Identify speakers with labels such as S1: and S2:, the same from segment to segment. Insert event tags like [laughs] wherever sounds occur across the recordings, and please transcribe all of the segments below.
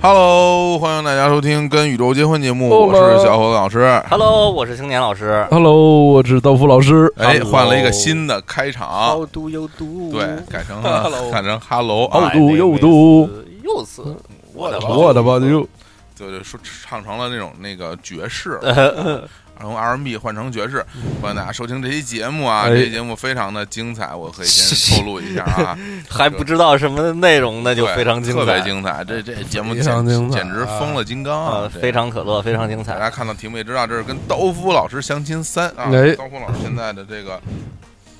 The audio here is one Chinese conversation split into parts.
S1: Hello，欢迎大家收听《跟宇宙结婚》节目，
S2: 哦
S1: 我是
S3: Hello
S1: 小伙子老师。
S2: Hello，我是青年老师。
S3: Hello，我是道夫老师。
S1: 哎，
S2: Hello
S1: 换了一个新的开场，
S2: do you do？
S1: 对，改成了
S2: Hello
S1: 改成 Hello
S3: 好
S1: 啊，
S3: 嘟又嘟
S2: 又次，我的
S3: 我的吧，就
S1: 对对，说唱成了那种那个爵士， [laughs]
S2: 的，
S1: 然后 R&B 换成爵士。欢迎大家收听这期节目啊，
S3: 哎
S1: 这期节目非常的精彩，我可以先透露一下啊，
S2: 还不知道什么内容，那 [laughs] 就
S1: 对
S2: 非常精
S1: 特别
S2: 彩
S1: 精彩，这这节目
S3: 非常
S1: 简
S3: 精彩
S1: 简直疯了金刚
S2: 啊，
S1: 啊，这
S2: 非常可乐，非常精
S1: 大
S2: 彩。
S1: 家看到题目也知道，这是跟刀夫老师相亲三啊
S3: 哎。
S1: 刀夫老师现在的这个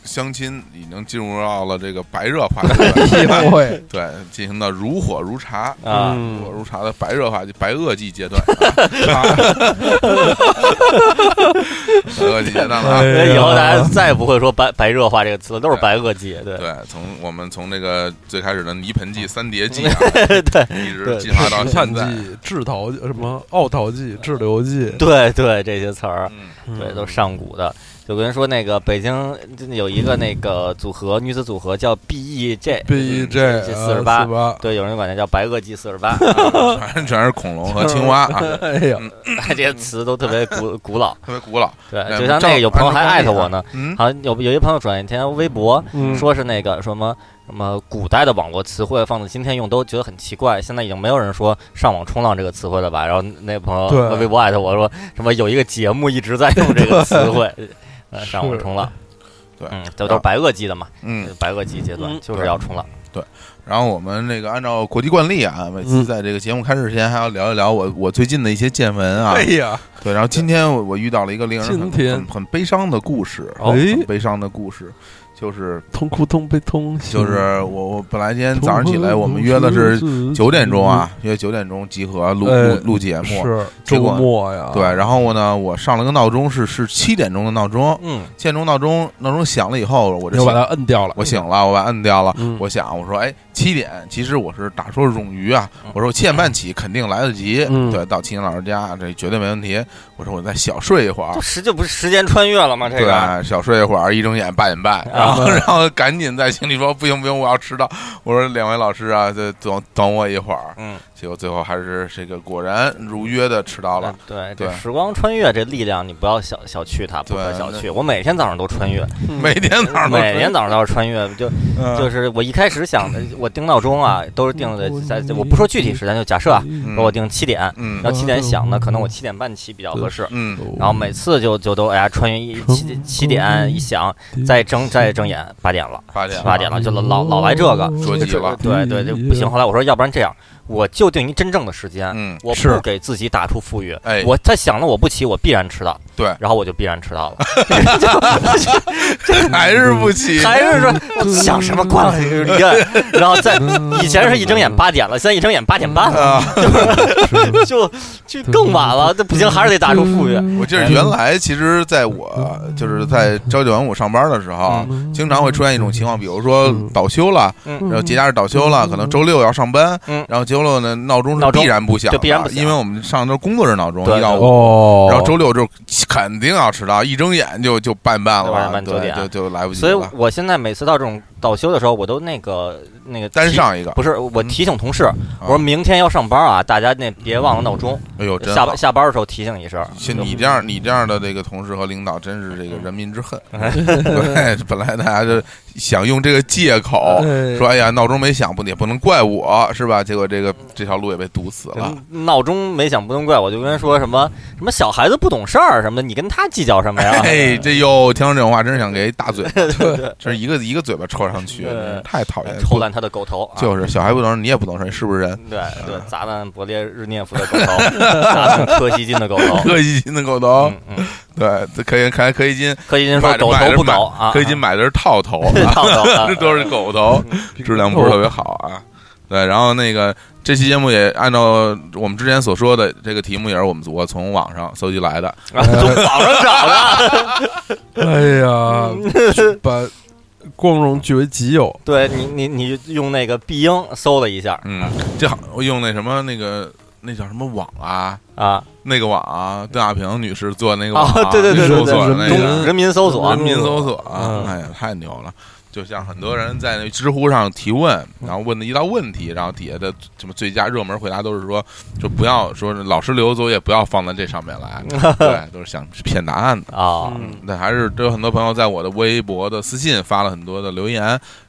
S1: 相亲已经进入到了这个白热化阶
S2: [laughs]
S1: 段，
S3: 会
S1: [laughs] 对，进行到如火如茶。
S2: 啊，
S1: 如火
S3: 嗯，
S1: 如茶的白热化、白垩纪阶段，
S2: [laughs]
S1: 啊白垩纪阶段了啊！
S3: 哎呀
S2: 以后大家再也不会说白白热化这个词了，都是白垩纪。对
S1: 对，从我们从这个最开始的泥盆纪、三叠纪啊，
S2: 嗯 [laughs] 对
S1: 一直
S2: 对
S1: 进化到
S3: 石炭
S1: 现在。
S3: 剂、制陶什么奥陶剂、滞留剂，
S2: 对对，这些词儿，
S1: 嗯，
S2: 对，
S3: 嗯
S2: 都是上古的。就跟说那个北京有一个那个组合，女子组合叫
S1: E
S2: BEJ，
S3: BEJ
S2: 嗯这这
S3: 四
S1: 啊
S2: 48
S3: 八。
S2: 对，有人管它叫白垩纪四
S1: [laughs]
S2: 十八。
S1: 全嗯全是恐龙和青蛙啊，
S2: 嗯
S3: 哎呀，
S2: [laughs] 这些词都特别古古老，
S1: 特别古老。
S2: 对
S1: 哎，
S2: 就像那个有朋友还艾特我呢，，
S1: 嗯，
S2: 好像有有一朋友转一天微博
S3: 嗯
S2: 说是那个什么什么古代的网络词汇放到今天用都觉得很奇怪，现在已经没有人说上网冲浪这个词汇了吧？然后那朋
S3: 对
S2: 友微博艾特我说什么有一个节目一直在用这个词汇，呃，
S3: 是
S2: 上网冲浪。
S1: 对
S2: 嗯，这都是白垩纪的嘛，
S1: 嗯，
S2: 白垩纪阶段
S3: 嗯
S2: 就是要冲浪。
S1: 然后我们那个按照国际惯例啊，每
S3: 嗯
S1: 次在这个节目开始之前还要聊一聊我我最近的一些见闻啊
S3: 哎。呀，
S1: 对，然后今天我我遇到了一个令人很
S3: 今天
S1: 很很悲伤的故事，
S3: 哦
S1: 很悲伤的故事，就是
S3: 痛哭痛悲痛心，
S1: 就是我我本来今天早上起来我们约的是九点钟啊，约九点钟集合录
S3: 嗯哎
S1: 录录节
S3: 嗯，
S1: 目。
S3: 是啊
S1: 结
S3: 周
S1: 果
S3: 末呀，
S1: 对，然后呢，我上了个闹钟，是是七点钟的闹钟，
S2: 嗯，
S1: 七点钟闹钟闹钟响了以后，我这
S3: 又把
S1: 醒
S3: 它摁掉了，
S1: 我醒了，我把它摁掉了，
S3: 嗯，
S1: 我想，我说，哎，七点，其实我是打说冗余啊
S2: 嗯，
S1: 我说我七点半起肯定来得及，
S3: 嗯
S1: 对，到秦老师家这绝对没问题。我说我再小睡一会儿
S2: 这，时这不是时间穿越了吗？这个
S1: 嗯对，啊小睡一会儿，一睁眼八点半，然
S2: 啊
S1: 后然后赶紧在心里说不行不行，我要迟到。我说两位老师啊，这等等我一会儿。
S2: 嗯，
S1: 结果最后还是这个果然如约的迟到了。
S2: 对，
S1: 对
S2: 这时光穿越这力量，你不要小小觑它，不可
S1: 对
S2: 小
S1: 那
S2: 觑。我每天早上都穿越，
S1: 每天早上都
S2: 每天早上都要穿越，就就
S1: 嗯
S2: 是我一开始想的，我定闹钟啊，都是定的在，我不说具体时间，就假设啊，
S1: 嗯
S2: 说我定七点，然后
S1: 嗯
S2: 七点响呢，可能我七点半起比较合适。
S1: 嗯，
S2: 然后每次就就都哎呀，穿越一七七点一响，
S3: 嗯
S2: 再睁再睁眼八点了，
S1: 八点
S2: 八点了，就老老老来这个，
S1: 着急了
S2: 对对，就不行。后来我说，要不然这样，我就定一真正的时间，
S1: 嗯，
S2: 我
S3: 是
S2: 不给自己打出富裕
S1: 哎，
S2: 我他想了我不起，我必然迟到，
S1: 对，
S2: 然后我就必然迟到了。
S1: 还是不起，
S2: 还是
S1: [laughs]
S2: 说我想什么关了这个人，然后再以前是一睁眼八点了，现在一睁眼八点半
S1: [laughs]
S2: 了，
S1: 啊。
S2: 就就更晚了，这不行，还是得打出富裕。
S1: 我记得原来其实在我就是在朝九晚五上班的时候，经常会出现一种情况，比如说倒休了，
S2: 嗯
S1: 然后节假日倒休了，可能周六要上班，
S2: 嗯
S1: 然后周六呢闹钟是
S2: 闹钟
S1: 必然不响的，
S2: 对必然不响
S1: 因为我们上的都是工作日闹钟
S2: 对
S1: 一到
S2: 对
S1: 五。
S3: 哦，
S1: 然后周六就肯定要迟到，一睁眼就就半半
S2: 晚上
S1: 了，
S2: 半九
S1: 对，
S2: 点
S1: 就就来不及
S2: 所以
S1: 了。
S2: 我现在每次到这种倒休的时候，我都那个那个
S1: 单
S2: 提。
S1: 上一个，
S2: 不是，我
S1: 嗯
S2: 提醒同事，我
S1: 啊
S2: 说明天要上班啊，大家那别忘了闹钟，
S1: 哎呦，真
S2: 下
S1: 好
S2: 班！下班的时候提醒一声。
S1: 像你这样你这样的这个同事和领导，真是这个人民之
S2: [laughs]
S1: 恨。对，本来大家就想用这个借口，
S3: 哎
S1: 说哎呀，闹钟没响，不也不能怪我是吧？结果这个这条路也被堵死了。
S2: 嗯闹钟没响不能怪我，就跟人说什么什么小孩子不懂事儿什么的，你跟他计较什么呀？
S1: 哎，这哟，听到这种话，真是想给一大
S2: [laughs]
S1: 嘴巴，这是一个一个嘴巴抽上去，
S2: 对
S1: 真是太讨厌了。
S2: 抽烂他的狗头啊！
S1: 就是嗯小孩不懂事，你也不懂事，是不是人？
S2: 对对，砸烂勃列日涅夫的狗
S1: [laughs]
S2: 头，砸烂柯西金的狗头。
S1: 柯西金的狗头，
S2: 嗯哦嗯，
S1: 对，这可以看来柯西金
S2: 柯西金说
S1: 买的
S2: 狗
S1: 买
S2: 头
S1: 的
S2: 不
S1: 买
S2: 狗啊，
S1: 柯西
S2: [laughs]
S1: 金买的是套头，
S2: 套头啊
S1: [laughs]
S2: 嗯
S1: 这都是狗头，质量不是特别好啊。对，然后那个这期节目也按照我们之前所说的这个题目，也是我们我从网上搜集来的。 [laughs]
S2: 啊从网上找的。
S3: 哎呀，
S2: 嗯
S3: 把光荣据为己有，
S2: 对你你你用那个必应搜了一下
S1: 嗯，这好，我用那什么那个那叫什么网啊，
S2: 啊，
S1: 那个网啊，邓亚萍女士做那个网、
S2: 啊对对对对
S1: 搜索
S3: 对
S1: 那
S3: 哎呀
S1: 个
S2: 中人民搜索
S1: 人民搜索啊，
S3: 嗯
S1: 哎呀，太牛了。就像很多人在那知乎上提问，然后问的一道问题，然后底下的什么最佳热门回答都是说，就不要说老师留的作业不要放到这上面
S2: [laughs]
S1: 来，对，都是想骗答案的。
S2: 啊，
S3: 嗯
S1: 那还是都有很多朋友在我的微博的私信发了很多的留言，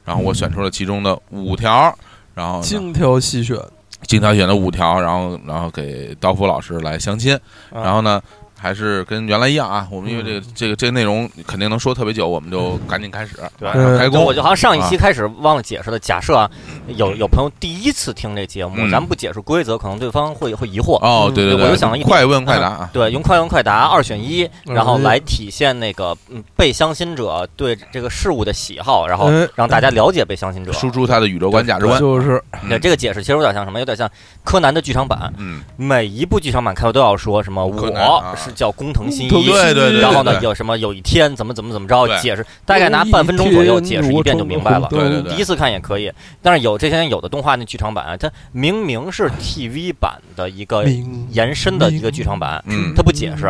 S1: 然后我选出了其中的五条，然后呢
S3: 精挑细选，
S1: 精挑选的五条，然后然后给刀夫老师来相亲，
S3: 啊
S1: 然后呢。还是跟原来一样啊，我们因为这个、
S3: 嗯
S1: 这个这个内容肯定能说特别久，我们就赶紧开始，
S2: 嗯呃对
S1: 马上开
S2: 就
S1: 工。啊
S2: 我就好像上一期开始忘了解释了。假设啊，有有朋友第一次听这节目，
S1: 嗯
S2: 咱们不解释规则，可能对方会会疑惑。
S1: 哦，
S3: 嗯
S1: 对对
S2: 对我就想了一点
S1: 快问快答啊，
S2: 对，用快问快答二选一，
S1: 嗯
S2: 然后
S3: 哎
S2: 来体现那个嗯被相亲者对这个事物的喜好，然后
S3: 哎
S2: 让大家了解被相亲
S1: 嗯
S2: 者。
S1: 输出嗯他的宇宙观、价值观。
S3: 就是
S2: 嗯对这个解释其实有点像什么？有点像柯南的剧场版，
S1: 嗯，
S2: 每一部剧场版开头都要说什么
S1: 柯南啊
S2: 我是叫工藤新
S3: 工
S2: 一
S3: 藤，
S1: 对对对，
S2: 然后呢
S1: 对
S2: 有什么有一天怎么怎么怎么着
S1: 对
S2: 解释，大概拿半分钟左右解释一遍就明白了。
S1: 对对对
S2: 第一次看也可以，但是有这些有的动画那剧场版啊，它明明是 TV 版的一个延伸的一个剧场版，
S1: 嗯
S2: 它不解释，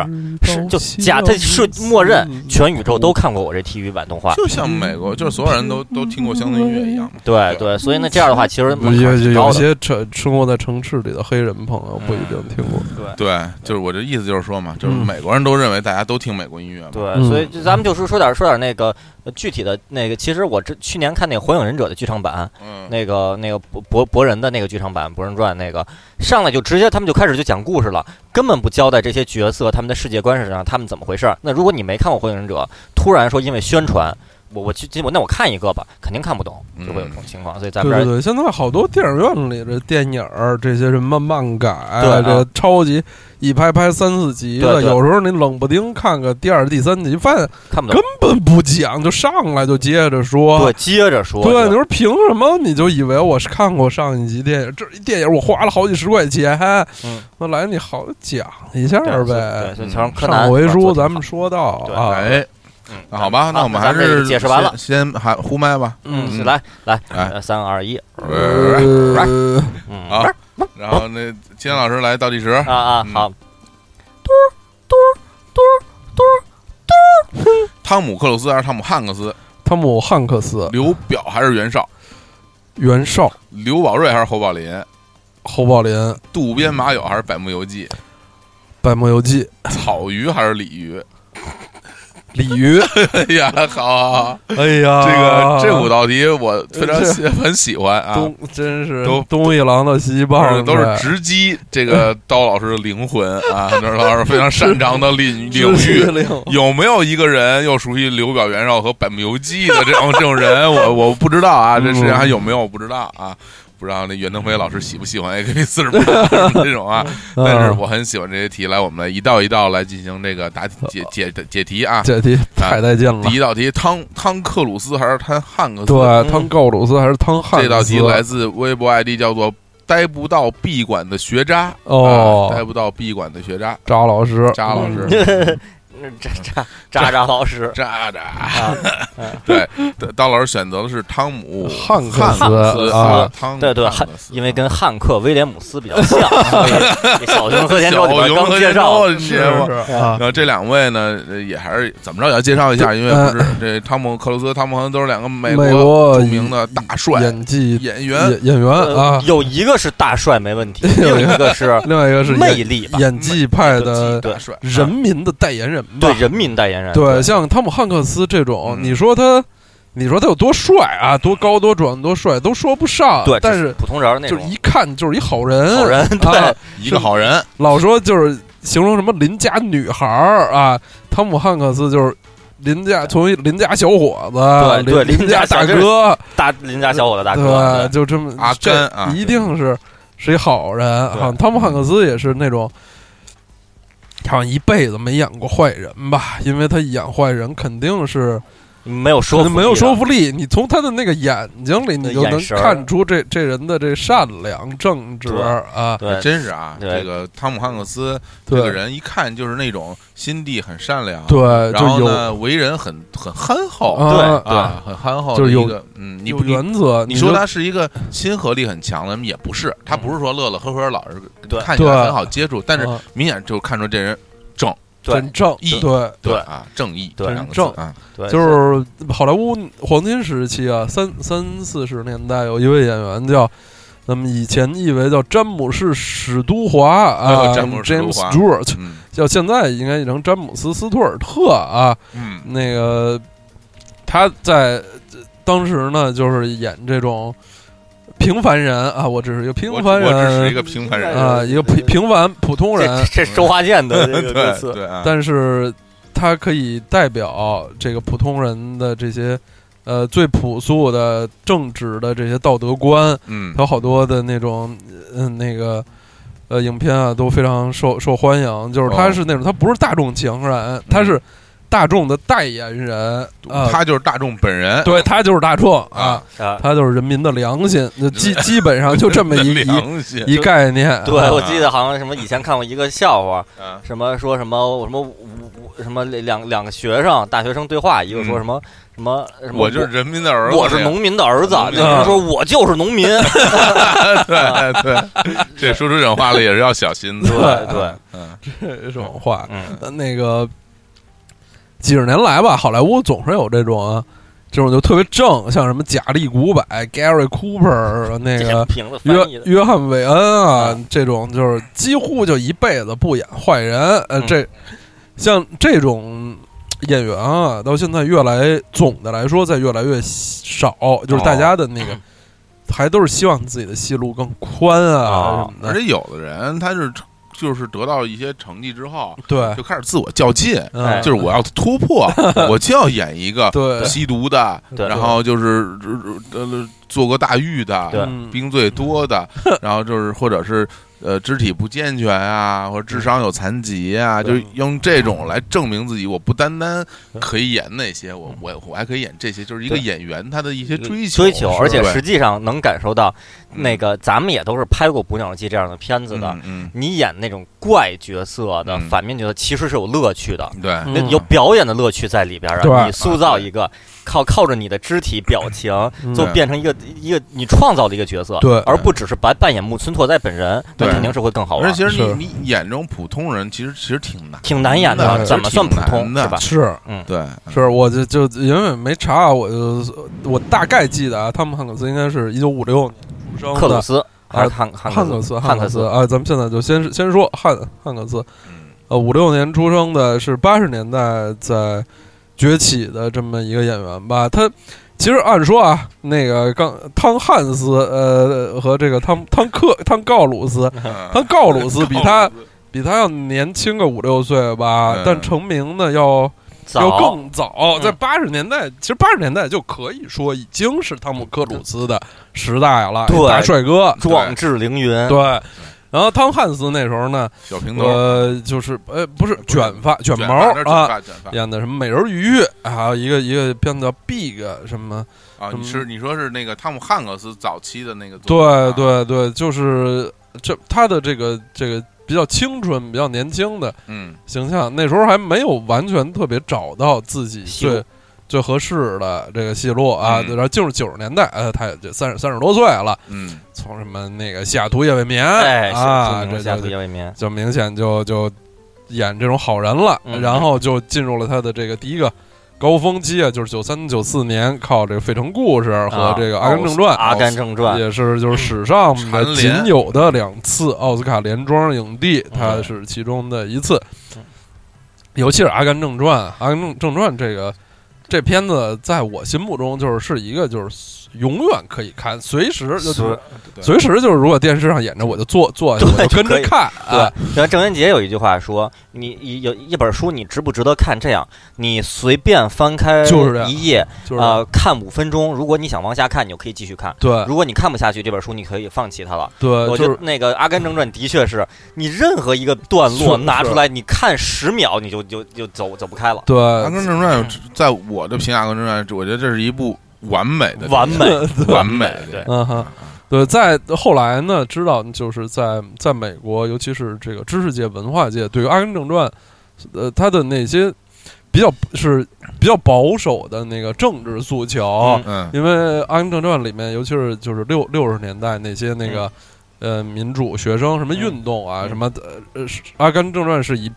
S2: 是
S3: 嗯
S2: 就假它是默认全宇宙都看过我这 TV 版动画，
S1: 就像美国，就是所有人都都听过乡村音乐一样嘛。
S2: 对对，所以呢这样的话其实门槛
S3: 嗯有
S2: 挺
S3: 有
S2: 高的，
S3: 些城生活在城市里的黑人朋友不一定听过，
S2: 对。
S1: 对，就是我这意思就是说嘛，就是
S3: 嗯
S1: 美国人都认为大家都听美国音乐嘛。
S2: 对，
S3: 嗯
S2: 所以就咱们就说说点说点那个呃具体的那个，其实我这去年看那个《火影忍者》的剧场版，
S1: 嗯，
S2: 那个那个博博博人的那个剧场版《博人传》那个，上来就直接他们就开始就讲故事了，根本不交代这些角色他们的世界观是啥，他们怎么回事儿。那如果你没看过《火影忍者》，突然说因为宣传，我我去我那我看一个吧，肯定看不懂，就会有这种情况。所以咱
S3: 对
S2: 们这
S3: 对
S2: 儿
S3: 对，现在好多电影院里的电影儿，这些什么漫改啊，
S2: 对啊
S3: 这个超级一拍拍三四集的，
S2: 对对
S3: 有时候你冷不丁看个第二、第三集，发现
S2: 看不
S3: 根
S2: 懂，
S3: 本不讲，就上来就接着说
S2: 对，。接着说，
S3: 对，你说凭什么你就以为我是看过上一集电影？这一电影我花了好几十块钱，
S2: 嗯，
S3: 那来你好讲一下
S2: 对
S3: 呗
S2: 对，。所以乔柯南啊
S3: 上回书咱们
S2: 说，
S3: 说到
S2: 对
S3: 啊，
S1: 哎，
S2: 嗯
S1: 那好吧，那我们还
S2: 咱这
S1: 是
S2: 个解释完了。
S1: 先，先还呼麦吧。
S2: 嗯，
S1: 嗯
S2: 来来，
S1: 来
S2: 呃三二一，
S3: 呃，
S2: 嗯
S1: 好，然后那金老师来倒计时，
S2: 啊啊，
S1: 嗯
S2: 好，
S1: 汤姆克鲁斯还是汤姆汉克斯？
S3: 汤姆汉克斯、
S1: 刘表还是袁绍？
S3: 袁绍、
S1: 刘宝瑞还是侯宝林？
S3: 侯宝林、
S1: 渡边麻友还是百慕游记？
S3: 百慕游记、
S1: 草鱼还是鲤鱼？ [laughs]
S3: 鲤鱼。
S1: 哎呀，好好，好
S3: 哎呀，
S1: 这个这五道题我非常喜很喜欢啊，
S3: 东真是
S1: 都
S3: 东一榔头西一棒
S1: 而且
S3: 槌，
S1: 都是直击这个刀老师的灵魂啊，刀老师非常擅长的领领域。
S3: 领
S1: 有没有一个人又熟悉刘表袁绍和百慕游记的这种这种人？我我不知道啊，这世界上还有没有我不知道啊，不知道那袁腾飞老师喜不喜欢 AKB 四十八这种啊？
S3: 嗯
S1: 但是我很喜欢这些题，来我们来一道一道来进行这个答解解解解题啊。
S3: 嗯这呃题太带劲了
S1: 第。一道题，汤汤克鲁斯还是汤汉克斯？
S3: 对，汤告鲁斯还是汤汉
S1: 这道
S3: 克斯？
S1: 题来自微博 ID 叫做“待不到闭馆的学渣”
S3: 哦
S1: 啊待不到闭馆的学渣，
S3: 扎老师，嗯
S1: 渣老师，
S2: 渣渣渣渣老师
S1: 渣渣。
S2: 啊，
S1: 对，刀老师选择的是汤姆
S3: 汉克斯
S1: 汉斯
S3: 啊，
S1: 汤姆
S2: 对对，
S1: 汉
S2: 汉
S1: 克斯
S2: 因为跟汉克威廉姆斯比较像，
S3: [laughs]
S2: 所以小熊喝
S1: 小
S2: 甜粥里边
S1: 熊
S2: 刚
S1: 和
S2: 介绍
S1: 这
S3: 是
S1: 节目。
S3: 是啊
S1: 然，后这两位呢，呃也还是怎么着也要介绍一下，因为不是这汤姆克鲁斯、汤姆汉克斯都是两个美
S3: 美
S1: 国
S3: 国呃
S1: 著名的大帅啊
S3: 演技
S1: 演员，嗯
S3: 演演员
S2: 呃
S3: 啊，
S2: 有一个是大帅
S3: [laughs]
S2: 没问题，另一个是
S3: 另外一个是
S2: 魅
S3: 演
S2: 力吧，
S3: 演技派的
S2: 对
S1: 大帅
S3: 人民的代言人嗯吧
S2: 对？人民代言人，
S3: 对，像汤姆汉克斯这
S1: 哎
S3: 种，
S1: 嗯
S3: 你说他，你说他有多帅啊，多高多壮多帅都说不上，
S2: 对，
S3: 但
S2: 只
S3: 是
S2: 普通人儿那
S3: 就是
S2: 种
S3: 一看就是一好人，
S2: 好人，
S3: 啊
S2: 对，
S1: 一个好人，
S3: 老说就是形容什么邻家女孩儿啊，汤姆汉克斯就是邻家从一邻家小伙子，
S2: 对对
S3: 邻
S2: 邻
S3: 家
S2: 家
S3: 大
S2: 小
S3: 哥，
S2: 大邻家小伙子大
S3: 吧
S2: 哥，
S3: 就这么
S1: 阿
S3: 这
S1: 甘啊
S3: 一定是是一好人
S2: 对
S3: 啊。汤姆汉克斯也是那种。好像一辈子没演过坏人吧，因为他演坏人肯定是
S2: 对没有说服力的
S3: 没有说服力。你从他的那个眼睛里，你就能
S2: 眼神儿
S3: 看出这这人的这善良正直
S2: 对
S3: 啊。
S2: 对，
S1: 真是啊，
S2: 对
S1: 这个汤姆汉克斯这
S3: 对
S1: 个人一看就是那种心地很善良，
S3: 对，就
S1: 然后
S3: 有
S1: 呢为人很很憨厚
S3: 啊
S1: 啊，很憨厚的
S3: 就是有
S1: 一个嗯，你
S3: 有
S1: 不你
S3: 原则。
S1: 你说
S3: 就
S1: 他是一个亲和力很强的人，也不是，他不是说乐乐呵呵老是
S2: 对
S1: 看起来
S3: 嗯对
S1: 很好接触，但是
S3: 啊
S1: 明显就看出这人正，
S2: 对
S3: 真正
S1: 义
S3: 对，
S2: 对
S1: 啊，正义
S2: 对
S1: 这两个字
S3: 正
S1: 啊，
S2: 对，
S3: 就是好莱坞黄金时期啊，三三四十年代有一位演员叫，那么以前译为叫詹姆士史都华啊、
S1: 哦詹姆士
S3: James
S1: 史都华
S3: Stewart，
S1: 嗯
S3: 叫现在应该译成詹姆斯斯图尔特啊。
S1: 嗯
S3: 那个他在呃当时呢，就是演这种平凡人啊，我只是一个平
S1: 我
S3: 凡
S1: 我只是一
S3: 人
S1: 个哎平凡人，
S3: 啊，一个平平凡普通人
S2: 这，这是周华健的这
S3: [laughs]
S2: 个歌
S1: 对
S2: 词，
S1: 对啊，
S3: 但是他可以代表这个普通人的这些呃最朴素的正直的这些道德观，
S1: 嗯
S3: 有好多的那种嗯那个。呃，影片啊都非常受受欢迎，就是他
S1: 哦
S3: 是那种、他不是大众情人，他是大众的代言人啊，
S1: 嗯他就是大众本人，
S3: 对他就是大众啊
S1: 啊，
S2: 啊，
S3: 他就是人民的良心，那
S1: [laughs]
S3: 基基本上就这么一一
S1: 良心，
S3: 一概念。啊
S2: 对，我记得好像什么以前看过一个笑话，
S1: 啊
S2: 什么说什么什么五五什么两两个学生大学生对话，一个
S3: 嗯
S2: 说什么什么什么
S1: 我就是人民的儿子，
S2: 我是农民的儿子，
S1: 农民
S2: 就是说我就是农民，
S1: [laughs] 对对，这说出这种话来也是要小心的。
S2: [laughs] 对对，
S1: 嗯，
S3: 这种话，
S2: 嗯，
S3: 呃那个几十年来吧，好莱坞总是有这种啊这种就特别正，像什么贾利古柏、Gary Cooper 那
S2: 这
S3: 个
S2: 些瓶子翻译
S3: 约
S2: 的，
S3: 约翰韦恩啊
S2: 啊，
S3: 这种就是几乎就一辈子不演坏人。呃，
S2: 嗯
S3: 这像这种演员啊，到现在越来总的来说在越来越少，就是大家的那
S2: 哦
S3: 个还都是希望自己的戏路更宽啊
S2: 哦
S3: 什么
S1: 而
S3: 的。
S1: 且有的人他是就是得到一些成绩之后，
S2: 哎
S3: 对，
S1: 就开始自我较劲，
S3: 嗯，
S1: 就是我要突破，我就要演一个
S3: 对
S1: 吸毒的，
S2: 对
S1: 然后就是呃呃坐过大狱的，
S2: 对
S3: 嗯
S1: 兵最多的，然后就是或者是。呃，肢体不健全啊，或者智商有残疾啊，就
S3: 对
S1: 是用这种来证明自己。我不单单可以演那些，我我我还可以演这些，就是一个
S2: 对
S1: 演员他的一些追求。嗯
S2: 追求，而且
S1: 对
S2: 实际上能感受到
S1: 嗯
S2: 那个咱们也都是拍过《捕鸟记》这样的片子的，
S1: 嗯，
S2: 你演那种怪角色的
S1: 嗯
S2: 反面角色，其实是有乐趣的。
S1: 嗯对，
S3: 嗯
S2: 那有表演的乐趣在里边儿
S3: 对
S2: 啊！你塑造一个靠靠着你的肢体表情，
S3: 嗯
S2: 就变成一个一个你创造的一个角色，
S3: 对
S2: 而不只是扮扮演木村拓哉本人，
S1: 对
S2: 那肯定是会更好
S1: 而
S2: 玩。
S1: 且其实
S3: 是
S1: 你你演这种普通人，其实其实挺难，
S2: 挺难演
S3: 那
S2: 的，
S3: 是
S2: 怎么算普
S1: 挺
S2: 通
S1: 难
S2: 是
S1: 的
S2: 吧？
S3: 是
S1: 对，
S3: 是，我就就因为没查，啊我就我大概记得啊，汤姆汉克斯应该是一九五六年出
S2: 克
S3: 生
S2: 鲁
S3: 的。啊
S2: 斯还是汉汉
S3: 汉克
S2: 克
S3: 斯，
S2: 汉
S3: 克
S2: 克
S3: 斯
S2: 斯，
S3: 啊，咱们现在就先先说汉汉克斯，
S1: 嗯
S3: 呃，五六年出生的，是八十年代在崛起的这么一个演员吧。他其实按说啊，那个刚汤汉斯呃和这个汤汤克汤告鲁斯，
S1: 嗯
S3: [laughs] 汤告鲁斯比他比他要年轻个五六岁吧，
S1: 嗯
S3: 但成名呢要要
S2: 早
S3: 更早，
S2: 嗯
S3: 在八十年代，其实八十年代就可以说已经是汤姆克鲁斯的时代了，哎
S2: 对
S3: 大帅哥，
S2: 壮志凌云，
S3: 对。然后汤汉斯那时候呢，
S1: 小平头
S3: 呃，就是呃，不是卷发卷毛
S1: 发那是卷
S3: 啊，
S1: 发卷发
S3: 演的什么美人鱼，还有一个一个片子叫 Big 什么，
S1: 啊，
S3: 嗯
S1: 你是你说是那个汤姆汉克斯早期的那个作品
S3: 对
S1: 啊，
S3: 对对，就是这他的这个这个比较青春、比较年轻的
S1: 嗯
S3: 形象，那时候还没有完全特别找到自己
S2: 戏路
S3: 最最合适的这个戏路啊。
S1: 嗯
S3: 然后进入九十年代，呃，他也就三十三十多岁了，
S1: 嗯，
S3: 从什么那个西雅图夜未眠
S2: 哎，
S3: 啊，这
S2: 下
S3: 就
S2: 叶未眠，
S3: 就明显就就演这种好人了，
S2: 嗯
S3: 然后就进入了他的这个第一个高峰期啊，就是九三九四年，靠这个《费城故事》和
S2: 啊
S3: 这个《阿甘正传》
S2: 《阿甘正传》
S3: 也是就是史上的
S1: 蝉联
S3: 仅有的两次奥斯卡连庄影帝，他是其中的一次
S2: 嗯。
S3: 尤其是《阿甘正传》，《阿甘正正传》这个这片子，在我心目中就是是一个就是永远可以看，随时就
S2: 所
S3: 是
S2: 以
S3: 随时就是如果电视上演着，我就坐坐下，我就
S2: 对
S3: 跟
S2: 就可
S3: 着
S2: 以
S3: 看，
S2: 对
S3: 啊，
S2: 然后郑渊洁有一句话说：“你有一本书，你值不值得看？这样，你随便翻开
S3: 就是这样
S2: 一页，
S3: 就是
S2: 呃，看五分钟。如果你想往下看，你就可以继续看；
S3: 对
S2: 如果你看不下去，这本书你可以放弃它了。”
S3: 对，就
S2: 我觉
S3: 是
S2: 得那个《阿甘正传》的确是，你任何一个段落
S3: 是
S2: 拿
S3: 是
S2: 出来，你看十秒，你就就就走走不开了，
S1: 《阿
S3: 对
S1: 甘正传》在我的评价《阿甘正传》，我觉得这是一部完美的
S3: [laughs]
S2: 完美，
S1: 完美
S2: 对
S1: 的
S3: 嗯哼，对，在后来呢，知道就是在在美国，尤其是这个知识界、文化界，对于《阿甘正传》，呃，他的那些比较是比较保守的那个政治诉求，
S2: 嗯
S1: 嗯
S3: 因为《阿甘正传》里面，尤其是就是六六十年代那些那个、呃民主学生什么运动啊，
S2: 嗯
S3: 什么的，呃，是《阿甘正传》是以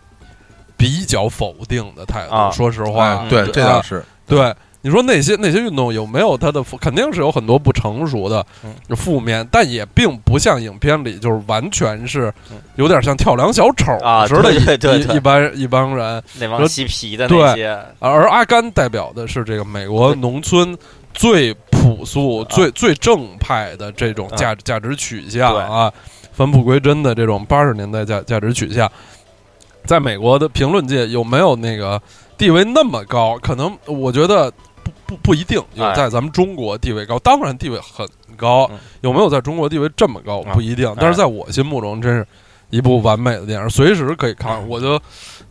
S3: 比较否定的态度。
S2: 啊
S3: 说实话，
S1: 哎对，这倒
S3: 啊
S1: 是，
S3: 对。你说那些那些运动有没有它的负肯定是有很多不成熟的
S2: 嗯
S3: 负面，但也并不像影片里就是完全是
S2: 嗯有
S3: 有点像跳梁小丑
S2: 啊
S3: 似的
S2: 对
S3: 一，
S2: 对对对
S3: 一一帮一帮人。
S2: 那
S3: 说
S2: 帮嬉皮的那些，
S3: 啊而阿甘代表的是这个美国农村最朴
S2: 啊
S3: 素、最最正派的这种价价值取向
S2: 对
S3: 啊，返璞归真的这种八十年代价价值取向，在美国的评论界有没有那个地位那么高？可能我觉得不不不一定有
S2: 哎
S3: 在咱们中国地位高，当然地位很高
S2: 嗯，
S3: 有没有在中国地位这么高
S2: 啊
S3: 不一定，但是在我心目中真是一部完美的电影，随时可以
S2: 嗯
S3: 看。我就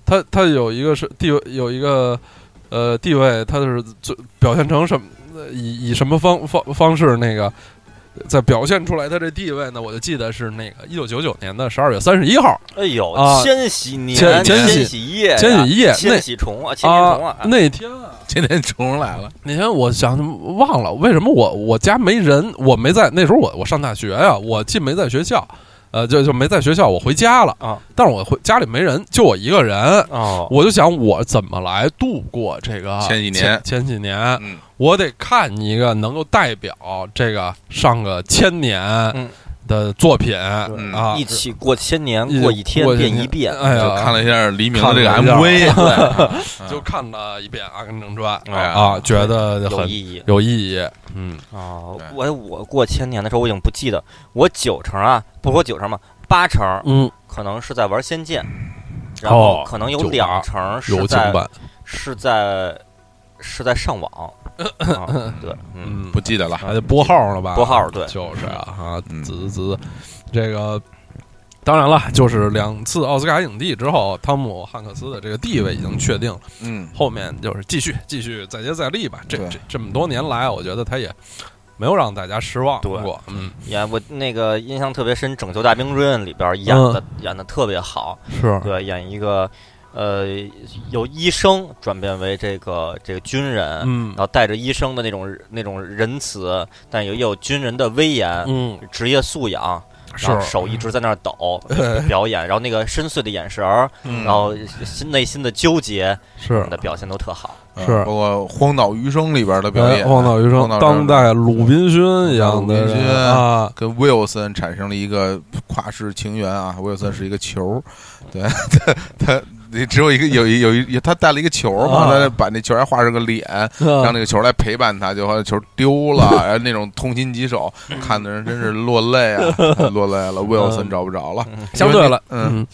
S3: 他他有一个是地位有一个呃地位，他是最表现成什么呃以以什么方方方式那个。在表现出来他这地位呢，我就记得是那个一九九九年的十二月三十一号，
S2: 哎呦
S3: 啊，
S2: 千禧年、
S3: 千
S1: 千
S3: 禧
S2: 禧夜、
S3: 千禧夜那
S2: 千禧虫啊，千年虫啊，
S3: 那天
S1: 今天虫来了，
S3: 那天我想忘了为什么我我家没人，我没在那时候我我上大学呀、我既没在学校，呃，就就没在学校，我回家了
S2: 啊。
S3: 但是我回家里没人，就我一个人，
S2: 哦，
S3: 我就想我怎么来度过这个
S1: 前几年
S3: 前前几年，
S1: 嗯，
S3: 我得看一个能够代表这个上个千年
S2: 嗯
S3: 的作品、
S1: 对
S3: 啊
S2: 一。起过千年，
S3: 一
S2: 过一天
S3: 过
S2: 变一变，
S3: 哎呀，
S1: 就看了一下黎明的这个
S3: 看了
S1: MV，
S3: 一
S1: 对
S3: 就看了一遍《阿甘正传》
S1: 哎呀
S3: 啊，觉得
S2: 哦有
S3: 很
S2: 意义
S3: 有意义。嗯，
S2: 啊
S1: 对！
S2: 我我过千年的时候，我已经不记得，我九成啊，不说九成嘛，八成
S3: 嗯，
S2: 可能是在玩《仙剑》，然后可能有
S3: 哦九八
S2: 两成
S3: 柔
S2: 是
S3: 情
S2: 在
S3: 版，
S2: 是在是在
S3: [laughs]
S2: 上网，啊对，嗯，
S3: 嗯
S1: 不，记得了，
S3: 还得拨号了吧？
S2: 拨号对
S3: 就是啊，啊
S1: 嗯
S3: 滋滋，这个当然了，就是两次奥斯卡影帝之后，汤姆汉克斯的这个地位已经确定了，
S1: 嗯，
S3: 后面就是继续继续再接再厉吧。这
S1: 对
S3: 这这么多年来，我觉得他也没有让大家失望
S2: 对
S3: 过，嗯，
S2: 演我那个印象特别深，《拯救大兵瑞恩》里边演的、演的特别好，
S3: 是
S2: 对，演一个呃由医生转变为这个这个军人，
S3: 嗯
S2: 然后带着医生的那种那种仁慈，但也有军人的威严、
S3: 嗯
S2: 职业素养，呃然后
S3: 是
S2: 手一直在那儿抖
S3: 呃
S2: 表演，然后那个深邃的眼神儿，
S1: 嗯
S2: 然后心内心的纠结，
S3: 是
S2: 的表现都特好。
S1: 嗯
S3: 是
S1: 包括《荒岛余生》里边的表
S3: 哎
S1: 演，啊
S3: 荒岛余生
S1: 荒岛，余
S3: 当代鲁滨逊一样的
S1: 鲁滨逊
S3: 人啊，
S1: 跟 Wilson 产生了一个跨世情缘啊，Wilson 是一个球，对 [laughs] 他他只有一个有一有一他带了一个球嘛，
S3: 啊
S1: 他把那球还画成个脸，
S3: 嗯
S1: 让那个球来陪伴他，就后来球丢
S3: [laughs]
S1: 了，然后那种痛心疾首，看的人真是落泪
S3: [laughs]
S1: 啊，落泪了，Wilson 找不着了，
S2: 嗯
S3: 相对来，
S1: 嗯
S3: 嗯。嗯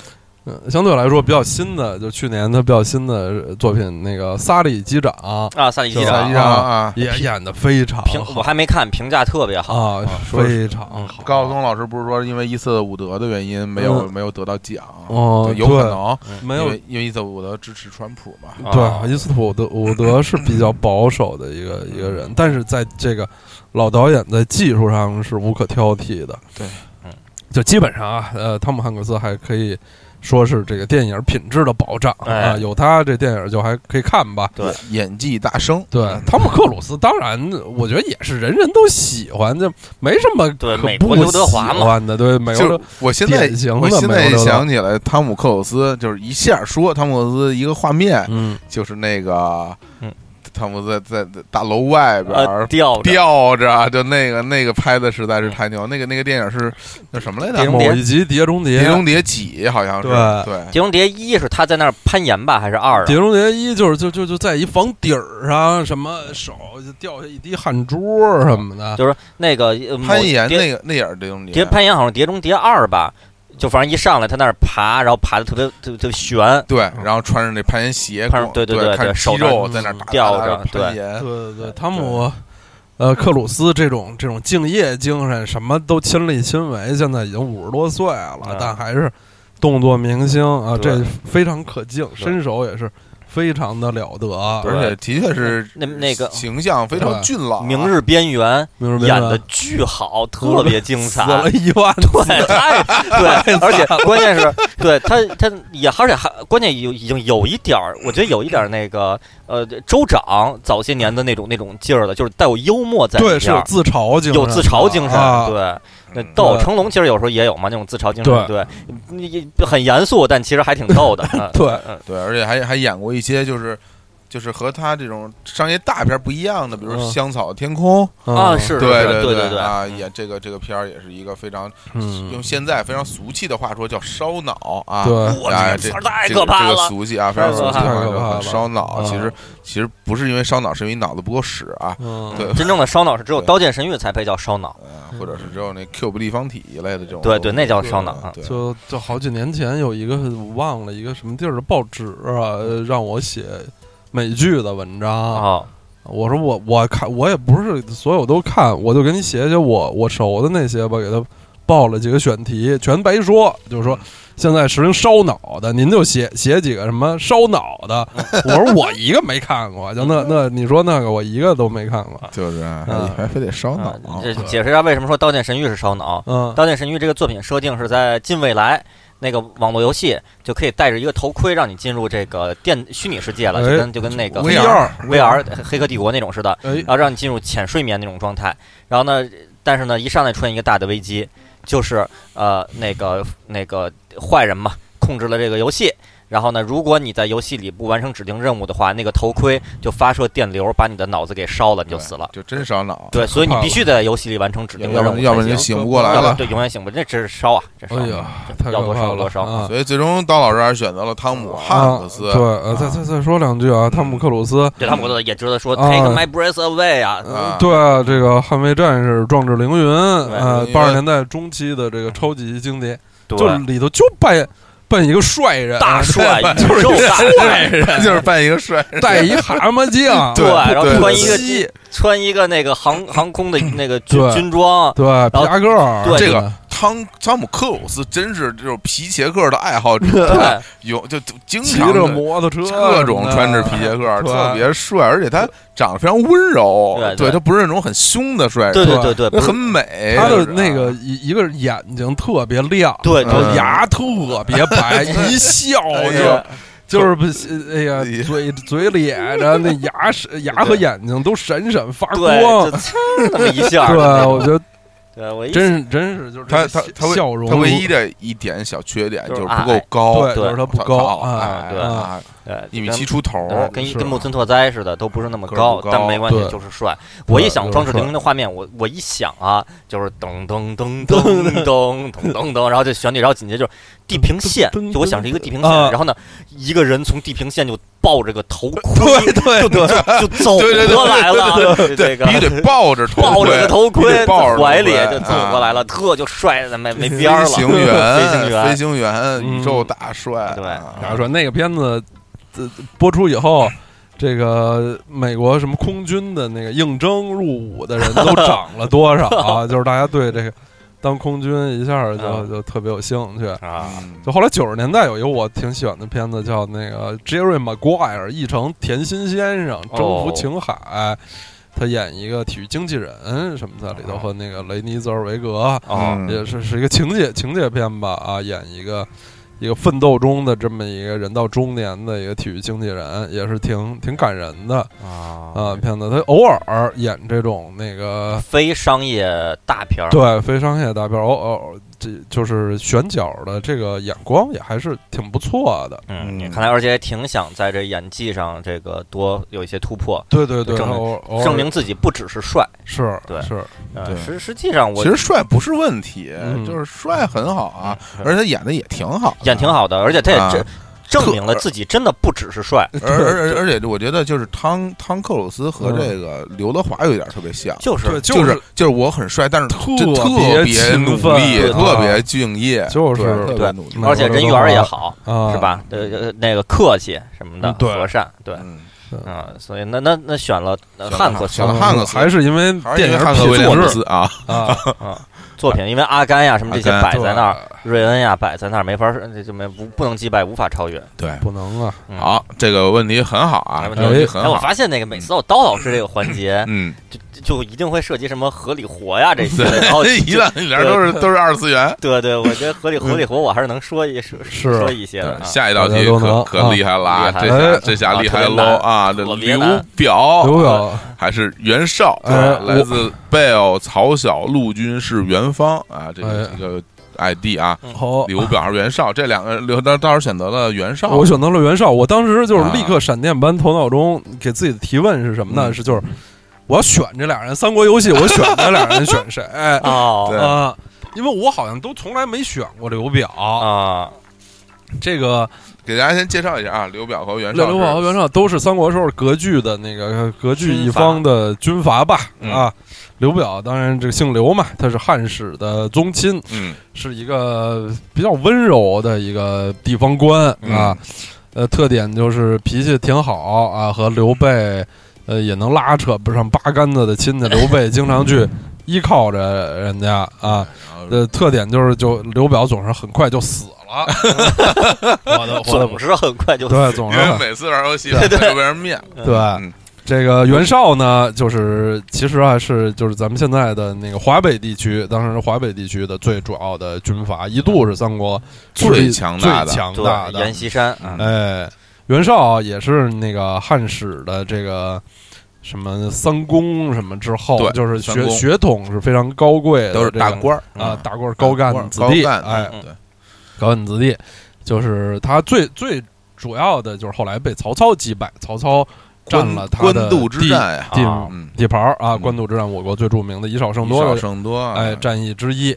S3: 相对来说比较新的，就去年他比较新的作品，那个《萨利机长》
S2: 啊，萨利
S3: 是
S2: 机
S1: 一张
S2: 长
S3: 吧
S1: 啊，
S3: 也演的非常
S2: 评我
S3: 好
S2: 还没看，评价特别好。嗯
S3: 啊，
S1: 说
S3: 非常好。
S1: 高晓松老师不是说因为一次伍德的原因没有、没有得到奖，
S3: 嗯哦
S1: 对有可能
S3: 没
S1: 因
S3: 有
S1: 为因为伊瑟伍德支持川普嘛，
S2: 啊
S3: 对伊斯特伍德，伍德是比较保守的一个一个
S2: 嗯
S3: 人，但是在这个老导演在技术上是无可挑剔的。
S1: 对，
S2: 嗯，
S3: 就基本上啊，呃，汤姆汉克斯还可以说是这个电影品质的保障
S2: 哎
S3: 啊，有他这电影就还可以看吧。
S2: 对
S1: 演技大升，
S3: 对，
S2: 嗯
S3: 汤姆克鲁斯当然，我觉得也是人人都喜欢，就没什么
S2: 对
S3: 可
S2: 美国
S3: 不
S2: 刘德华
S3: 喜
S2: 嘛
S3: 欢的，对美国
S1: 就
S3: 刘
S1: 是我现在
S3: 典型的
S1: 我现
S3: 美国
S1: 在
S3: 流浪
S1: 想起来，汤姆克鲁斯就是一下说汤姆克鲁斯一个画面，
S3: 嗯
S1: 就是那个
S2: 嗯
S1: 汤姆在在在大楼外边
S2: 呃，
S1: 儿
S2: 吊着
S1: 吊着，就那个那个拍的实在是太牛，那个那个电影是叫什么来
S2: 碟
S1: 着？
S2: 中
S3: 某
S2: 谍
S3: 一集《碟中谍
S1: 碟》中谍几好像是
S3: 对
S1: 对
S2: 《碟中谍一》是他在那儿攀岩吧，还是二
S3: 《
S2: 啊？
S3: 碟中谍一》就是就就就在一房顶儿上，什么手就掉下一滴汗珠儿什么的，
S2: 就是那个呃某
S1: 攀岩
S2: 碟
S1: 那个那也是碟中
S2: 碟
S1: 谍，
S2: 攀岩好像《碟中谍二》吧，就反正一上来他那儿爬，然后爬的特别特别特别悬，
S3: 啊
S1: 对，然后穿着那攀岩鞋
S2: 攀，
S1: 对
S2: 对对对
S1: 看
S2: 对
S1: 肌
S2: 手
S1: 肉
S3: 上
S1: 在那
S3: 嗯
S1: 打
S2: 吊
S1: 打
S2: 着
S1: 打攀岩
S3: 对，对对，汤姆。呃，克鲁斯这种这种敬业精神，什么都亲力亲为，现在已经五十多岁了，
S2: 嗯
S3: 但还是动作明星啊，
S2: 对
S3: 这非常可敬，身手也是非常的了得啊。
S2: 对
S1: 而且的确是
S2: [laughs] 那那个
S1: 形象非常
S3: 对
S1: 俊朗啊，
S2: 明日边缘
S3: 明白》
S2: 演的
S3: 明
S2: 巨好，特别精彩
S3: 白。死了一万
S2: 对，太对，而且关键是，对他他也而且还关键有已经有一点儿，我觉得有一点儿那个呃州长早些年的那种那种劲儿的，就是带有幽默在里
S3: 对，
S2: 面，
S3: 是有自嘲精神，
S2: 有自嘲精神，
S3: 啊
S2: 对。那
S1: 嗯
S2: 逗
S3: 对
S2: 成龙其实有时候也有嘛，那种自嘲精神，对，你你很严肃，但其实还挺逗
S1: [laughs]
S2: 的。嗯
S3: 对
S2: 嗯
S1: 对，而且还还演过一些就是就是和他这种商业大片不一样的，比如《
S3: 嗯
S1: 香草天空》，
S3: 嗯
S2: 啊，是是是
S1: 对
S2: 对对
S1: 啊，
S2: 嗯
S1: 也这个这个片儿也是一个非常用
S3: 嗯，
S1: 现在非常俗气的话说叫烧脑啊，
S3: 对
S2: 我
S1: 哎
S2: 这
S1: 这
S2: 词儿太
S1: 这个
S2: 可怕
S1: 这个
S2: 了。
S1: 俗气啊，非常俗气
S2: 太
S3: 可怕了
S1: 就很烧脑。
S3: 啊
S1: 其实其实不是因为烧脑，是因为脑子不够使啊，
S3: 嗯
S1: 对
S2: 真正的烧脑是只有
S1: 对
S2: 《刀剑神域》才配叫烧脑，
S1: 嗯或者是只有那 Cube 立方体一类的这种东西，
S2: 对对，那叫烧脑。
S1: 嗯
S2: 嗯
S1: 对，
S3: 就就好几年前有一个我忘了一个什么地儿的报纸啊，呃让我写美剧的文
S1: 啊
S3: 章。
S2: 哦，
S3: 我说我我看我也不是所有都看，我就给你写写我我熟的那些吧，给他报了几个选题，全白说，就是说现在实行烧脑的，您就写写几个什么烧脑的。我说我一个没看过，就那那你说那个我一个都没看过。
S1: 就是啊
S3: 嗯
S1: 还还非得烧脑
S2: 啊，这解释一下为什么说《刀剑神域》是烧脑，
S3: 嗯
S2: 《刀剑神域》这个作品设定是在近未来，那个网络游戏就可以戴着一个头盔，让你进入这个电虚拟世界了，
S1: 哎
S2: 就跟就跟那个
S1: VR
S2: VR 黑客帝国那种似的，
S3: 哎
S2: 然后让你进入浅睡眠那种状态。然后呢，但是呢，一上来出现一个大的危机，就是呃那个那个坏人嘛，控制了这个游戏。然后呢，如果你在游戏里不完成指定任务的话，那个头盔就发射电流，把你的脑子给烧了，你就死了。
S1: 就真烧脑。
S2: 对，所以你
S3: 太可怕
S2: 必须在游戏里完成指定的
S1: 要
S2: 任
S1: 不然
S2: 务
S1: 要不
S2: 才
S1: 然
S2: 行
S1: 就。醒不过来
S2: 要不
S1: 了。
S2: 对，永远醒不，这这是烧啊，这烧，
S3: 哎呀，
S2: 这
S3: 太
S2: 要
S3: 可
S2: 多
S3: 怕
S2: 烧
S3: 了
S2: 多烧。
S3: 啊！
S1: 所以最终刀老师还是选择了汤姆汉克斯
S3: 啊。对，呃，再再再说两句啊，汤姆克鲁斯，
S2: 对他们都也值得说
S3: 啊
S2: ，Take my breath away 啊，
S1: 啊
S3: 对啊，这个《捍卫战士》《壮志凌云》呃
S1: 对，
S3: 八十年代中期的这个超级经典，
S2: 对，
S3: 就里头就扮扮一个帅人，
S2: 大帅，
S3: 就
S2: 宇
S3: 是
S1: [laughs]
S2: 宙大帅，
S1: 人就是扮一个帅人，
S3: [laughs] 戴一蛤蟆镜，
S1: [laughs] 对
S2: 然后
S1: 对
S2: 穿一个
S3: 鸡
S2: 穿一个那个航航空的那个军
S3: 对
S2: 军装，
S3: 对，皮夹克儿，嗯
S2: 对
S1: 这个汤汤姆克鲁斯真是这种皮夹克的爱好者，
S2: 对，
S1: 有就就经
S3: 骑
S1: 常
S3: 着
S1: 的
S3: 摩托车，嗯
S1: 各种穿着皮夹克，
S3: 对
S1: 特别帅，而且他长得非常温柔，
S2: 对
S1: 对
S2: 对
S1: 他不是那种很凶的帅，
S2: 对
S1: 对，
S2: 对对对，
S1: 很美，
S3: 他的
S1: 就是啊
S3: 那个一一个是眼睛特别亮，
S2: 对
S3: 然后
S1: 嗯
S3: 牙特别白，
S1: [laughs]
S3: 一笑
S1: 哎
S3: 就
S1: 呀
S3: 就是不是，哎呀
S1: 哎，呀
S3: 嘴嘴咧着，那牙是牙和眼睛都闪闪发
S2: 对，
S3: 光。
S2: 就那么一下，
S3: [laughs]
S2: [laughs]
S3: 对，我
S2: 就
S3: 觉得
S2: 对我一
S3: 真是真是就
S1: 哎
S3: 是
S1: 他
S3: 这
S1: 他
S3: 个
S1: 他会
S3: 笑容，
S1: 他唯一的哦一点小缺点
S2: 就是
S1: 是不够高，
S3: 对，
S2: 对
S3: 就是他不
S1: 他
S3: 高
S1: 他
S3: 啊，
S1: 矮
S2: 对
S1: 啊，
S2: 对
S1: 一米
S2: 跟
S1: 七出头，
S2: 对跟一
S3: 是
S2: 跟木村拓哉似的，都不是那么
S1: 个儿
S2: 高
S1: 不，高
S2: 但没关系
S3: 对，
S2: 就是帅。我一想
S3: 就是
S2: 《壮志
S3: 帅
S2: 凌云》的画面，我我一想啊，就是噔噔噔噔噔噔噔噔，然后就旋律，然后紧接着就是地平线
S3: 噔噔噔，
S2: 就我想是一个地平
S3: 啊
S2: 线，然后呢，一个人从地平线就抱着个头盔
S3: 对对对，
S2: 就走
S1: 对对对
S2: 过来了，这个
S1: 必须得抱着头盔，
S2: [laughs] 抱着个头盔
S1: 必须得抱着头盔
S2: 怀里就走过来
S1: 啊
S2: 了，特就帅的没没边
S1: 飞
S2: 儿了。
S1: 行
S2: [laughs] 飞行
S1: 员，飞
S2: 员，
S1: 行员，
S3: 嗯
S1: 宇宙大帅，
S2: 对
S1: 啊
S3: 然后说那个片子呃播出以后。这个美国什么空军的那个应征入伍的人
S1: [laughs]
S3: 都涨了多少啊？就是大家对这个当空军一下就
S2: 嗯
S3: 就特别有兴趣。
S2: 啊，
S1: 嗯
S3: 就后来九十年代有一个我挺喜欢的片子，叫那个 Jerry Maguire 译成甜心先生
S1: 哦
S3: 征服情海，他演一个体育经纪人什么在里头
S2: 哦
S3: 和那个雷尼兹尔维格，
S2: 哦，
S1: 嗯
S3: 也是是一个情节情节片吧啊，演一个一个奋斗中的这么一个人到中年的一个体育经纪人，也是挺挺感人的
S2: 啊，
S1: 哎
S3: 啊片子。他偶尔演这种那个
S2: 非商业大片儿，
S3: 对，非商业大片，偶偶这就是选角的这个眼光也还是挺不错的。
S2: 嗯，
S1: 嗯
S2: 看来而且也挺想在这演技上这个多有一些突破，
S3: 对对对，
S2: 证明
S3: 偶偶尔
S2: 证明自己不只是帅。
S3: 是
S2: 对
S3: 是，
S2: 呃，
S1: 哦对
S2: 实实际上我
S1: 其实帅不是问题，
S3: 嗯
S1: 就是帅很好啊，
S2: 嗯
S1: 而且他演的也挺好，
S2: 演挺。好的，而且他也
S1: 啊
S2: 证证明了自己真的不只是帅，
S3: [laughs]
S1: 而而而而且我觉得就是汤汤克鲁斯和
S3: 嗯
S1: 这个刘德华有点特别像，
S2: 嗯就是
S3: 对，
S1: 就是就是我很帅，但是特
S3: 特
S1: 特
S3: 别
S1: 别
S3: 勤
S1: 努
S3: 奋
S1: 力，
S3: 对
S1: 特别敬业，
S3: 就是
S1: 对特别
S2: 对
S1: 努力，
S3: 嗯
S2: 而且人缘儿也好，
S3: 啊，
S2: 是？吧？呃，呃那个客气什么的，
S3: 嗯对
S2: 和善，对，
S1: 嗯
S2: 嗯，所以那那那选了呃
S1: 选了
S2: 汉克斯
S1: 选了汉克斯
S3: 嗯还是因为
S1: 还是
S3: 电
S1: 因为
S3: 影
S1: 汉克
S3: 品
S1: 威廉姆
S3: 质
S1: 斯啊， [laughs]
S3: 啊，
S2: 啊作品，因为阿甘呀什么这些
S1: 阿甘
S2: 摆在那儿，
S3: 对
S2: 瑞恩呀摆在那儿，没法儿这就没不不能击败，无法超越。
S1: 对，
S3: 不能啊，
S2: 嗯
S1: 好，这个问题很好啊，
S2: 没问
S1: 这
S2: 题
S1: 个问题很
S2: 哎，我
S1: 好，
S2: 发现那个每次到刀老师这个环节，
S1: 嗯，
S2: 就就就一定会涉及什么合理活呀这些的，然后
S1: 这哎 [laughs] 一烂里边都是都是二次元。
S2: 对对，我觉得合理合理活我还是能说一说
S3: 是
S2: 说一些的、啊。
S1: 下一道
S3: 大
S1: 题
S3: 家都能
S1: 可可
S3: 啊
S1: 厉害了啊，
S2: 厉害
S1: 这下
S3: 哎
S1: 这下
S2: 啊
S1: 厉
S2: 特
S1: 害
S2: 别难
S1: 喽啊！这
S2: 特别
S1: 刘
S2: 难哦
S1: 表
S3: 刘表
S1: 还是袁绍，
S3: 哎
S1: 啊来
S3: 我
S1: 自贝尔曹小陆军是元芳啊，这个
S3: 哎
S1: 这个 ID 啊，
S3: 好，
S1: 刘表还是袁绍，这两个刘当当时选择了袁绍，
S3: 我选择了袁绍。我当时就是立
S1: 啊
S3: 刻闪电般头脑中给自己的提问是什么呢？
S1: 嗯
S3: 是就是我要选这俩人，三国游戏我选这俩人选谁？
S1: [laughs]
S3: 哎
S1: 对
S3: 啊，
S2: 哦
S3: 因为我好像都从来没选过刘表。
S2: 啊，
S3: 这个
S1: 给大家先介绍一下啊，刘表和袁绍
S3: 刘
S1: 是，
S3: 刘表和袁绍都是三国时候割据的那个割据一
S2: 军阀
S3: 方的军阀吧？
S1: 嗯
S3: 啊，刘表当然这个姓刘嘛，他是汉室的宗亲，
S1: 嗯
S3: 是一个比较温柔的一个地方官啊，呃，特点就是脾气挺好啊，和刘备呃也能拉扯不上八竿子的亲戚，刘备经常去依靠着人家啊，
S1: 然后
S3: 呃，特点就是就刘表总是很快就死了，我的我的
S2: 总是很快就
S3: 对，总
S1: 因
S3: 是
S1: 为
S3: 很
S1: 每次玩游戏啊他就被人灭了，
S3: 对啊
S1: 嗯。
S3: 这个袁绍呢，就是其实啊是就是咱们现在的那个华北地区，当时华北地区的最主要的军阀，一度是三国
S1: 最
S3: 势力
S1: 强大的
S3: 最强大
S2: 对
S3: 的
S2: 阎。锡山
S1: 嗯
S2: 啊，
S3: 哎，袁绍也是那个汉室的这个什么三公什么之后
S1: 对，
S3: 就是
S1: 三
S3: 血
S1: 公
S3: 血统是非常高贵的，
S1: 都是大
S3: 这个
S1: 官儿
S3: 啊
S1: 嗯，
S3: 大官儿高
S1: 大官
S3: 干
S1: 儿
S3: 子弟，
S1: 高干
S3: 哎，
S1: 嗯对，
S3: 高干子弟，就是他最最主要的就是后来被曹操击败，曹操占了他
S1: 官
S3: 的
S1: 官渡之
S3: 地
S1: 战呀，
S3: 地
S2: 啊
S1: 嗯，
S3: 地盘儿啊，
S1: 嗯
S3: 官渡之战，我国最著名的以少胜多
S1: 以少
S3: 的
S1: 胜多啊，嗯
S3: 哎战役之一，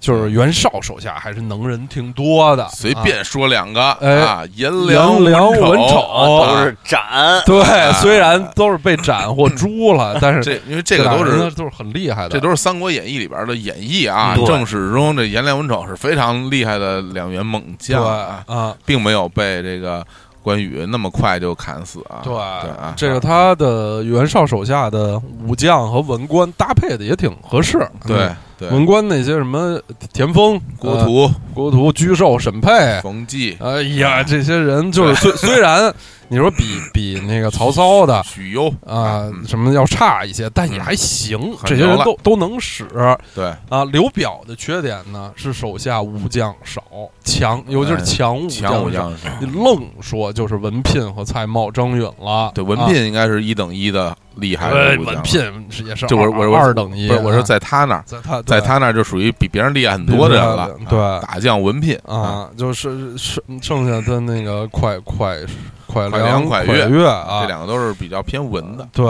S3: 就是袁绍手下还是能人挺多的，
S1: 随
S3: 啊
S1: 便说两个
S3: 哎
S1: 啊，颜
S3: 颜良
S1: 文
S3: 文丑
S1: 啊
S2: 都是
S1: [laughs]
S2: 斩，
S3: 对，虽然都是被斩或诛了，但是
S1: 这，因为这个都
S3: 俩人呢
S1: 是。
S3: 都是很厉害的，嗯
S1: 这都是《三国演义》里边的演绎啊，
S2: 对
S1: 正史中这颜良文丑是非常厉害的两员猛
S3: 对
S1: 将啊，
S3: 啊，
S1: 并没有被这个关羽那么快就砍死啊。
S3: 对
S1: 啊，
S3: 这个他的袁绍手下的武将和文官搭配的也挺合适，
S1: 对
S3: 嗯
S1: 对，
S3: 文官那些什么田丰、
S1: 郭
S3: 呃、
S1: 图、
S3: 郭图、沮授、沈佩。
S1: 冯骥、
S3: 哎呀，这些人就是虽 [laughs] 虽然你说比比那个曹操的
S1: 许攸
S3: 啊、
S1: 嗯
S3: 什么要差一些，但也还行，
S1: 很
S3: 这些
S1: 牛
S3: 人
S1: 了
S3: 都都能使。
S1: 对，
S3: 啊，刘表的缺点呢是手下武将少，强，尤其是
S1: 哎
S3: 强武
S1: 强武
S3: 少。
S1: 将士，
S3: 你愣说就是文聘和蔡瑁、张允了，
S1: 对文
S3: 啊
S1: 聘应该是一等一的厉害
S3: 对
S1: 的武将
S3: 啊文
S1: 了，
S3: 聘是也是
S1: 这我
S3: 二
S1: 我我
S3: 二等一，
S1: 不是我说
S3: 啊
S1: 在他那儿，
S3: 在他
S1: 在
S3: 对
S1: 他那儿就属于比别人厉害很多的人了
S3: 比，别人厉害
S1: 啊打将文聘，
S3: 啊，就是剩剩下的那个蒯蒯蒯
S1: 蒯良
S3: 良、蒯
S1: 蒯越
S3: 啊，
S1: 这两个都是比较偏文的。
S3: 对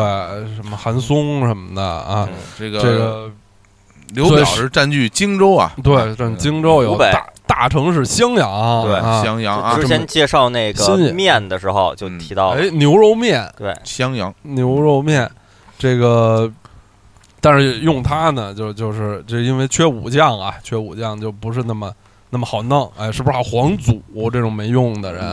S3: 什么韩松什么的啊，
S1: 嗯这
S3: 这
S1: 个
S3: 个
S1: 刘
S3: 所以
S1: 表
S3: 是
S1: 是占据荆州啊，
S3: 对，这荆州有
S2: 湖北
S3: 大大城市襄阳，
S2: 对
S3: 啊，
S1: 襄阳啊
S2: 就，之前介绍那
S3: 新
S2: 个
S3: 野
S2: 面的时候
S1: 嗯
S2: 就提到了，
S3: 哎，牛肉面。
S2: 对，
S1: 襄阳，
S3: 牛肉面，这个，但是用它呢，就就是这因为缺武将啊，缺武将就不是那么那么好弄，哎，是不是好皇祖这种没用的人？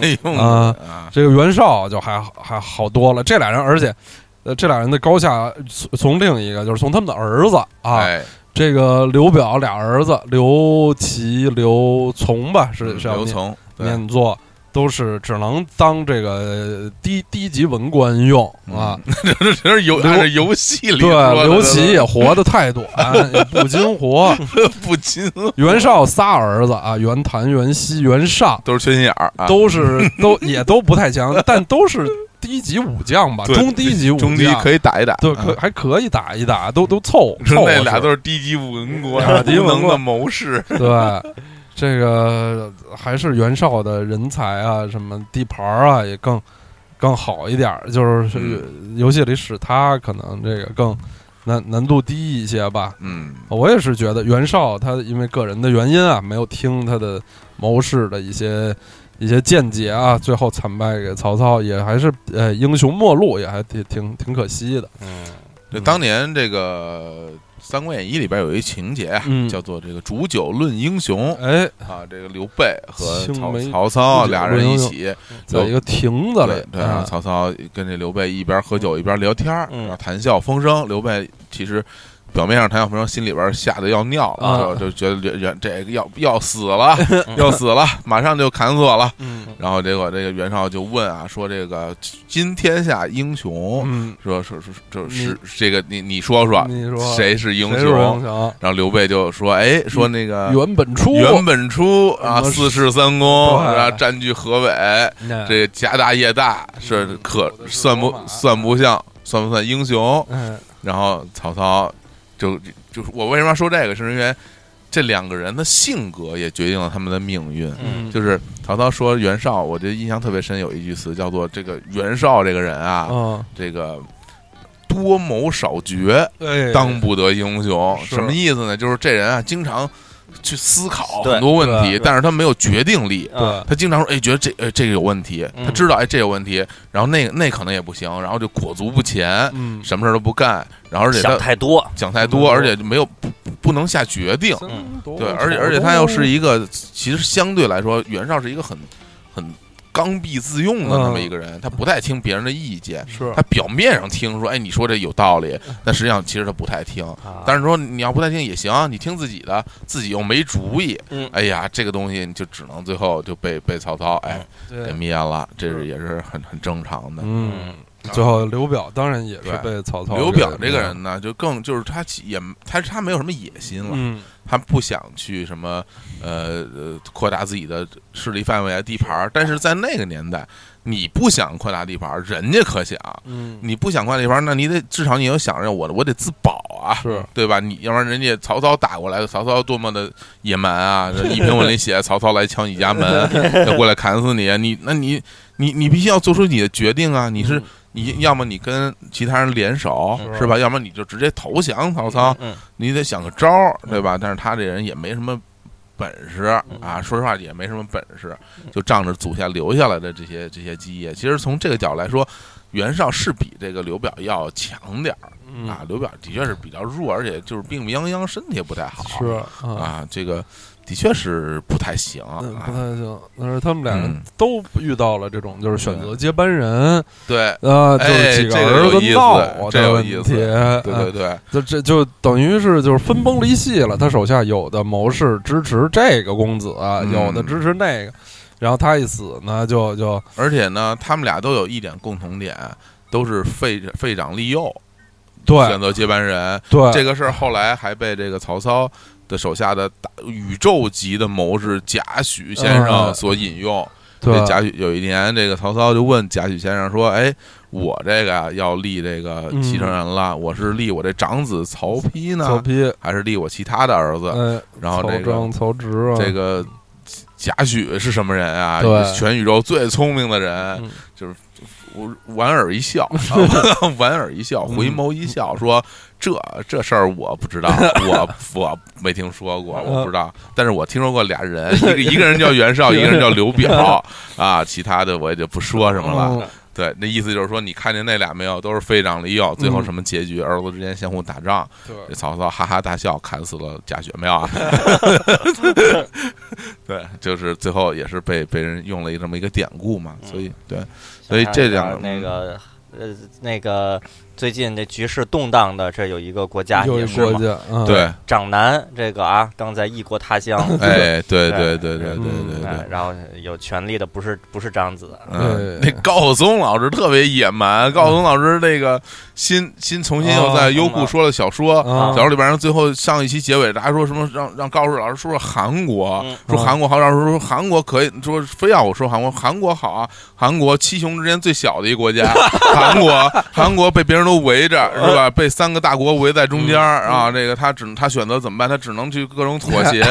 S1: 没用的
S3: 啊
S1: 啊，
S3: 这个袁绍就还好还好多了，这俩人，而且。呃，这俩人的高下从从另一个就是从他们的儿子啊，
S1: 哎，
S3: 这个刘表俩儿子刘琦、刘琮吧，是是要
S1: 嗯刘
S3: 念 [laughs]
S1: 琮，对
S3: 念作，都是只能当这个低低级文官用啊。，
S1: 嗯这这是游
S3: 刘
S1: 按照游戏里说
S3: 对，
S1: 的
S3: 刘琦也活得太短，也
S1: [laughs]
S3: 不禁活。
S1: 不
S3: [laughs]
S1: 亲，
S3: 袁绍仨儿子啊，袁谭、袁熙、袁尚，
S1: 都是缺心眼儿啊，
S3: 都是都也都不太强，但都是低级武将吧，
S1: 对
S3: 中低级武将，
S1: 中低可以打一打，
S3: 对，
S1: 啊
S3: 可还可以打一打，都都凑
S1: 你
S3: 凑
S1: 说
S3: 合
S1: 那
S3: 使。
S1: 俩都是低级文
S3: 啊
S1: 官，
S3: 低级
S1: 无
S3: 文
S1: 能的
S3: 官
S1: 谋
S3: [laughs]
S1: 士，嗯 [laughs]
S3: 对。这个还是袁绍的人才啊，什么地盘儿啊也更更好一点儿，就是
S1: 嗯
S3: 游戏里使他可能这个更难难度低一些吧。
S1: 嗯，
S3: 我也是觉得袁绍他因为个人的原因啊，没有听他的谋士的一些一些见解啊，最后惨败给曹操，也还是呃英雄末路，也还挺挺挺可惜的。
S2: 嗯，
S1: 就当年这个《三国演义》里边有一情节啊
S3: 嗯，
S1: 叫做这个煮酒论英雄
S3: 哎，
S1: 啊，这个刘备和
S3: 青
S1: 曹
S3: 梅
S1: 曹操
S3: 煮酒
S1: 俩
S3: 论
S1: 人一
S3: 英雄
S1: 起，
S3: 在一个亭子
S1: 对
S3: 里，
S1: 对，然后
S3: 啊
S1: 曹操跟这刘备一边喝酒一边聊天儿，
S2: 嗯
S1: 然后谈笑风生。刘备其实表面上谭耀平心里边吓得要尿了，
S3: 啊
S1: 就就觉得袁这个要要死
S2: [laughs]
S1: 了，要死了，马上就砍死我了。
S3: 嗯
S1: 然后结果这个袁绍就问啊，说这个今天下英雄，
S3: 嗯，
S1: 说说说就是这个你你说说
S3: 你说
S1: 谁是英
S3: 谁是
S1: 雄
S3: 英？雄？
S1: 然后刘备就说，哎，说那个
S3: 原本初，
S1: 袁本初啊，
S3: 什么
S1: 四世三公，
S3: 对
S1: 然后占据河北，
S3: 那
S1: 这家大业大，是可
S3: 哎嗯有的是
S1: 算不
S3: 罗马
S1: 算不像，算不算英雄？
S3: 嗯
S1: 然后曹操就就是我为什么要说这个，是因为这两个人的性格也决定了他们的命运。
S2: 嗯
S1: 就是曹操说袁绍，我这印象特别深，有一句词叫做“这个袁绍这个人啊，
S3: 啊，
S1: 这个多谋少决，
S3: 哎，
S1: 当不得英雄”。
S3: 是
S1: 什么意思呢？就是这人啊，经常去思考
S2: 对
S1: 很多问
S3: 对
S1: 题，但是他没有决定力。
S3: 对
S2: 嗯，
S1: 他经常说，哎，觉得这呃这个有问题，
S2: 嗯
S1: 他知道哎这有问题，然后那个那可能也不行，然后就裹足不前，
S3: 嗯，
S1: 什么事儿都不干，然后而且他啊
S2: 想太多，
S1: 讲太多，
S3: 嗯
S1: 而且就没有不不不能下决定，
S3: 嗯
S1: 对，而且而且他又是一个其实相对来说，袁绍是一个很很刚愎自用的
S3: 嗯
S1: 那么一个人，他不太听别人的意见，
S3: 是
S1: 他表面上听说哎你说这有道理，但实际上其实他不太听。
S2: 啊
S1: 但是说你要不太听也行，你听自己的，自己又没主意，
S2: 嗯
S1: 哎呀，这个东西你就只能最后就被被曹操哎给
S3: 对，
S1: 灭了，这是也是很很正常的。
S3: 嗯，最后刘表当然也是嗯被曹操
S1: 刘表这个人，呢，就更就是他其也他他没有什么野心了，
S3: 嗯
S1: 他不想去什么呃呃扩大自己的势力范围啊地盘儿，但是在那个年代，你不想扩大地盘儿，人家可想；
S3: 嗯，
S1: 你不想扩大地盘儿，那你得至少你有想着我的我得自保啊，
S3: 是
S1: 对吧？你要不然人家曹操打过来，曹操多么的野蛮啊！这一瓶我那血，曹操来敲你家门，
S2: [laughs]
S1: 要过来砍死你，你那你你你必须要做出你的决定啊！你是你要么你跟其他人联手
S3: 是
S1: 是吧？要么你就直接投降曹操，
S2: 嗯，
S1: 你得想个招儿对吧？但是他这人也没什么。本事啊，
S2: 嗯
S1: 说实话也没什么本事
S2: 嗯，
S1: 就仗着祖先留下来的这些这些基业。其实从这个角度来说，袁绍是比这个刘表要强点儿。
S3: 嗯
S1: 啊，刘表的确是比较弱，而且就是病病殃殃，身体也不太好。
S3: 是啊，
S1: 啊，这个的确是不太行啊。
S3: 嗯，不太行。但是他们俩
S1: 嗯
S3: 人都遇到了这种，就是选择接班人，
S1: 对
S3: 啊，
S1: 哎
S3: 就是几儿子闹啊问题，啊
S1: 对对对，
S3: 这这就等于是就是分崩离析了。他手下有的谋士支持这个公子，啊
S1: 嗯
S3: 有的支持那个，然后他一死呢，就就
S1: 而且呢，他们俩都有一点共同点，都是废废长立幼，选
S3: 对
S1: 择接班人。
S3: 对
S1: 这个事儿后来还被这个曹操的手下的大宇宙级的谋士贾诩先生
S3: 嗯
S1: 所引用。这
S3: 对
S1: 贾诩有一年，这个曹操就问贾诩先生说：“哎，我这个啊要立这个继承人了，我是立我这长子曹丕
S3: 嗯曹
S1: 呢，
S3: 丕，
S1: 还是立我其他的儿子
S3: 哎，？”
S1: 然后
S3: 曹
S1: 那个
S3: 彰、曹植啊，
S1: 这个贾诩是什么人啊？
S3: 对
S1: 全宇宙最聪明的人，
S3: 嗯
S1: 就是我莞尔一笑，[laughs]
S3: [laughs]
S1: 啊莞尔一笑，
S3: 嗯
S1: 回眸一笑，说：“这这事儿我不
S3: [laughs]
S1: 知道，我我没听说过，我不知道。
S3: 嗯
S1: 但是我听说过俩人，一个一个人叫袁
S3: [laughs]
S1: 绍，一个人叫刘表 [laughs] 啊，其他的我也就不说什么了。
S3: 嗯
S1: 对，那意思就是说，你看见那俩没有，都是废长立幼，最后
S3: 嗯
S1: 什么结局？儿子之间相互打仗，这
S3: 对
S1: 曹操哈哈大笑，砍死了贾诩没有啊？ [laughs] 对，就是最后也是被被人用了一这么一个典故嘛，
S2: 嗯
S1: 所以对，所以这两嗯个
S2: 那个呃那个最近这局势动荡的，这有一个国家
S3: 又
S2: 也
S3: 一
S2: 是
S3: 国
S2: 嘛
S3: 家， [laughs] 嗯，
S1: 对，
S2: 长男这个啊，刚在异国他乡，
S1: 哎，对对
S2: 对
S1: 对对对对
S2: 哎
S1: 对。
S2: 然后有权利的不是不是长子，
S1: 嗯，那
S3: 对
S1: 高晓松老师特别野蛮。高晓松老师那个新新重新又在优酷说了小说，
S3: 啊
S1: 小说里边儿最后上一期结尾，大家说什么让让高数老师说说韩国，
S2: 嗯
S1: 说韩国好，老师说韩国可以，说非要我说韩国，韩国好啊，韩国七雄之间最小的一个国家， [laughs] 韩国韩国被别人都围着是吧？被三个大国围在中间儿啊，这个他只他选择怎么办？他只能去各种妥协，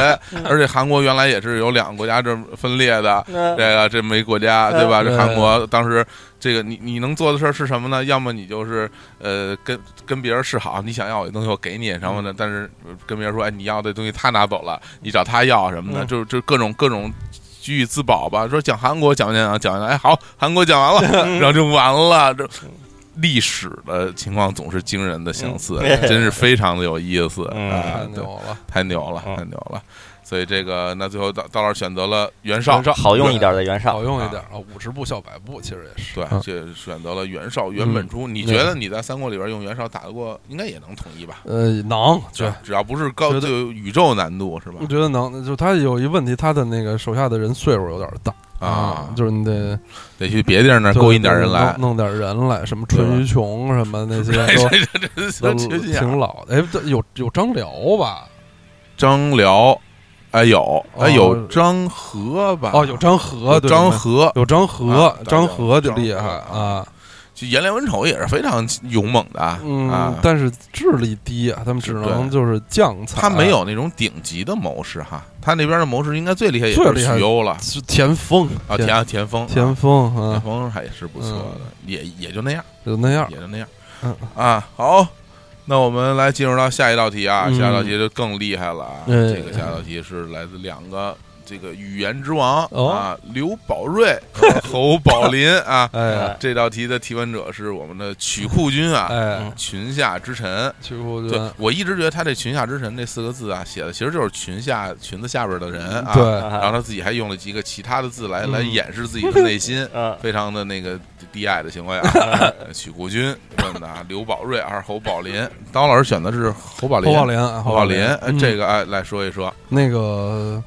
S1: 而且韩国原来也是有两个国家这么分裂的，
S2: 那
S1: 这个这么一国家，
S2: 呃
S1: 对吧？
S3: 嗯
S1: 这韩国当时这个你你能做的事儿是什么呢？要么你就是呃跟跟别人示好，你想要我的东西我给你，然
S2: 嗯
S1: 后呢，但是呃跟别人说，哎，你要的东西他拿走了，你找他要什么的，
S2: 嗯
S1: 就就各种各种。居以啊
S2: 嗯
S1: [laughs] 自保吧，说讲韩国讲讲讲讲，哎，好，韩国讲完了，然后就完了，这历史的情况总是惊人的相似，
S2: 嗯
S1: 真是非常的有意思
S2: 嗯
S1: 啊
S3: 太！
S1: 对
S3: 牛，了，
S1: 太牛了，
S2: 嗯
S1: 太牛了！所以这个，那最后到到那儿选择了袁绍
S2: 袁，绍好用一点的袁绍
S3: 好，用一点啊，五十步笑百步，其实也是
S1: 对，
S3: 啊嗯
S1: 这选择了袁绍袁本初。你觉得你在三国里边用袁绍打得过，应该也能统一吧？
S3: 呃，能，
S1: 只
S3: 对
S1: 要，只要不是高
S3: 觉得
S1: 就宇宙难度是吧
S3: 我？觉得能，就他有一问题，他的那个手下的人岁数有点大
S1: 啊，
S3: 就是你得
S1: 得去别地儿那儿勾引点人来哎
S3: 弄，弄点人来，什么淳于琼什么那
S1: [laughs]
S3: 些都
S1: 这这这这
S3: 都
S1: 缺心眼儿
S3: 挺老的，哎，这有有张辽吧？
S1: 张辽，哎有哎
S3: 哦
S1: 有张合吧？
S3: 哦，有张合，
S1: 啊有
S3: 对
S1: 张
S3: 对
S1: 合，
S3: 有张合
S1: 啊，
S3: 张合就
S1: 张合
S3: 厉害
S1: 啊
S3: 啊，
S1: 就颜良文丑也是非常勇猛的啊
S3: 嗯
S1: 啊，，
S3: 但是智力低啊，他们只能就是将才，
S1: 他没有那种顶级的谋士哈，他那边的谋士应该最厉害也
S3: 最
S1: 是
S3: 厉害
S1: 许攸了
S3: 是田丰
S1: 啊，田啊田丰啊
S3: 田丰
S1: 田
S3: 啊，
S1: 丰还是不错
S3: 嗯
S1: 的，也也就那样。
S3: 就那样，
S1: 也就那样。
S3: 嗯
S1: 啊，好，那我们来进入到下一道题啊，
S3: 嗯
S1: 下一道题就更厉害了啊。
S3: 嗯
S1: 这个下一道题是来自两个这个语言之王、
S3: 哦
S1: 啊，刘宝瑞和侯宝林
S3: [laughs]
S1: 啊。
S3: 哎呀
S1: 这道题的提问者是我们的曲库君啊，
S2: 嗯
S3: 哎，
S1: 群下之臣。
S3: 曲库
S1: 对
S3: 君，，
S1: 我一直觉得他这“群下之臣”这四个字啊，写的其实就是裙下裙子下边的人啊。
S3: 对，
S1: 然后
S2: 啊
S1: 他自己还用了几个其他的字来、
S3: 嗯
S1: 来掩饰自己
S3: [laughs]
S1: 的内心。
S2: 嗯，
S1: 非常的那个低矮的行为啊。许国军问的啊， [laughs] 刘宝瑞还是侯宝林？当老师选的是侯宝林，
S3: 侯宝林啊，
S1: 侯
S3: 侯
S1: 宝林，哎
S3: 嗯
S1: 这个哎，来说一说，
S3: 那个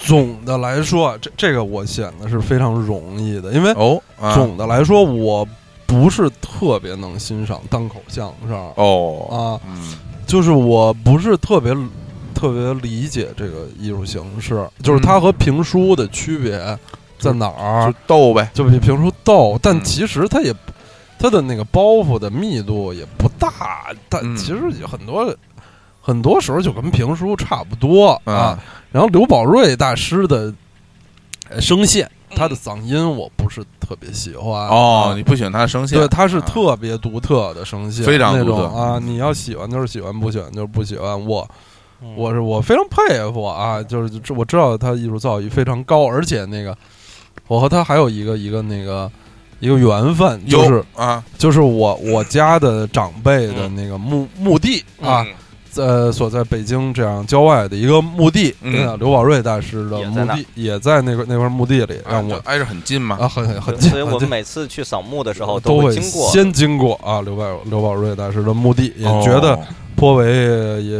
S3: 总的来说，这这个我显得是非常容易的，因为
S1: 哦，啊
S3: 哎总的来说，我不是特别能欣赏单口相声
S1: 哦，
S3: 啊，
S1: 嗯，
S3: 就是我不是特别特别理解这个艺术形式，
S1: 嗯
S3: 就是它和评书的区别在哪儿
S1: 就？逗呗，
S3: 就比评书逗，但
S1: 嗯
S3: 其实它也它的那个包袱的密度也不大，但
S1: 嗯
S3: 其实有很多。很多时候就跟评书差不多啊，
S1: 啊，
S3: 然后刘宝瑞大师的呃声线，他的嗓音我不是特别喜欢
S1: 嗯哦，
S3: 啊
S1: 你不喜欢他的声线，
S3: 对，他是
S1: 啊
S3: 特别独特的声线，
S1: 非常
S3: 那
S1: 独
S3: 种
S1: 特嗯
S3: 啊！你要喜欢就是喜欢，不喜欢就是不喜欢。我我是我非常佩服啊，就是这我知道他艺术造诣非常高，而且那个我和他还有一个一个那个一个缘分，
S1: 有嗯
S3: 就是
S1: 啊
S3: 就是我我家的长辈的那个墓墓地
S1: 嗯
S3: 啊，，呃，所在北京这样郊外的一个墓地，
S1: 嗯
S3: 对啊刘宝瑞大师的
S2: 也在
S3: 墓
S2: 那儿
S3: 地也在那块那块墓地里，
S1: 啊
S3: 让
S1: 就
S3: 我
S1: 挨着很近嘛，
S3: 啊很很很近，
S2: 所以我
S3: 很
S2: 们
S3: 近
S2: 每次去扫墓的时候
S3: 都
S2: 会
S3: 会
S2: 经过，
S3: 先经过啊刘宝刘宝瑞大师的墓地，也
S1: 哦
S3: 觉 [laughs] 得颇为也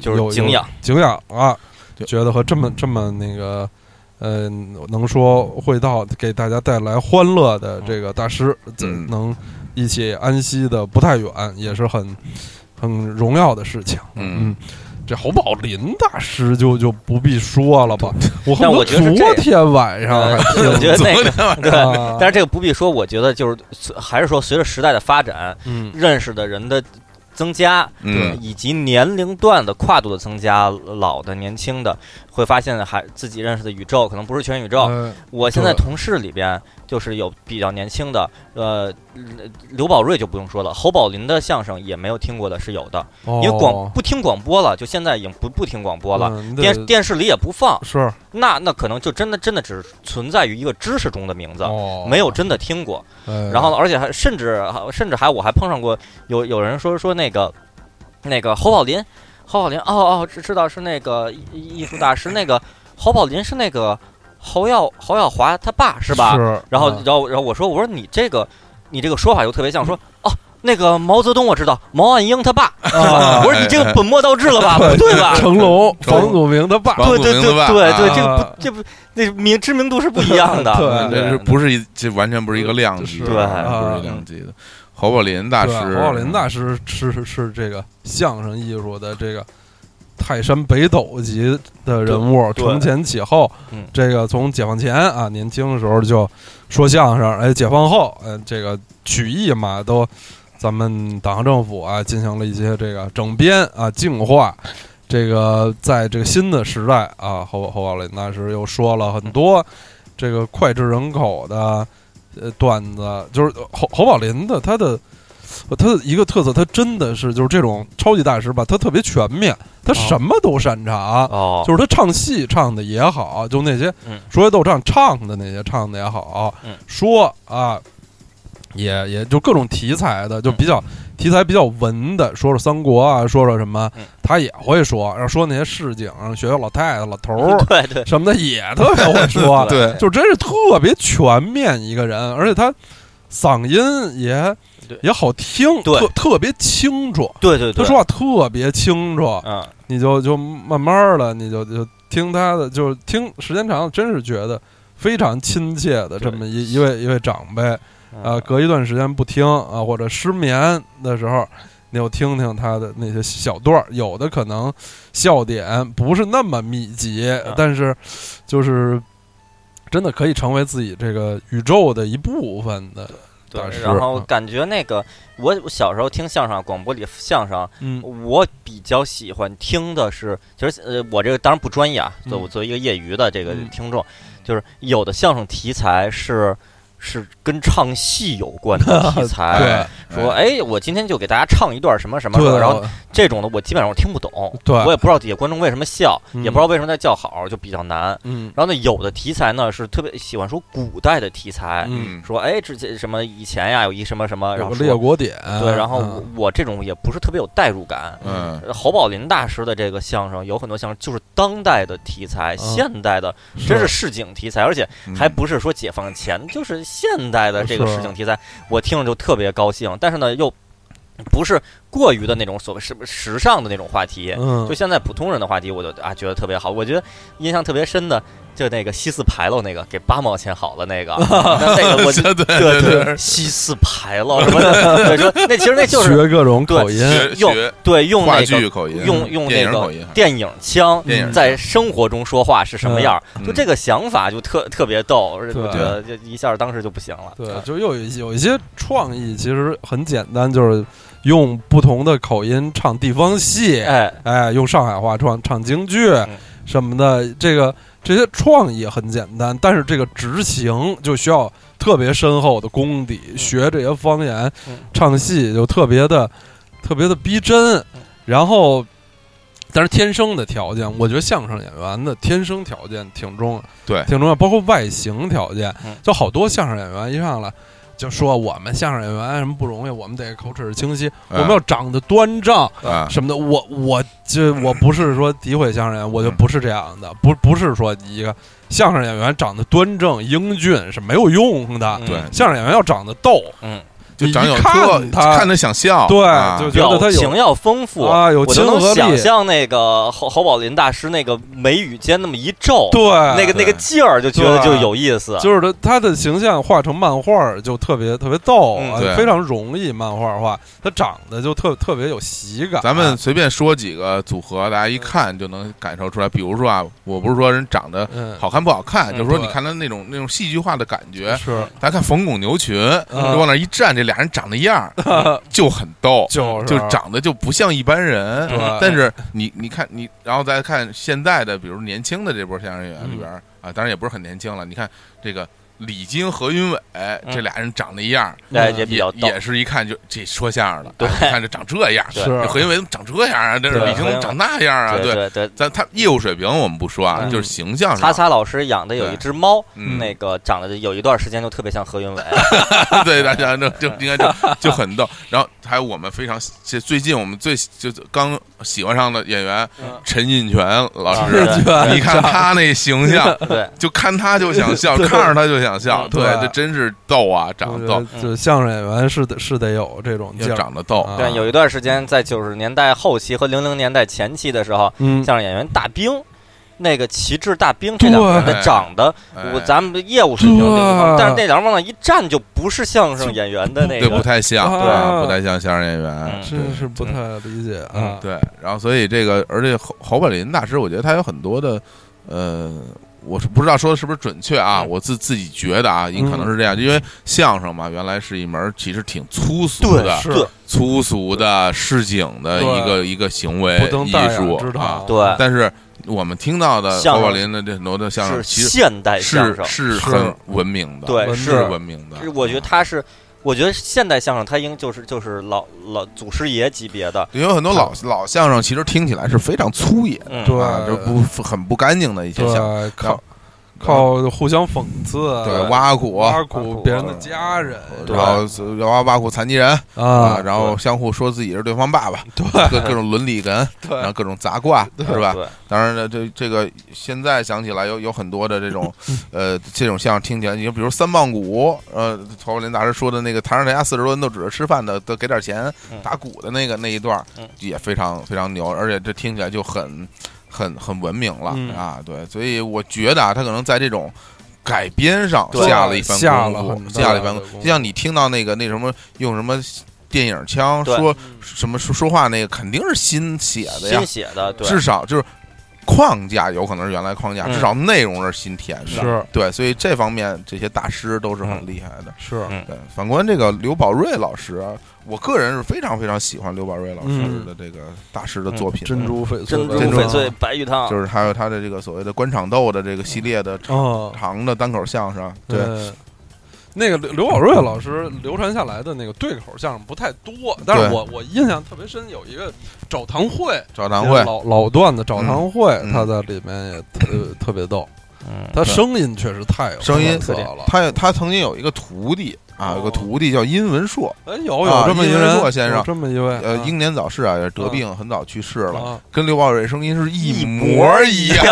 S2: 就是
S3: 有
S2: 敬仰
S3: 有敬仰啊，
S1: 对
S3: 觉得和这么这么那个。呃，能说会道，给大家带来欢乐的这个大师，这
S1: 嗯
S3: 能一起安息的不太远，也是很很荣耀的事情。
S1: 嗯，
S3: 这侯宝林大师就就不必说了
S2: [laughs]
S3: 吧，我
S2: 但
S3: 恨不
S2: 我觉得
S3: 得
S2: 是这
S3: 昨
S2: 样
S3: 天晚上还听
S2: [laughs] 我觉得那个， [laughs] 对
S3: 啊
S2: [laughs] 但是这个不必说，我觉得就是还是说随着时代的发展，
S3: 嗯
S2: 认识的人的增加，
S1: 嗯
S2: 以及年龄段的跨度的增加，老的、年轻的，会发现还自己认识的宇宙可能不是全宇宙。
S1: 嗯
S3: 呃
S2: 我现在
S3: 对
S2: 同事里边就是有比较年轻的，呃，刘宝瑞就不用说了，侯宝林的相声也没有听过的是有的，因为广
S3: 哦
S2: 不听广播了，就现在已经不不听广播了。
S3: 嗯你
S2: 电
S3: 得
S2: 电视里也不放，
S3: 是
S2: 那那可能就真的真的只存在于一个知识中的名字，
S3: 哦
S2: 没有真的听过。
S3: 哎
S2: 然后呢，而且还甚至还甚至还我还碰上过有有人说说那个那个侯宝林，侯宝林哦哦知知道是那个艺艺术大师，那个侯宝林是那个侯耀侯耀华他爸是吧？
S3: 是
S2: 然后
S3: 啊
S2: 然后然后我说我说你这个你这个说法又特别像说哦。那个毛泽东我知道，毛岸英他爸，
S3: 啊
S2: 我说你这个本末倒置了吧，不
S3: [laughs]
S2: 对吧？
S3: 成龙、
S1: 成龙
S3: 房祖名他爸
S1: 王
S2: 对
S1: 祖
S2: 对
S1: 明
S2: 对
S1: 的爸
S2: 对
S1: 啊
S2: 对，这个不这不那名知名度是不一样的嗯
S3: 对，
S1: 这是不是一这完全不是一个量级的，
S3: 是
S1: 不
S3: 啊
S1: 是一量级的。侯宝林大
S3: 对
S1: 师，
S3: 吧侯宝林大师是是是这个相声艺术的这个泰山北斗级的人物，
S2: 对对
S3: 承前启后
S2: 嗯。
S3: 这个从解放前啊，年轻的时候就说相声，哎，解放后，呃，这个曲艺嘛，都咱们党和政府啊进行了一些这个整编啊净化。这个在这个新的时代啊，侯侯宝林大师又说了很多这个脍炙人口的呃段子，就是呃侯侯宝林的他的他的一个特色，他真的是就是这种超级大师吧，他特别全面，他什么都擅长。
S2: 哦，
S3: 就是他唱戏唱的也好，就那些
S2: 嗯
S3: 说学逗唱唱的那些唱的也好，
S2: 嗯
S3: 说啊，也也就各种题材的，就比较题材比较文的，说说三国啊，说说什么
S2: 嗯，
S3: 他也会说，然后说那些市井、学校老太太、老头儿
S2: [laughs] 对对，
S3: 什么的也特别会
S2: [laughs]
S3: 说，
S1: 对
S3: 就真是特别全面一个人，而且他嗓音也
S2: 对
S3: 也好听，
S2: 对
S3: 特特别清楚，
S2: 对对对，
S3: 他说话特别清楚，
S2: 嗯，
S3: 你就就慢慢的，你就就听他的，就是听时间长了，真是觉得非常亲切的这么一一位一位长辈
S2: 嗯
S3: 啊，隔一段时间不听啊，或者失眠的时候，你就听听他的那些小段儿，有的可能笑点不是那么密集，
S2: 嗯
S3: 但是就是真的可以成为自己这个宇宙的一部分的，
S2: 对
S3: 大，师
S2: 然后
S3: 嗯
S2: 感觉那个我我小时候听相声啊，广播里相声，
S3: 嗯
S2: 我比较喜欢听的是，其实呃，我这个当然不专业啊，
S3: 嗯
S2: 作我作为一个业余的这个
S3: 嗯
S2: 听众，就是有的相声题材是是跟唱戏有关的
S3: [laughs]
S2: 题材。
S1: 哎
S2: 说，哎，我今天就给大家唱一段什么什么什么，
S3: 对，哦
S2: 然后这种的我基本上我听不懂，
S3: 对
S2: 我也不知道底下观众为什么笑，
S3: 嗯
S2: 也不知道为什么在叫好，就比较难。
S3: 嗯
S2: 然后呢，有的题材呢是特别喜欢说古代的题材，
S3: 嗯，
S2: 说哎，之前什么以前呀有一什么什么，然
S3: 有
S2: 后
S3: 个
S2: 说
S3: 列国点，
S2: 对，然后我
S3: 嗯
S2: 我这种也不是特别有代入感。
S1: 嗯，
S2: 呃侯宝林大师的这个相声有很多相声就是当代的题
S3: 嗯
S2: 材，现代的真是市井题材，而且
S1: 嗯
S2: 还不是说解放前，就是现代的这个
S3: 是
S2: 市井题材，我听着就特别高兴。但是呢，又不是过于的那种所谓时时尚的那种话题，
S3: 嗯
S2: 就现在普通人的话题，我就啊觉得特别好。我觉得印象特别深的就那个西四牌楼那个，给八毛钱好了
S3: [laughs]
S2: 那个，那那个我就
S1: [laughs] 对对 [laughs]
S2: 对
S1: 对
S2: 对，西四牌楼什么的，
S1: [laughs]
S2: 对说那其实那就是
S3: 学各种口
S2: 对
S3: 音，
S1: 学
S2: 用
S1: 学
S2: 对用
S1: 话
S2: 那
S1: 剧
S2: 个
S1: 口音，
S2: 用用
S1: 电
S2: 那
S1: 影口
S2: 个
S1: 音，啊
S2: 电影腔嗯
S1: 电影
S2: 在生活中说话是什么样儿，
S1: 嗯
S2: 就这个想法就特特别逗，我
S3: 对
S2: 觉得就一下当时就不行了。
S1: 啊
S3: 对，就又有一有一些创意，其实很简单，就是用不同的口音唱地方戏，
S2: 哎，
S3: 哎，用上海话唱唱京剧
S2: 嗯
S3: 什么的，这个这些创意很简单，但是这个执行就需要特别深厚的功底，学这些方言
S2: 嗯
S3: 唱戏就特别的特别的逼真，
S2: 嗯
S3: 然后。但是天生的条件，我觉得相声演员的天生条件挺重要，
S1: 对
S3: 挺重要，包括外形条件
S2: 嗯，
S3: 就好多相声演员一上来就说我们相声演员什么不容易，我们得口齿清晰，
S2: 哎
S3: 我们要长得端正，
S1: 啊，
S3: 什么的，我我这我不是说诋毁相声演员，我就不是这样的，不不是说一个相声演员长得端正英俊是没有用的，
S2: 嗯
S1: 啊对，
S3: 相声演员要长得逗，
S2: 嗯，
S1: 就长有
S3: 你一
S1: 特，
S3: 看他
S1: 看着想笑，
S3: 对
S1: 啊
S3: 就觉
S2: 表
S3: 得他有
S2: 情要丰富
S3: 啊有
S2: 我就
S3: 亲和
S2: 能
S3: 力
S2: 想象那个侯侯宝林大师那个眉宇间那么一皱，
S3: 对，
S2: 那个那个
S1: 对
S2: 劲儿，就觉得就
S3: 对
S2: 有意思。
S3: 就是他他的形象画成漫画儿就特别特别逗
S2: 嗯
S3: 啊
S1: 对，
S3: 非常容易漫画儿画，他长得就特特别有喜感。
S1: 咱们随便说几个组合，大家一看就能感受出来。比如说啊，我不是说人长得
S3: 嗯
S1: 好看不好看，
S2: 嗯
S1: 就是说你
S3: 对
S1: 看他那种那种戏剧化的感觉。
S3: 是
S1: 大家看冯巩、牛群，就往那儿一站，这俩人长那样
S3: [laughs]
S1: 儿就很逗，
S3: 嗯就是
S1: 就长得就不像一般人
S3: 对。
S1: 但是你你看你，然后再看现在的，比如年轻的这波相声演员里
S3: 嗯
S1: 边儿啊，当然也不是很年轻了。你看这个李菁、何云伟这俩人长那样儿，
S2: 哎，
S3: 嗯
S2: 也比较逗
S1: 也，也是一看就这说相声的，
S2: 对
S1: 哎你看这长这样，
S2: 对
S3: 是
S1: 这何云伟怎么长这样啊？这是
S2: 对
S1: 李菁怎么长那样啊？对，
S2: 对对。
S1: 咱他业务水平我们不说啊，
S2: 嗯
S1: 就是形象
S2: 擦
S1: 上，
S2: 擦老师养的有
S1: 对
S2: 一只猫，
S1: 嗯
S2: 那个长得有一段时间就特别像何
S1: [laughs]
S2: 云伟，
S1: 对大家就就应该就就很逗。然后还有我们非常这最近我们最就刚喜欢上的演员
S2: 嗯
S1: 陈印泉老
S2: 啊
S1: 师，
S3: [laughs] 是吧
S1: 你看他那形象，
S2: 对，
S1: 就看他就想笑，
S3: [laughs] 对
S1: 看着他就想笑，
S2: 嗯
S1: 对，
S3: 对
S1: 这真是逗啊，
S3: 我
S1: 长
S3: 觉
S1: 得
S3: 得
S1: 逗，
S3: 就相声演员是得是得有这种劲
S1: 要
S3: 儿，
S1: 长得逗
S3: 啊，
S2: 对，有一段时间在九十年代后期和零零年代前期的时候，
S3: 嗯，
S2: 相声演员大兵，那个旗帜大兵这两个人
S1: 对
S2: 的长得，
S1: 哎
S2: 我咱们的业务水平就不
S3: 对
S2: 同，但是那两人往那一站就不是相声演员的那
S1: 对不
S2: 个，
S1: 太像，
S3: 啊
S1: 啊不太像相声演员
S2: 嗯，
S3: 真是不太理解啊
S2: 嗯。
S1: 对，然后所以这个，而且侯侯宝林大师，我觉得他有很多的，呃，我是不知道说的是不是准确啊，
S2: 嗯
S1: 我自自己觉得啊，应可能是这样，因为相声嘛，原来是一门儿其实挺粗俗
S2: 对
S1: 的、
S3: 是
S2: 对
S1: 粗俗的市井的
S3: 对
S1: 一个一个行为
S3: 不登
S1: 哎艺
S3: 大
S1: 术
S3: 雅之
S1: 啊
S3: 堂，。
S2: 对
S1: 但是我们听到的
S2: 相
S1: 侯
S2: 声
S1: 宝林的这很多的相声，
S2: 是
S1: 其实
S2: 现代相
S1: 是
S2: 声，
S1: 是很文明的，
S2: 对
S3: 文
S1: 是
S3: 字
S1: 文明的嗯
S2: 是。我觉得他是，我觉得现代相声他应就是就是老老祖师爷级别的，
S1: 因为很多老老相声其实听起来是非常粗野的，
S2: 嗯，
S3: 对
S1: 啊，就不很不干净的一些
S3: 对
S1: 相声。，
S3: 靠靠互相讽刺啊，
S1: 对，挖苦，啊
S3: 挖
S2: 挖
S3: 苦
S2: 苦
S3: 别人的家人
S2: 对
S1: 然后挖挖苦残疾人
S3: 啊，
S1: 然后相互说自己是对方爸爸，
S3: 对
S1: 各各种伦理哏，然后
S3: 对
S1: 各种杂挂，是吧？
S2: 对，
S1: 当然了，这这个现在想起来有有很多的这种，呃，这种像听起来，你比如三棒鼓，呃，曹宝林大师说的那个唐人家四十多人都指着吃饭的，都给点钱
S2: 嗯
S1: 打鼓的那个那一段儿
S2: 嗯，
S1: 也非常非常牛，而且这听起来就很很很文明了
S3: 嗯
S1: 啊，对，所以我觉得啊，他可能在这种。改编上
S2: 对
S1: 下了一番
S3: 下了
S1: 功
S3: 很
S1: 夫，
S3: 大
S1: 下了一番
S3: 的
S1: 功夫。
S3: 功
S1: 就像你听到那个那什么用什么电影腔
S2: 对
S1: 说什么说说话那个，肯定是新写的呀
S2: 新，写的，对，
S1: 至少就是框架有可能是原来框架，
S2: 嗯
S1: 至少内容是新填的。
S3: 是
S1: 对，所以这方面这些大师都是很厉害的。
S3: 是
S2: 嗯
S1: 对，反观这个刘宝瑞老师啊，我个人是非常非常喜欢刘宝瑞老师
S3: 嗯
S1: 的这个大师的作品的，
S3: 珍珠翡翠的
S2: 珍珠
S3: 味道，
S1: 珍珠
S2: 翡翠白玉汤，
S1: 就是还有他的这个所谓的官场斗的这个系列的
S3: 啊，
S1: 长的单口相声，对，
S3: 嗯。那个刘刘宝瑞老师流传下来的那个对口相声不太多，但
S1: 对
S3: 是我我印象特别深，有一个找堂会，
S1: 赵堂会，
S3: 老老段子找堂会，
S1: 嗯
S3: 他在里面也特特别逗，
S2: 嗯
S3: 他声音确实太有
S1: 声音
S3: 特色了。
S1: 他他曾经有一个徒弟啊，
S3: 哦
S1: 有个徒弟叫殷文硕，
S3: 哎，有
S1: 啊
S3: 有这么一个
S1: 殷文
S3: 人，
S1: 硕先生
S3: 有这么一位，
S1: 呃，
S3: 啊
S1: 英年早逝啊，也是得病，很早去世了。
S3: 啊
S1: 跟刘宝瑞声音是一模一样，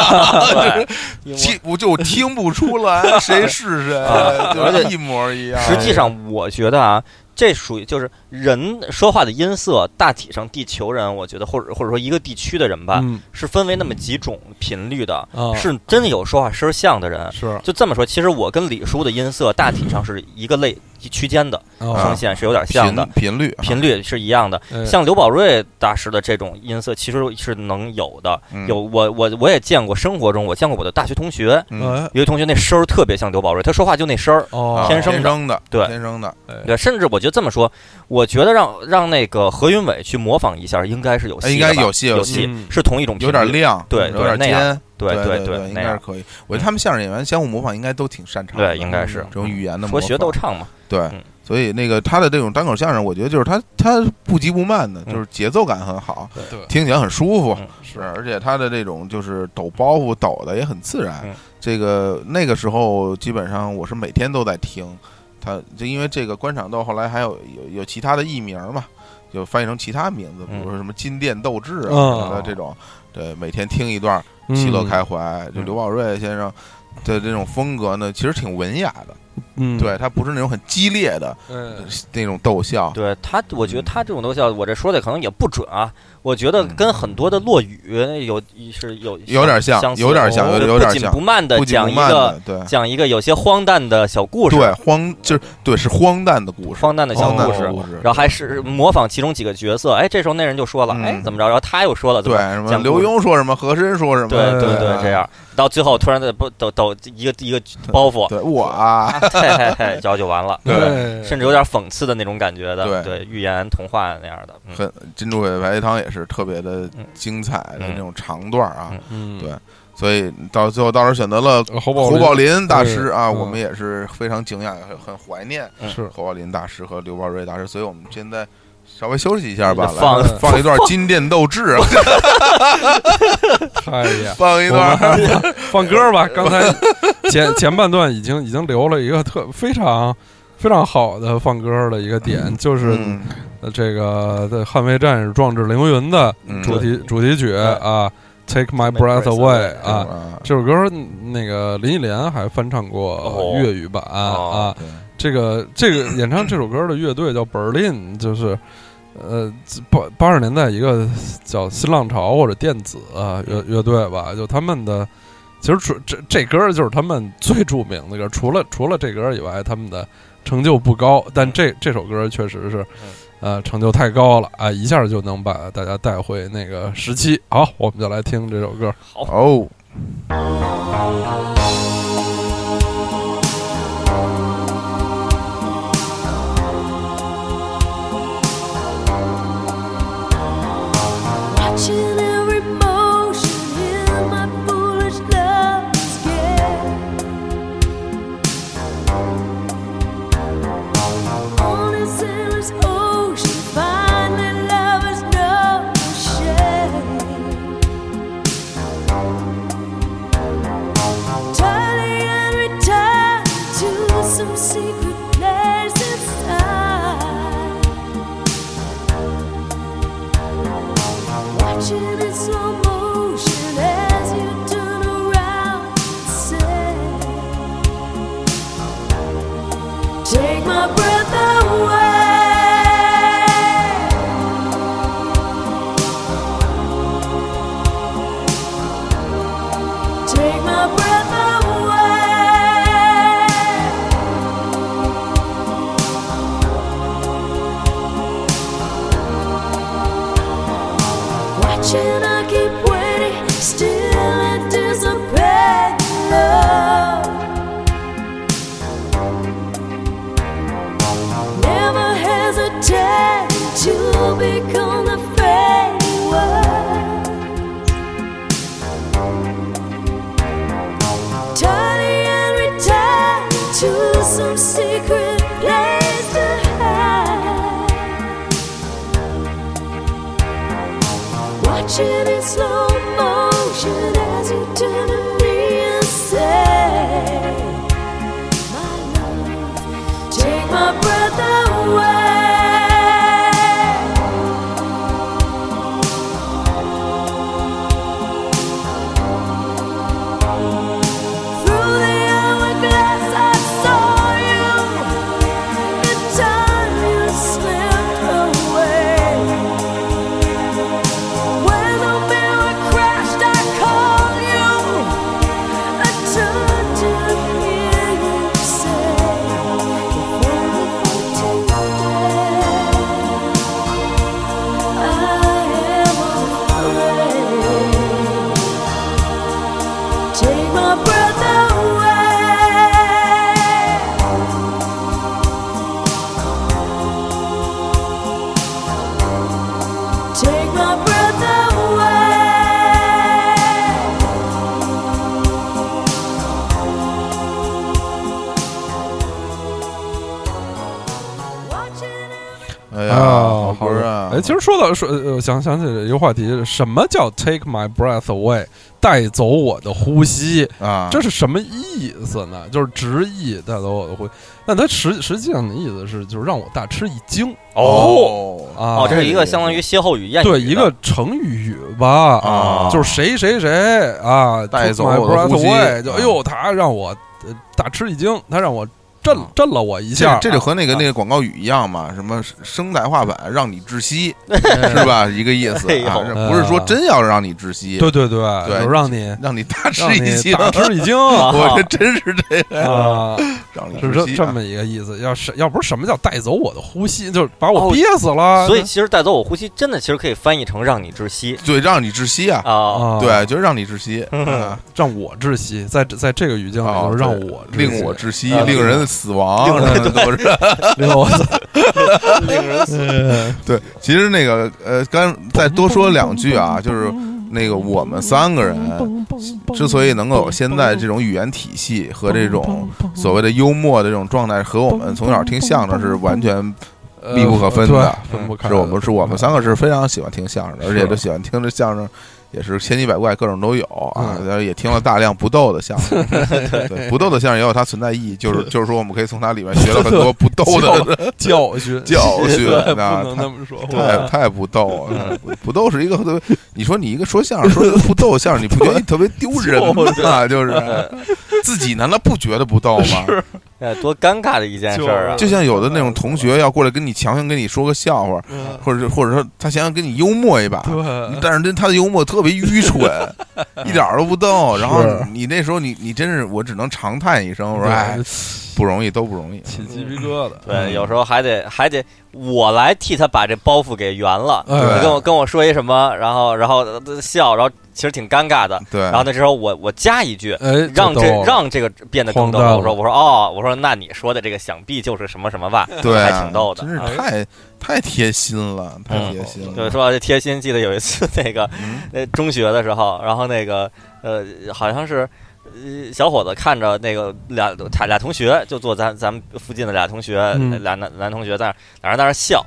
S2: 对
S1: 听我就听不出
S2: [laughs]
S1: 来谁是谁
S2: 啊，
S1: 就
S2: 而且
S1: 是一模一样。
S2: 实际上，我觉得啊，这属于就是人说话的音色，大体上地球人，我觉得或者或者说一个地区的人吧，
S3: 嗯
S2: 是分为那么几种频率的，
S3: 啊
S1: 嗯
S2: 是真的有说话声像的人。
S3: 是啊
S2: 就这么说，其实我跟李叔的音色大体上是一个类一区间的，
S1: 啊
S2: 声
S3: 啊，
S2: 线是有点像
S1: 频
S2: 的，
S1: 频率啊嗯
S2: 频率是一样的。
S3: 哎
S2: 像刘宝瑞大师的这种音色，其实是能有的。
S1: 嗯
S2: 有我我我也见过，生活中我见过我的大学同学，
S1: 嗯
S3: 哎
S2: 有一同学那声儿特别像刘宝瑞，他说话就那声儿，
S1: 啊
S3: 哦，
S2: 天生的
S1: 生的，
S2: 对
S1: 天生的，
S2: 对，甚至我觉得这么说，我觉得让让那个何云伟去模仿一下，应该是有戏
S1: 哎
S2: 的吧，
S1: 应该有戏有
S2: 有
S1: 戏
S2: 戏，
S3: 嗯
S2: 是同一种频
S1: 有点
S2: 率，
S1: 亮，
S2: 对
S1: 有点
S2: 对那样
S1: 尖，
S2: 对
S1: 对
S2: 对，
S1: 应
S2: 那
S1: 该是
S2: 样，
S1: 可以。我觉得他们相声演员相互模仿应该都挺擅长的，
S2: 对，应该是
S1: 这种语言的模
S2: 说
S1: 仿
S2: 学逗唱嘛，
S1: 对
S2: 嗯。
S1: 所以那个他的这种单口相声，我觉得就是他他不急不慢的，
S2: 嗯
S1: 就是节奏感很好，
S3: 对
S1: 听起来很舒服，
S2: 嗯
S1: 是，而且他的这种就是抖包袱抖的也很自然。
S2: 嗯
S1: 这个那个时候基本上我是每天都在听，他就因为这个官场斗后来还有有有其他的艺名嘛，就翻译成其他名字，比
S2: 嗯
S1: 如说什么金殿斗志啊、
S3: 哦
S1: 什么的这种，对，每天听一段，
S3: 嗯
S1: 其乐开怀。
S2: 嗯
S1: 就刘宝瑞先生。的这种风格呢，其实挺文雅的，
S3: 嗯，
S1: 对，他不是那种很激烈的
S3: 嗯，
S1: 那种逗笑，
S2: 对他，我
S1: 嗯
S2: 觉得他这种东西啊，我这说的可能也不准啊，我觉得跟很多的落雨有是有
S1: 有点像
S2: 相似
S1: 有点像
S2: 哦
S1: 有
S2: 对
S1: 有点
S2: 不紧
S1: 像
S2: 不慢的
S1: 不紧
S2: 讲
S1: 不
S2: 一
S1: 慢
S2: 个
S1: 的，对
S2: 讲一个有些荒诞的小故事，
S1: 对，荒就是对是荒诞的故事，哦
S2: 荒诞的小
S1: 荒诞
S2: 故
S1: 的
S2: 事。
S1: 故事，
S2: 然后还是模仿其中几个角色，哎，这时候那人就说了，
S1: 嗯
S2: 哎，怎么着？然后他又说了，怎
S1: 对
S2: 么着
S1: 什么
S2: 讲
S1: 刘
S2: 故事
S1: 墉说什么，和珅说什么，
S2: 对对
S1: 对
S2: 对，这。样到最后突然的不抖抖一个一个包
S1: [laughs]
S2: 袱，
S1: 对我啊，
S2: 嘿嘿嘿，然后就完了，
S1: 对
S3: 对，
S2: 甚至有点讽刺的那种感觉的，
S1: 对
S2: 对，寓言童话那样的，嗯
S1: 很珍珠翡白玉汤也是特别的精彩的
S2: 嗯
S1: 那种长段啊，
S2: 嗯
S3: 嗯呃
S1: 对所以到最后倒是选择了
S3: 侯宝
S1: 侯宝林大师啊，
S3: 对嗯
S1: 我们也是非常敬仰，很很怀念
S2: 林
S3: 是
S1: 侯宝林大师和刘宝瑞大师，所以我们现在稍微休息一下吧，来
S2: 放
S1: 放一段金殿斗志，
S3: 哎呀，
S1: [laughs] 放一
S3: 我
S1: 段
S3: 们还是放放歌吧。刚才前前半段已经已经留了一个特非常非常好的放歌的一个点，就是
S1: 嗯
S3: 呃这个《捍卫战士壮志凌云》的
S1: 嗯
S3: 主题主题曲啊，《Take My
S2: Take my
S3: Breath
S2: breath
S3: Away
S2: away，》
S3: 啊。
S1: 啊，
S3: 这首歌，那个林忆莲还翻唱过
S2: 哦
S3: 粤语版
S2: 哦
S3: 啊。这个这个演唱这首歌的乐队叫 Berlin，就是呃八八十年代一个叫新浪潮或者电子、啊、乐乐队吧，就他们的其实除这这歌就是他们最著名的歌，除了除了这歌以外，他们的成就不高，但这这首歌确实是。呃，成就太高了啊！一下就能把大家带回那个时期。好，我们就来听这首歌。
S1: 哦，
S4: Watching every motion in my foolish lover's gaze. On a sailor's ocean, finally lovers know no shame. Turning watching in slow motion as you turn to me and say, My love, take my breath away. Through the hourglass, I saw you. The time you slipped away. When the mirror crashed, I called you. I turned to hear you say, "Before the fourteenth I am afraid." Take my breath away. Take my breath away. Watching.
S1: 哎
S3: 哎
S1: 呀，好歌
S3: 热
S1: 啊！
S3: 哎，其实说到说，呃我想想起一个话题，什么叫 take my breath away，带走我的呼吸？
S1: 啊，
S3: 这是什么意思呢？就是直译带走我的呼吸，但它实实际上的意思是，就是让我大吃一惊
S1: 哦
S3: 啊！
S2: 哦，这是一个相当于歇后语、谚语的。
S3: 对一个成语吧，
S1: 啊
S3: 就是谁谁谁啊，
S1: 带走
S3: took
S1: 我的
S3: my breath
S1: 呼吸
S3: away，就
S1: 啊
S3: 哎呦，他让我呃大吃一惊，他让我震
S1: 啊
S3: 震了我一
S1: 这
S3: 下，
S1: 这就和那个
S3: 啊
S1: 那个广告语一样嘛，什么声带化板让你窒息，
S3: 哎
S1: 是吧？一个意思
S2: 哎呦
S1: 啊，这不是说真要让你窒息，
S3: 对对对，
S1: 对
S3: 就让你
S1: 让你大吃
S3: 让
S1: 一
S3: 你
S1: 惊。
S3: 大吃一
S1: [laughs]
S3: 惊
S2: 啊
S1: 我这真是这样，
S3: 啊！
S1: 让你
S3: 是
S1: 窒
S3: 这
S1: 息
S3: 这
S1: 啊。
S3: 么一个意思。要是要不是什么叫带走我的呼吸，就是把我
S2: 哦
S3: 憋死了。
S2: 所以其实带走我呼吸，真的其实可以翻译成让你窒息
S1: 对，让你窒息啊！
S2: 啊。
S3: 啊，
S1: 对，就是让你窒
S3: [laughs]
S1: 息，啊
S3: 让我窒息，在这在这个语境里，
S1: 哦
S3: 就是让
S1: 对
S3: 我窒息
S1: 令我窒息，
S2: 啊
S1: 令人死亡，
S2: 令人
S1: 都是
S3: [laughs] 令我
S2: 令人
S1: 对，其实那个呃，刚再多说两句啊，就是那个我们三个人之所以能够有现在这种语言体系和这种所谓的幽默的这种状态，和我们从小听相声是完全密不可分的
S3: [laughs]
S1: 嗯
S3: 呃对分不开
S1: 是
S3: 的。
S1: 我们是我们三个是非常喜欢听相声的，而且都喜欢听这相声。也是千奇百怪，各种都有啊，
S3: 嗯
S1: 然后也听了大量不逗的相 [laughs] 声，对不逗的相声也有它存在意义，就是就是说我们可以从它里面学了很多不逗的
S3: 教训，
S1: 教训
S3: 对不
S1: 啊，
S3: 能那么说话。
S1: 太太不逗了，不逗是一个特别，你说你一个说相声说的不逗相声，你不觉得特别丢人吗？就是自己难道不觉得不逗吗？
S2: 哎，多尴尬的一件事儿啊！
S1: 就像有的那种同学要过来跟你强行跟你说个笑话，
S3: 嗯
S1: 或者是或者说他想想跟你幽默一把，
S3: 对，
S1: 但是真他的幽默特别愚蠢，
S3: [laughs]
S1: 一点儿都不逗。然后
S3: 是
S1: 你那时候你你真是我只能长叹一声，我说哎
S3: 对
S1: 不容易，都不容易。
S3: 起鸡皮疙瘩。
S2: 对，有时候还得还得我来替他把这包袱给圆了。
S3: 哎
S2: 你跟我跟我说一什么，然后然后呃笑，然后其实挺尴尬的。
S1: 对，
S2: 然后那时候我我加一句，
S3: 哎，
S2: 让
S3: 就
S2: 这
S3: 逗了
S2: 让这个变得更
S3: 荒
S2: 逗
S3: 诞
S2: 了。
S3: 了
S2: 我说我说哦，我说那你说的这个想必就是什么什么吧？
S1: 对啊，
S2: 还挺逗的嗯
S1: 真是太太贴心了，太贴心
S2: 对，
S1: 了。
S2: 说到这贴心，记得有一次那个 [laughs]
S1: 嗯
S2: 那中学的时候，然后那个呃，好像是呃小伙子看着那个俩他俩同学，就坐咱咱们附近的俩同学，
S3: 嗯
S2: 俩男男同学在那儿俩人在那儿笑，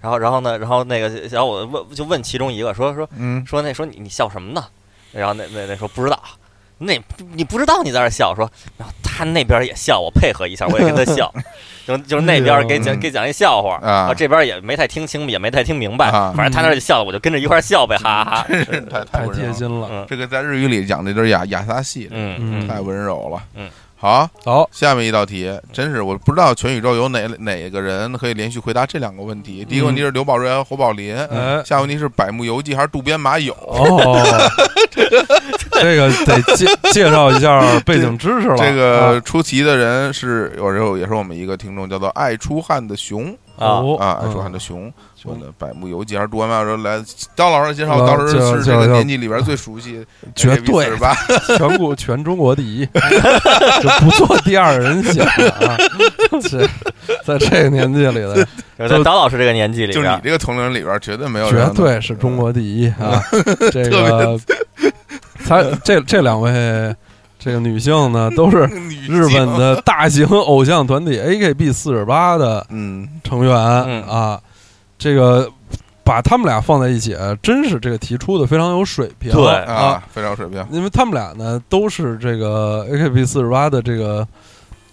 S2: 然后然后呢，然后那个小伙子问就问其中一个说说
S1: 嗯，
S2: 说那说你你笑什么呢？然后那那那说不知道。那你不知道你在那儿笑，说，然后他那边也笑，我配合一下，我也跟他
S3: [laughs]
S2: 笑，就就是那边给讲
S1: 嗯
S2: 给讲一笑话，
S1: 啊
S2: 然后这边也没太听清，也没太听明白，
S1: 啊
S2: 反正他那儿就笑了，我就跟着一块儿笑呗，哈哈哈。
S1: 太太
S3: 太
S1: 温柔
S3: 贴
S1: 了。
S3: 心了。
S2: 嗯
S1: 这个在日语里讲，这就是雅雅萨系，
S2: 嗯
S1: 太温柔了。
S2: 嗯，
S1: 好，
S3: 好，
S1: 下面一道题，真是我不知道全宇宙有哪哪个人可以连续回答这两个问题。第一个问题是刘宝瑞和侯宝林，
S3: 哎
S1: 下个问题是百慕游记还是渡边麻友？ [laughs]
S3: 哦，这个得介介绍一下背景知识了。啊
S1: 这个出题的人是有时候也是我们一个听众，叫做爱出汗的熊
S2: 啊
S3: 哦
S1: 啊，爱出汗的熊。我的百慕游记还是渡边麻友？来，刀老师介绍，
S3: 来
S1: 刀老师
S3: 介绍
S1: 是这
S3: 介
S1: 个
S3: 绍
S1: 年纪里边最熟悉，
S3: [laughs] 绝对
S1: 吧？
S3: 全国全中国 [laughs] 第一，这不做第二人想 [laughs] 啊！这在这个年纪里的，
S1: [laughs]
S2: 就是在
S3: 就
S2: 刀老师这个年纪里
S1: 就是你
S2: 边，
S1: 这个同龄人里边，绝对没有人
S3: 绝
S1: 能
S3: 对是中国第一啊！这
S1: [laughs]
S3: 个，他这这两位这个女性呢，都是
S1: 女
S3: 日本
S1: 性
S3: 的大型偶
S1: [laughs]
S3: 像团体 AKB 四十八的
S1: 嗯，
S3: 成员
S2: 嗯
S3: 啊。这个把他们俩放在一起，啊真是这个题出的非常有水平。
S2: 对
S3: 啊，，
S1: 非常有水平。。
S3: 因为他们俩呢都是这个 AKB 四十八的这个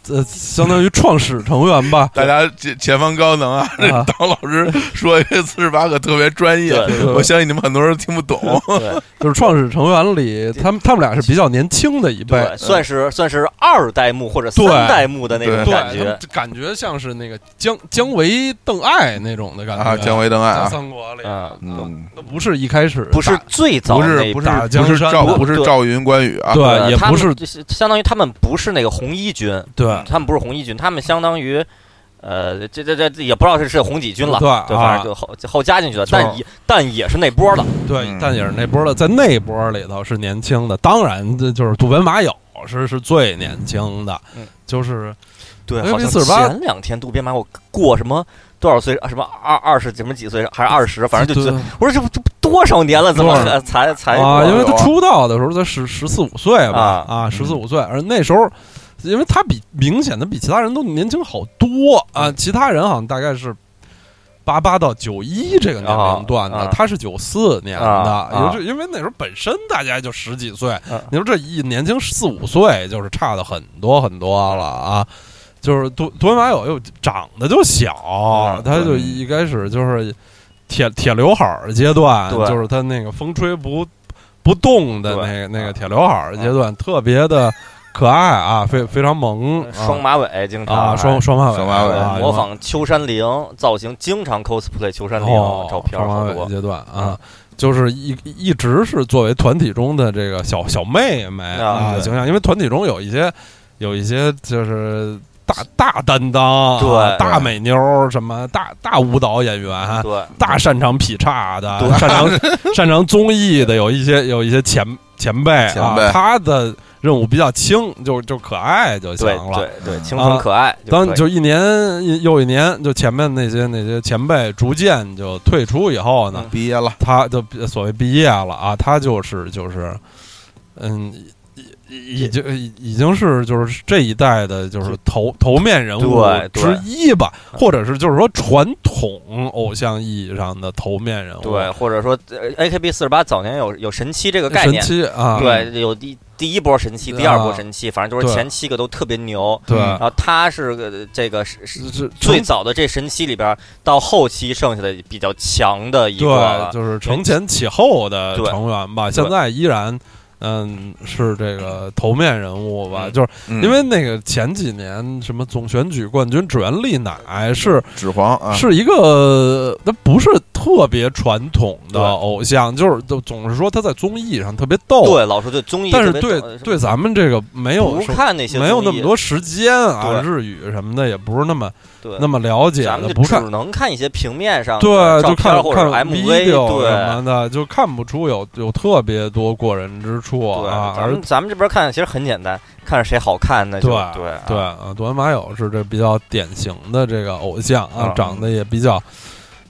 S3: 呃，相当于创始成员
S2: [laughs]
S3: 吧
S1: 大家前前方高能啊！这
S3: 啊
S1: 当老师说这四十八可特别专业，
S2: 对
S3: 对
S1: 我相信你们很多人听不懂。
S2: 对
S3: 就是创始成员里，他们他们俩是比较年轻
S1: [laughs]
S3: 的一辈，
S2: 对，算是算是二代目或者
S3: 对
S2: 三代目的那种
S1: 对
S2: 感
S3: 他们
S2: 觉，
S3: 感觉像是那个姜姜维、邓艾那种的感觉。
S1: 啊，姜维邓艾
S3: 在
S1: 啊，
S3: 三国里，
S2: 嗯，
S1: 嗯，
S3: 都不是一开始
S2: 不是
S3: 打
S2: 最早
S1: 不
S2: 的
S1: 是
S2: 那
S1: 不是
S3: 打
S1: 不
S3: 江
S1: 是
S3: 山
S1: 赵
S3: 的
S1: 不是
S2: 对
S1: 赵云关羽啊，
S3: 对
S2: 呃
S3: 也
S2: 他
S3: 不
S2: 们
S3: 是
S2: 就是相当于他们不是那个红一军，
S3: 对
S2: 他们不是红一军，他们相当于。呃，这这这也不知道是是红几军了，
S3: 对
S2: 对，反
S3: 啊
S2: 正就后后加进去的，
S3: 就
S2: 但也但也是那波的，
S3: 对
S1: 嗯，
S3: 但也是那波的，在那波里头是年轻的，当然这就是渡边麻友是是最年轻的
S2: 嗯，
S3: 就是
S2: 对，
S3: 因为
S2: 好像
S3: 48
S2: 前两天渡边麻我过什么多少岁，啊什么二二十什么几岁，还是二十，反正就觉
S3: 对
S2: 得我说这不这不多少年了，怎么
S3: 多少
S2: 还才才
S3: 啊，
S2: 过
S3: 因为他
S1: 有啊
S3: 出道的时候才十十四五岁吧，啊，十四
S1: 嗯
S3: 五岁，而那时候。因为他比明显的比其他人都年轻好多啊，
S2: 嗯
S3: 其他人好像大概是八八到九一这个年龄段的，
S2: 啊啊
S3: 他是九四年的，
S2: 啊啊
S3: 也就因为那时候本身大家就十几岁，
S2: 啊
S3: 你说这一年轻四五岁就是差的很多很多了啊。就是多多马友又长得就小，
S2: 嗯
S3: 他就
S1: 对
S3: 一开始就是铁铁刘海儿阶段，
S2: 对
S3: 就是他那个风吹不不动的那个
S2: 对
S3: 那
S2: 啊
S3: 个铁刘海儿阶段，特别的可爱啊，非非常萌，
S2: 嗯双马尾经常呃
S3: 啊双双马尾，
S1: 双马尾
S3: 啊
S2: 模仿秋山绫造型，经常 cosplay 秋山绫
S3: 哦
S2: 照片
S3: 双马
S2: 好
S3: 尾
S2: 多。嗯
S3: 阶段啊。就是一一直是作为团体中的这个小小妹妹
S2: 啊
S3: 啊
S1: 对
S3: 形象，因为团体中有一些有一些就是大大担当啊，
S2: 对
S3: 大美妞儿什么大大舞蹈演员，
S2: 对，
S3: 大擅长劈叉的
S2: 对，
S3: 擅长 [laughs] 擅长综艺的，有一些有一些前前辈
S1: 前
S3: 啊
S1: 辈，
S3: 他的任务比较轻，就就可爱就行
S2: 对
S3: 了。啊
S2: 对对，青春可爱。
S3: 当
S2: 可以
S3: 就一年又一年，就前面那些那些前辈逐渐就退出以后呢，
S2: 嗯
S1: 毕业了，
S3: 他就呃所谓毕业了啊，他就是就是，嗯，已已经已经是就是这一代的就是头头面人物
S2: 对对
S3: 之一吧，
S2: 嗯
S3: 或者是就是说传统偶像意义上的头面人物。
S2: 对，或者说呃 A K B 四十八早年有有神七这个概
S3: 神
S2: 念，
S3: 七啊，
S2: 对，有第第一波神七，第二波神七，反正就
S3: 对
S2: 是
S3: 啊
S2: 前七个都特别牛。
S1: 嗯
S3: 对
S2: 然后他是个呃这个是是
S3: 是是
S2: 最早的这神七里边，到后期剩下的比较强的一个
S3: 对，
S2: 了。
S3: 就是承前启后的成员吧，
S2: 对
S3: 现在依然。嗯，是这个头面人物吧，
S2: 嗯
S3: 就是
S1: 嗯
S3: 因为那个前几年什么总选举冠军指原丽乃是
S1: 指黄啊，
S3: 是一个，他不是特别传统的
S2: 对
S3: 偶像，就是就总是说他在综艺上特别逗，
S2: 对，老说对综
S3: 哦
S2: 艺
S3: 但
S2: 特
S3: 是
S2: 别
S3: 对
S2: 懂什么
S3: 对咱们这个没有
S2: 不
S3: 说
S2: 看那些
S3: 没有
S2: 综
S3: 那么
S2: 艺
S3: 多时间啊，
S2: 对
S3: 日语什么的也不是那么
S2: 对
S3: 那么了解
S2: 咱们
S3: 的，
S2: 就
S3: 不看
S2: 只能看一些平面上的
S3: 对，
S2: 照
S3: 就
S2: 片
S3: 看
S2: 或者
S3: 看
S2: MV，
S3: video 什
S2: 对
S3: 么的，就看不出有有特别多过人之处
S2: 对，
S3: 啊，
S2: 咱
S3: 而
S2: 们咱们这边看其实很简单，看着谁好看那就
S3: 对
S2: 对啊
S3: 对啊，朵原麻友是这比较典型的这个偶像啊，
S2: 啊
S3: 长得也比较。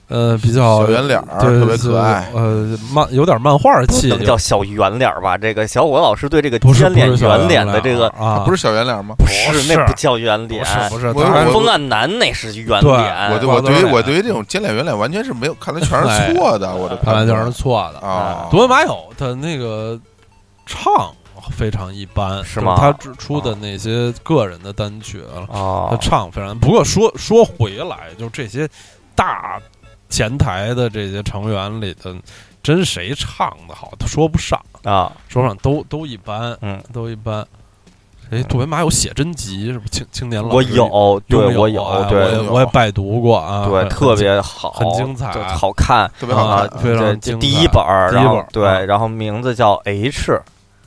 S3: 呃，比较
S1: 小圆脸儿
S3: 对
S1: 特别可爱
S3: 是呃，漫有点漫画气，
S2: 能叫小圆脸儿吧？这个小伙老师对这个
S3: 不是
S2: 尖脸
S3: 不是小
S2: 圆
S3: 圆
S2: 脸
S3: 脸
S2: 的这个
S3: 啊，
S1: 不是小圆脸吗？
S2: 不
S3: 是
S2: 那不叫圆
S3: 不
S2: 脸，
S3: 是不是，
S1: 我
S3: 当然
S2: 风岸男那是圆
S3: 对
S2: 脸，
S1: 我对
S3: 瓜
S1: 我
S3: 子
S1: 对于
S3: 哎脸
S1: 我对于这种尖脸圆脸完全是没有看的全
S3: 哎
S1: 是错的，我的
S3: 看来
S1: 判
S3: 就是
S1: 断
S3: 错的。哎
S1: 啊，
S3: 朵原麻友的那个唱非常一般，
S2: 是吗
S3: 就是他之出
S1: 啊
S3: 的那些个人的单曲啊，他
S2: 哦，
S3: 唱非常。不过说说回来，就这些大前台的这些成员里的，真谁唱的好，他说不上，
S2: 啊，
S3: 说不上都都一般，
S2: 嗯，
S3: 都一般。哎，杜文马有写真集，是不是青青年老师
S2: 我有，对
S3: 用
S2: 我
S3: 有啊，我
S2: 对
S3: 也我也拜读过啊，
S2: 对，
S3: 很
S2: 特别好，
S3: 很精彩
S2: 对好看。
S1: 特别好
S3: 啊
S1: 看，
S3: 非常
S2: 对，
S3: 精
S2: 这
S3: 彩
S2: 第一本儿，
S3: 第一
S2: 然后
S3: 本儿
S2: 对，
S3: 啊
S2: 然后名字叫 H，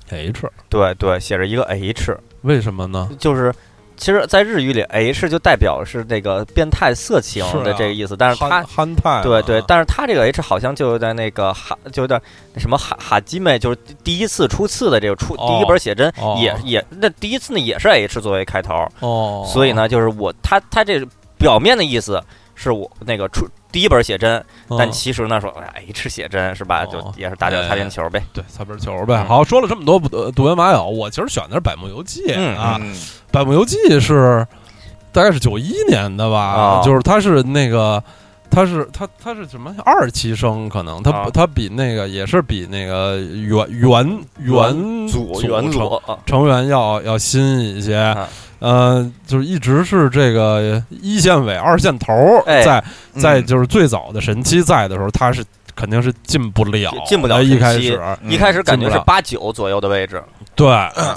S3: H，
S2: 对对，写着一个 H，
S3: 哎为什么呢？
S2: 就是其实，在日语里，H 就代表是那个变态色情
S3: 是啊
S2: 的这个意思，但是
S3: 憨
S2: 它。
S3: 憨态啊，
S2: 对对，但是它这个 H 好像就有点那个哈，就有点那什么哈哈基妹，就是第一次出次的这个出、
S3: 哦
S2: 第一本写真
S3: 哦
S2: 也、也那第一次呢也是 H 作为开头，
S3: 哦，
S2: 所以呢就是我他他这表面的意思是我那个出第一本写真，
S3: 嗯，
S2: 但其实呢说哎 H 写真是吧，
S3: 哦
S2: 就也是打点擦边球呗，
S3: 对擦边球呗。
S2: 嗯
S3: 好，说了这么多呃杜文马友，我其实选的是《百慕游记》
S2: 嗯
S3: 啊，
S1: 嗯
S3: 《百慕游记》是大概是九一年的吧，
S2: 啊
S3: 就是它是那个。他是他他是什么二期生？可能他、
S2: 啊
S3: 他比那个也是比那个原原原
S2: 组元
S3: 成
S2: 组啊，
S3: 成员要要新一些，
S2: 啊
S3: 呃，就是一直是这个一线尾、二线头儿
S2: 哎
S3: 在
S1: 嗯
S3: 在就是最早的神七在的时候，他是肯定是进不了的，
S2: 进不了
S3: 一开
S2: 神七
S3: 始，
S1: 嗯
S2: 一开始感
S3: 进
S2: 觉是
S3: 不了
S2: 八九左右的位置，
S3: 对，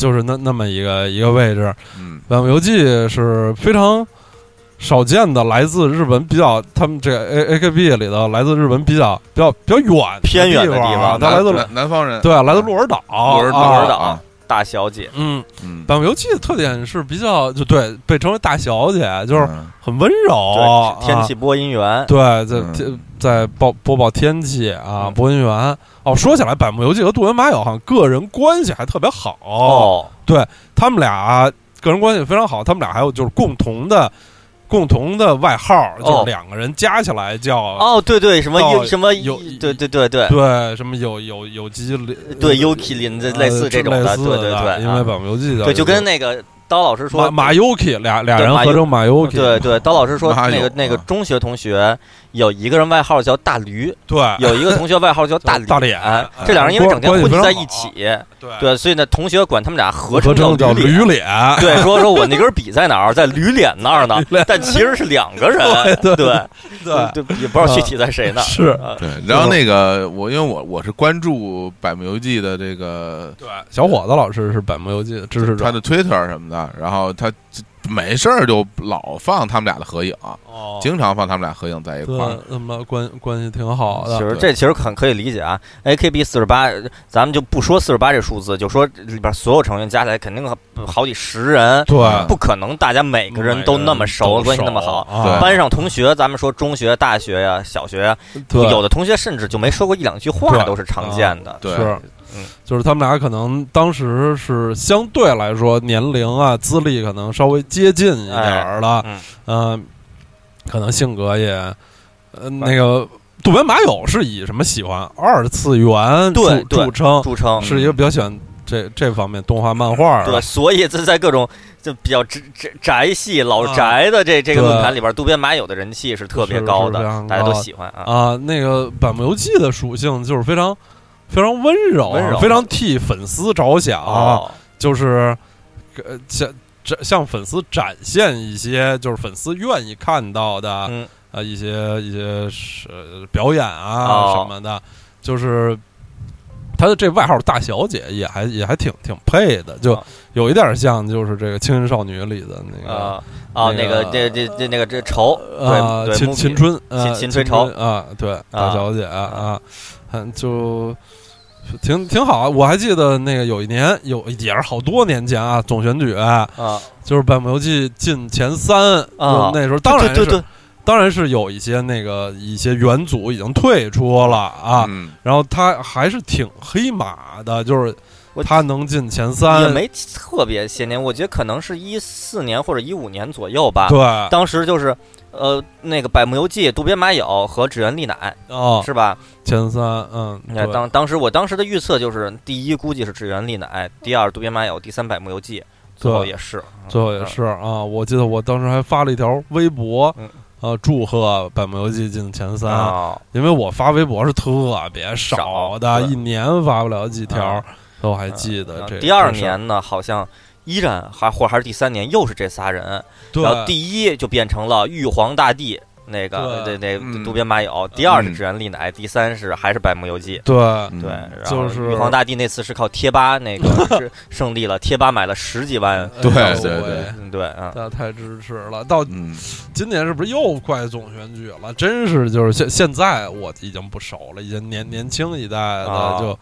S3: 就是那那么一个一个位置。
S1: 嗯
S3: 《百慕游记》是非常少见的，来自日本比较他们这个 A A K B 里头来自日本比较比较比较远
S2: 偏远的
S3: 的
S2: 地
S3: 啊
S2: 方
S3: 他来自
S1: 南南方人，
S3: 对来自鹿儿岛，
S1: 鹿儿
S2: 鹿儿
S3: 啊
S2: 岛
S1: 啊
S2: 大小姐，
S3: 嗯，
S1: 嗯
S3: 《百慕游记》的特点是比较就对被称为大小姐，就是
S1: 嗯
S3: 很温柔，
S2: 对，天气播音员
S3: 哦啊。对，在
S1: 嗯
S3: 天在报播报天气啊
S2: 嗯，
S3: 播音员哦。说起来，《百慕游记》和渡边麻友好像个人关系还特别好，
S2: 哦，
S3: 他们俩个人关系非常好，他们俩还有就是共同的共同的外号，就是两个人加起来叫、
S2: 哦，对对，什么
S3: 到
S2: 一什么
S3: 有
S2: 一对对对对
S3: 对什么有有有机林
S2: 对，Yuki 林这类似这种
S3: 类
S2: 的，
S3: 似
S2: 对对对，
S3: 因为
S2: 啊
S3: 《本游记》
S2: 对，就跟那个刀老师说
S3: 马马 Yuki 俩俩
S2: 对
S3: 人
S2: 马
S3: 合成马 Yuki，
S2: 对对，刀老师说
S1: 哪有
S2: 那个那个
S1: 啊
S2: 中学同学有一个人外号叫大驴，
S3: 对
S2: 有一个同学外号叫大
S3: 啊 [laughs] 大脸啊
S2: 哎这两人因为整天
S3: 关
S2: 混
S3: 关系非
S2: 迹在
S3: 常
S2: 一起，
S3: 对
S2: 对，所以呢，同学管他们俩合
S3: 合
S2: 称
S3: 称叫
S2: 驴
S3: 驴
S2: 脸。
S3: 脸，
S2: [laughs] 对，说说我那根笔在哪儿，在驴脸那儿呢，但其实是两
S3: [laughs]
S2: 个人，对
S3: 对
S2: 对，也不知道具体在谁那儿。
S3: 是
S2: 啊
S1: 对，然后那个我因为我我是关注《百慕游记》的这个
S3: 对，小伙子老师是《本游记》的支持者
S1: 他，的 Twitter 什么的，然后他就没事儿就老放他们俩的合影，
S3: 哦
S1: 经常放他们俩合影在一块儿
S3: 对，。那么关关系挺好
S2: 其
S3: 的，
S2: 实这其实很可以理解啊，AKB 四十八，咱们就不说四十八这数字，就说里边所有成员加起来肯定好几十人，
S3: 对，
S2: 不可能大家每个人都那么熟，关系那么好。
S3: 啊
S1: 对
S2: 班上同学，咱们说中学、大学呀、小学呀，
S3: 对，
S2: 有的同学甚至就没说过一两句话，
S3: 对啊
S2: 都是常见的。
S1: 对，
S3: 是
S2: 嗯，
S3: 就是他们俩可能当时是相对来说年龄啊、资历可能稍微接近一点儿了，
S2: 哎
S3: 嗯，可能性格也，呃，那个渡边麻友是以什么喜欢二次元著
S2: 对对
S3: 著称，
S2: 著称
S3: 是一啊个比较喜欢这这方面动画漫画
S2: 对，
S3: 的，
S2: 所以这在各种就比较宅宅宅系老
S3: 啊
S2: 宅的这这个
S3: 对
S2: 论坛里边，渡边麻友的人气是特别
S3: 是
S2: 高
S3: 是
S2: 的
S3: 非常，
S2: 大家都
S3: 高的
S2: 喜欢啊。
S3: 啊，那个《板木游记》的属性就是非常非常温柔，
S2: 温柔
S3: 非常替粉丝着想，
S2: 哦，
S3: 就是呃向展向粉丝展现一些就是粉丝愿意看到的、
S2: 嗯
S3: 呃一些一些是呃表演啊、
S2: 哦
S3: 什么的，就是她的这外号大小姐也还也还挺挺配的，就
S2: 哦
S3: 有一点像就是这个《青春少女》里的那个。
S2: 啊啊，那
S3: 那个
S2: 个这这这那个这仇，
S3: 啊
S2: 对，对，
S3: 秦
S2: Mookie
S3: 秦春，呃
S2: 秦秦
S3: 秦
S2: 吹潮
S3: 啊，对，大小姐啊，嗯，就挺挺好啊。我还记得那个有一年，有也是好多年前啊，总选举
S2: 啊，
S3: 就是《百慕游记》进前三就
S2: 啊
S3: 那时候当然
S2: 对对对
S3: 是当然是有一些那个一些元祖已经退出了啊，
S1: 嗯，
S3: 然后他还是挺黑马的，就是
S2: 我
S3: 他能进前
S2: 也
S3: 三，
S2: 没特别些年，我觉得可能是一四年或者一五年左右吧。
S3: 对
S2: 当时就是呃，那个《百慕游记》渡边麻友和指原莉乃
S3: 哦，
S2: 是吧？
S3: 前三嗯，
S2: 那
S3: 对
S2: 当当时我当时的预测就是，第一估计是指原莉乃，第二渡边麻友，第三百慕游记，最后
S3: 对
S2: 也是，
S3: 最后也是啊，我记得我当时还发了一条微博
S2: 嗯，
S3: 呃，祝贺《百慕游记》进前
S2: 嗯
S3: 三，
S2: 啊，
S3: 因为我发微博是特别少的
S2: 少，对
S3: 一年发不了几条
S2: 啊，
S3: 所以我还记得这。
S2: 嗯第二
S3: 这事儿，
S2: 年呢，好像依然还或者还是第三年，又是这仨人，然后
S3: 对，
S2: 第一就变成了玉皇大帝。那个对
S3: 对
S2: 那
S1: 嗯
S2: 渡边麻友，第二是
S1: 嗯
S2: 指原莉乃，第三是还是百慕游记。
S3: 对，
S1: 嗯
S2: 对，然后
S3: 就是
S2: 玉皇大帝那次是靠贴吧
S3: [laughs]
S2: 那个是胜利了，贴吧买了十几万，
S1: [laughs] 对
S3: 哎呦
S1: 对
S3: 喂
S1: 对
S2: 嗯对啊，
S3: 那太支持了。到
S1: 嗯，
S3: 今年是不是又快总选举了？真是就是现现在我已经不熟了，已经年年轻一代
S2: 啊
S3: 的就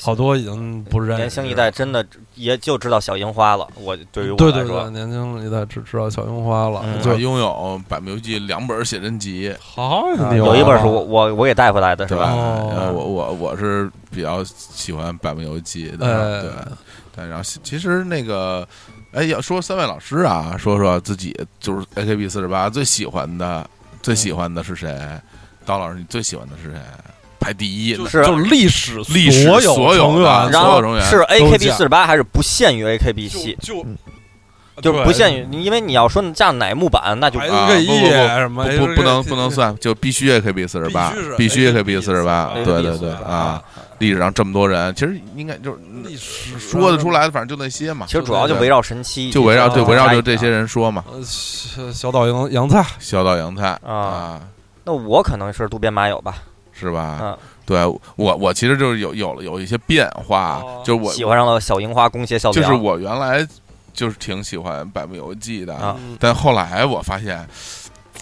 S3: 好多已经不认识。
S2: 年轻一代真的也就知道小樱花了。我对于我
S3: 对
S2: 来
S3: 对
S2: 说
S3: 对，，年轻一代只知道小樱花了
S2: 嗯，
S1: 我
S3: 就
S1: 拥有《百慕游记》两本写真集，
S3: 好
S2: 啊
S3: 牛啊。
S2: 有一本是我我我给带回来的是
S1: 对
S2: 吧？
S3: 哦
S1: 然后我我我是比较喜欢《百慕游记》的，
S2: 嗯
S3: 呃
S1: 对。对，然后其其实那个，哎，要说三位老师啊，说说自己就是 AKB 四十八最喜欢的，最
S3: 嗯
S1: 喜欢的是谁？刀老师，你最喜欢的是谁？排第一，
S2: 是
S3: 就是历史
S1: 历史
S3: 所
S1: 所有
S3: 成
S1: 的
S3: 员
S1: 所
S2: 然
S1: 有
S2: 后
S1: 成员
S2: 是
S3: 都
S2: AKB
S3: 见
S2: 四十八还是不限于 AKB 系？
S3: 就就
S2: 嗯就是不限于，因为你要说这样乃木坂，那就
S3: 还
S1: 啊
S3: 有个
S1: 不不
S3: 亿什么
S1: 不不不能不能，算，就必须也可以比四十八
S3: 必须是，
S1: 必须也可以比四十八，
S2: 必须
S1: 对
S2: 比
S1: 对对
S2: 48
S1: 啊！历史上这么多人，其实应该就是
S3: 历史
S1: 说得出。来的，反正就那些嘛
S2: 其，实主要就围绕啊神七，
S1: 就围绕
S3: 对
S1: 就围绕就这些人说嘛，
S3: 呃，小小岛洋洋菜，
S1: 小岛洋菜
S2: 啊
S1: 啊，
S2: 那我可能是渡边麻友吧，
S1: 是吧？
S2: 嗯，
S1: 对我我其实就是有有了有一些变化
S3: 哦，
S1: 就是我
S2: 喜欢上了小樱花宫胁笑
S1: 就是
S2: 表，
S1: 我原来就是挺喜欢《百慕游记》的，
S2: 啊
S3: 嗯
S1: 但后来我发现。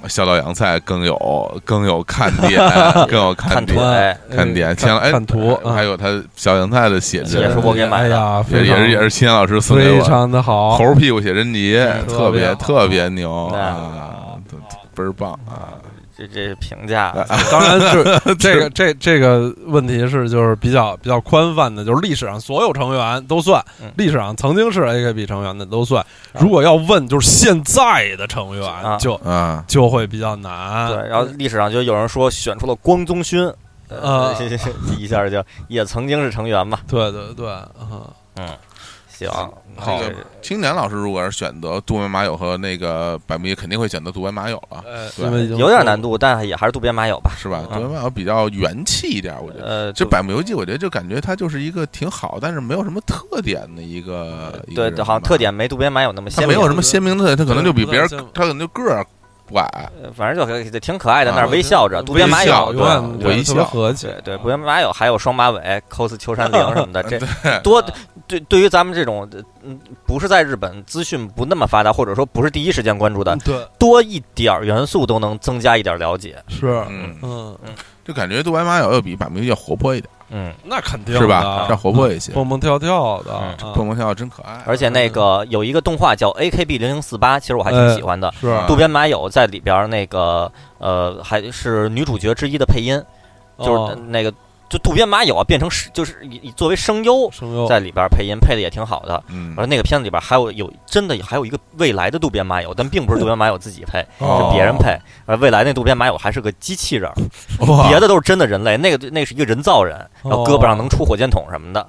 S1: 小岛洋菜更有更有看点，
S2: [laughs]
S1: 更有看
S2: 看
S1: 点
S2: 对，
S3: 哎
S1: 看点，前哎，
S3: 看图啊
S1: 还还
S3: 有
S1: 有他小洋菜的写真，
S2: 也是我给买的
S3: 哎呀，
S1: 也也
S3: 非常
S1: 是也是秦岩老师送给
S3: 非
S1: 我，
S3: 常的好，
S1: 猴屁股写真集，特
S3: 特别
S1: 别
S3: 好
S1: 特别牛
S2: 对
S1: 啊，都都倍儿棒啊！
S2: 这这是评价，
S3: 当然是这个这这个问题是就是比较比较宽泛的，就是历史上所有成员都算
S2: 嗯，
S3: 历史上曾经是 AKB 成员的都算。如果要问就是现在的成员
S2: 啊，
S3: 就
S1: 啊，
S3: 就会比较难。
S2: 对，然后历史上就有人说选出了光宗勋，呃
S3: 啊，
S2: [laughs] 一下就也曾经是成员嘛，
S3: 对对对，嗯
S2: 行，
S1: 好
S2: 这
S1: 青年老师如果是选择渡边麻友和那个百慕也，肯定会选择渡边麻友了，
S3: 呃
S1: 对
S3: 因为已经
S2: 有点难度，但也还是渡边麻友吧，
S1: 是吧？
S2: 嗯
S1: 渡边麻友比较元气一点，我觉得。
S2: 呃，
S1: 这
S2: 就
S1: 百慕游记，我觉得就感觉它就是一个挺好，但是没有什么特点的一个，一个
S2: 对，
S1: 人
S2: 对好像
S1: 吧
S2: 特，点没渡边麻友那么
S1: 它
S2: 鲜
S1: 没
S2: 明
S1: 有，什么鲜明的特点，它可能就比
S3: 对
S1: 别人
S3: 不太鲜明，
S1: 它可能就个儿不矮，
S2: 呃反正就挺可爱的，
S1: 啊
S2: 那儿微笑着，渡边麻
S1: 微笑
S2: 友，
S3: 有
S1: 对
S3: 点
S1: 我一
S3: 特别
S1: 笑
S3: 和气，
S2: 对对，不原麻友还有双马尾、cos 秋山绫什么 [laughs] 的，这多
S3: 啊
S2: 对对于咱们这种呃嗯不是在日本资讯不那么发达，或者说不是第一时间关注的，
S3: 对
S2: 多一点儿元素都能增加一点儿了解。
S3: 是
S1: 嗯，
S3: 嗯，
S1: 就感觉渡边麻友要比百慕游记要活泼一点，
S2: 嗯，
S3: 那肯定
S1: 是吧
S3: 的？嗯
S1: 要活泼一些，
S3: 蹦蹦跳跳的，
S2: 嗯
S3: 啊
S1: 蹦蹦跳真可爱，
S2: 而且那个有一个动画叫 AKB 零零四八，其实我还挺喜欢的。
S3: 是
S1: 啊
S2: 渡边麻友在里边儿那个呃还是女主角之一的配音，就是
S3: 哦
S2: 那个就渡边麻友啊变成是就是以以作为声优
S3: 声优
S2: 在里边儿配音配的也挺好的。
S1: 嗯
S2: 而那个片子里边还有有真的还有一个未来的渡边麻友，但并不是渡边麻友自己配，
S1: 哦
S2: 是别人配。而未来那渡边麻友还是个机器人儿，
S1: 哇
S2: 别的都是真的人类，那个那是一个人造人，然后胳膊上能出火箭筒什么的。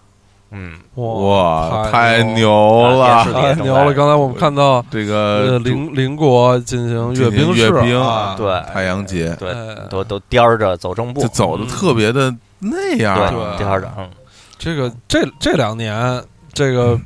S2: 嗯，
S1: 哇，
S3: 太
S1: 太牛
S2: 啊电视
S1: 了！
S2: 里
S3: 太牛了！刚才我们看到
S1: 这
S3: 呃
S1: 个
S3: 邻邻国进行
S1: 主
S3: 阅兵
S1: 阅
S3: 式
S1: 兵
S3: 啊，
S2: 对
S1: 太阳节
S2: 对
S3: 哎，
S2: 都都颠儿着走正步
S1: 就，走的特别的那样
S2: 对，
S1: 啊，
S2: 颠儿着，嗯，
S3: 这个这这两年，这个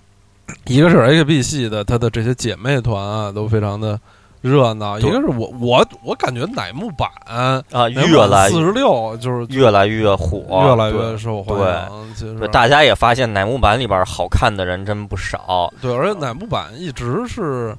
S3: 一个是 AKB 系的，它的这些姐妹团啊，都非常的热闹；一
S1: 对
S3: 个是我我我感觉乃木坂
S2: 啊，越来
S3: 四十六就是
S2: 越来越火，
S3: 越来越
S2: 对。
S3: 受欢迎，其实
S2: 对，大家也发现乃木坂里边好看的人真不少，
S3: 对，而且乃木坂一直是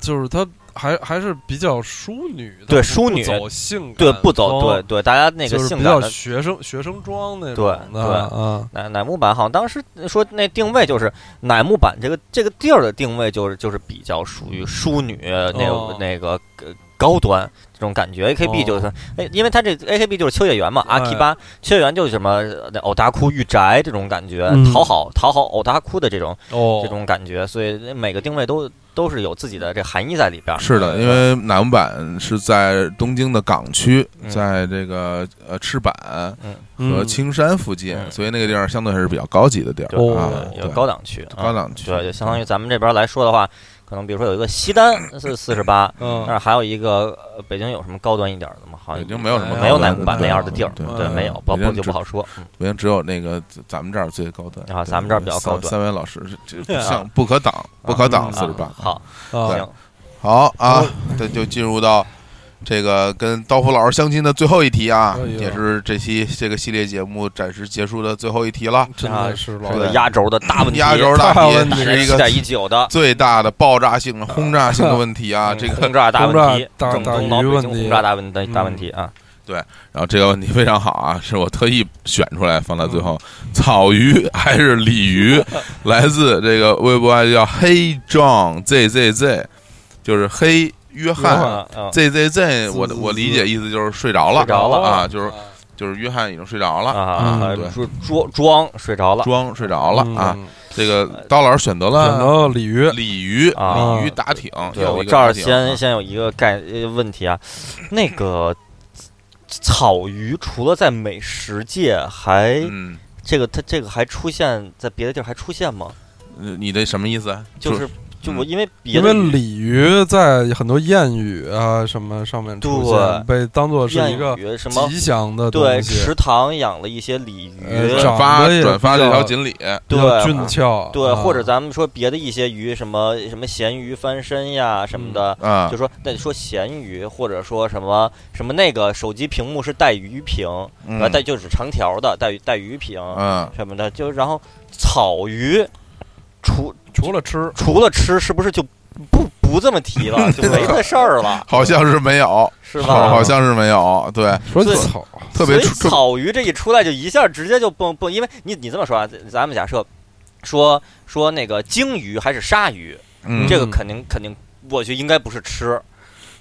S3: 就是它还还是比较淑女的，
S2: 对
S3: 不
S2: 淑女
S3: 不走性感
S2: 对，不走，
S3: 风
S2: 对对，大家那个
S3: 就是
S2: 性
S3: 比
S2: 感
S3: 较
S2: 的
S3: 学生学生装那种
S2: 对
S3: 的，
S2: 对
S3: 啊，
S2: 乃乃木坂好像当时说那定位就是乃木坂这个这个地儿的定位就是就是比较属于淑女那个、
S3: 哦
S2: 那个呃高端这种感觉
S3: 哦
S2: ，AKB 就是、哎，因为它这 AKB 就是秋叶原嘛，
S3: 哎
S2: 阿 K 八秋叶原就是什么呃那偶达库御宅这种感觉，
S3: 嗯
S2: 讨好讨好偶达库的这种
S3: 哦，
S2: 这种感觉，所以每个定位都都是有自己的这含义在里边儿。
S1: 是的，因为乃木坂是在东京的港区，
S2: 嗯
S1: 在这个呃赤坂和
S3: 嗯
S1: 青山附近，
S2: 嗯
S1: 所以那个地儿相对还是比较高级的地儿
S2: 对
S1: 啊
S3: 哦，
S2: 呃有
S1: 对
S2: 高档区，
S1: 高
S2: 啊
S1: 档区，嗯
S2: 对，就相当于咱们这边来说的话，可能比如说有一个西单是四十八。
S3: 嗯
S2: 那儿还有一个、呃北京有什么高端一点儿的吗？好像
S1: 北京没有什么
S2: 没有
S1: 高端
S2: 乃
S1: 的
S2: 木坂那样的地儿，
S1: 对
S3: 对
S2: 没有，不
S1: 北京
S2: 不就
S1: 只
S2: 不好说。嗯
S1: 北京只有那个咱们这儿最高端
S2: 啊咱们这儿比较高端
S1: 三三位老师是这不
S3: 对啊
S1: 像不可挡，不可挡
S3: 嗯
S1: 四十八
S2: 啊。好，
S3: 啊
S1: 对
S2: 行，
S1: 好啊，这就进入到这个跟刀锋老师相亲的最后一题啊
S3: 哎，呦
S1: 也是这期这个系列节目暂时结束的最后一题了。
S3: 真
S2: 啊
S3: 的是老
S2: 这个
S1: 对
S2: 压轴的大问题，
S1: 压轴大
S2: [laughs]
S3: 大问
S1: 题
S3: 题
S1: 是一
S2: 七
S1: 个
S2: 点一九的
S1: 最大的爆炸性的轰炸性的问题
S3: 哎
S1: 啊，
S2: 嗯
S1: 这个
S2: 轰炸大问题，
S3: 轰炸大
S2: 整
S3: 大
S2: 东老
S3: 鱼
S2: 北
S3: 问
S2: 京
S3: 题
S2: 轰炸大问题
S3: 嗯
S2: 大问题啊，
S1: 然后这个问题非常好啊，是我特意选出来放在最后，草鱼还是鲤鱼？来自这个微博啊叫黑 John Z Z Z，就是黑约
S3: 约
S1: 翰
S3: 翰
S2: 嗯嗯
S1: Z Z Z，
S3: 滋
S1: 我
S3: 滋
S1: 我
S3: 滋
S1: 理解意思就是睡着了
S2: 睡着了
S1: 啊，就是就是约翰已经睡着了，
S3: 嗯
S2: 啊，还
S1: 对
S2: 装装装睡着了，嗯
S1: 装睡着了啊。，
S3: 嗯
S1: 这个刀老师选择
S3: 然
S1: 了
S3: 后鲤鱼
S1: 鲤鱼，
S2: 啊
S1: 鲤鱼打挺。
S2: 对
S1: 又
S2: 我
S1: 一个
S2: 这
S1: 打
S2: 儿
S1: 挺
S2: 先
S1: 啊
S2: 先有一个概呃问题啊，那个草鱼除了在美食界还
S1: 嗯，
S2: 这个它这个还出现在别的地儿还出现吗？
S1: 嗯呃你的什么意思？
S2: 就是就我
S1: 嗯
S2: 因为别
S3: 因
S2: 的
S3: 为
S2: 语
S3: 鲤鱼在很多谚语啊什么上面出现，被当做是一
S2: 谚
S3: 个
S2: 语什么
S3: 吉祥的
S2: 对
S3: 东西，
S2: 池塘养了一些鲤
S3: 呃
S2: 鱼，
S1: 转
S3: 长
S1: 发
S3: 得也
S1: 转发这
S3: 比较
S1: 条锦鲤，
S3: 比
S2: 对
S3: 较俊俏，
S2: 对，
S3: 啊
S2: 或者咱们说别的一些鱼，什么什么咸鱼翻身呀什么
S3: 嗯
S2: 的，
S1: 啊
S2: 就，说那你说咸鱼，或者说什么什么那个手机屏幕是带鱼屏，
S1: 嗯
S2: 啊带就是长条的带鱼带鱼屏
S3: 啊
S1: 嗯，
S2: 什么的，就然后草鱼，除
S3: 除了吃，
S2: 除了吃，是不是就不不这么
S3: [laughs]
S2: 提了，就没这事儿了，
S1: 好像是没有，
S2: 是
S1: 好，
S2: 吧
S1: 好？像是没有，对，
S3: 说
S2: 所以
S3: 草，
S1: 特别
S2: 所以
S1: 出特
S2: 草鱼这一出来就一下直接就蹦蹦，因为你你这么说啊，咱咱们假设说说那个鲸鱼还是鲨鱼，
S1: 嗯
S2: 这个肯定肯定，我觉得应该不是吃，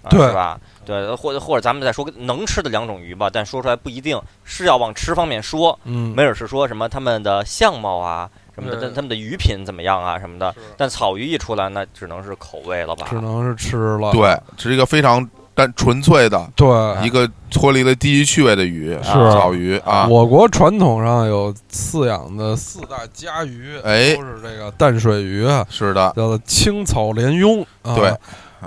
S2: 啊、
S3: 对
S2: 是吧？对，或者或者咱们再说个能吃的两种鱼吧，但说出来不一定是要往吃方面说，
S3: 嗯，
S2: 没准是说什么它们的相貌啊什么的，
S3: 对
S2: 它它们的鱼品怎么样啊什么的
S3: 是。
S2: 但草鱼一出来，那只能是口味了吧？
S3: 只能是吃了，
S1: 对，是一个非常单纯粹的
S3: 对
S1: 一个脱离了地域趣味的鱼，
S2: 是
S1: 草鱼啊，
S3: 我国传统上有饲养的四大家鱼，
S1: 哎
S3: 都是这个淡水鱼啊，
S1: 是的，
S3: 叫做青草鲢鳙啊。
S1: 对，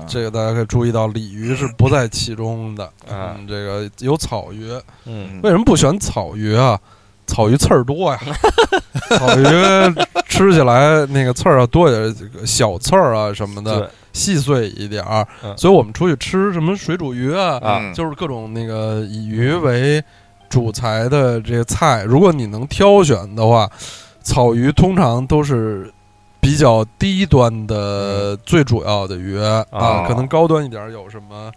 S3: 这个大家可以注意到，鲤鱼是不在其中的。
S2: 嗯
S3: 嗯，这个有草鱼，
S2: 嗯，
S3: 为什么不选草鱼啊？草鱼刺儿多呀， [laughs] 草鱼吃起来那个刺儿要多点，小刺儿啊什么的
S2: 对，
S3: 细碎一点儿。
S2: 嗯
S3: 所以我们出去吃什么水煮鱼啊，
S2: 啊
S1: 嗯
S3: 就是各种那个以鱼为主材的这些菜，如果你能挑选的话，草鱼通常都是比较低端
S1: 嗯
S3: 的最主要的鱼、
S2: 哦
S3: 啊，可能高端一点儿有什么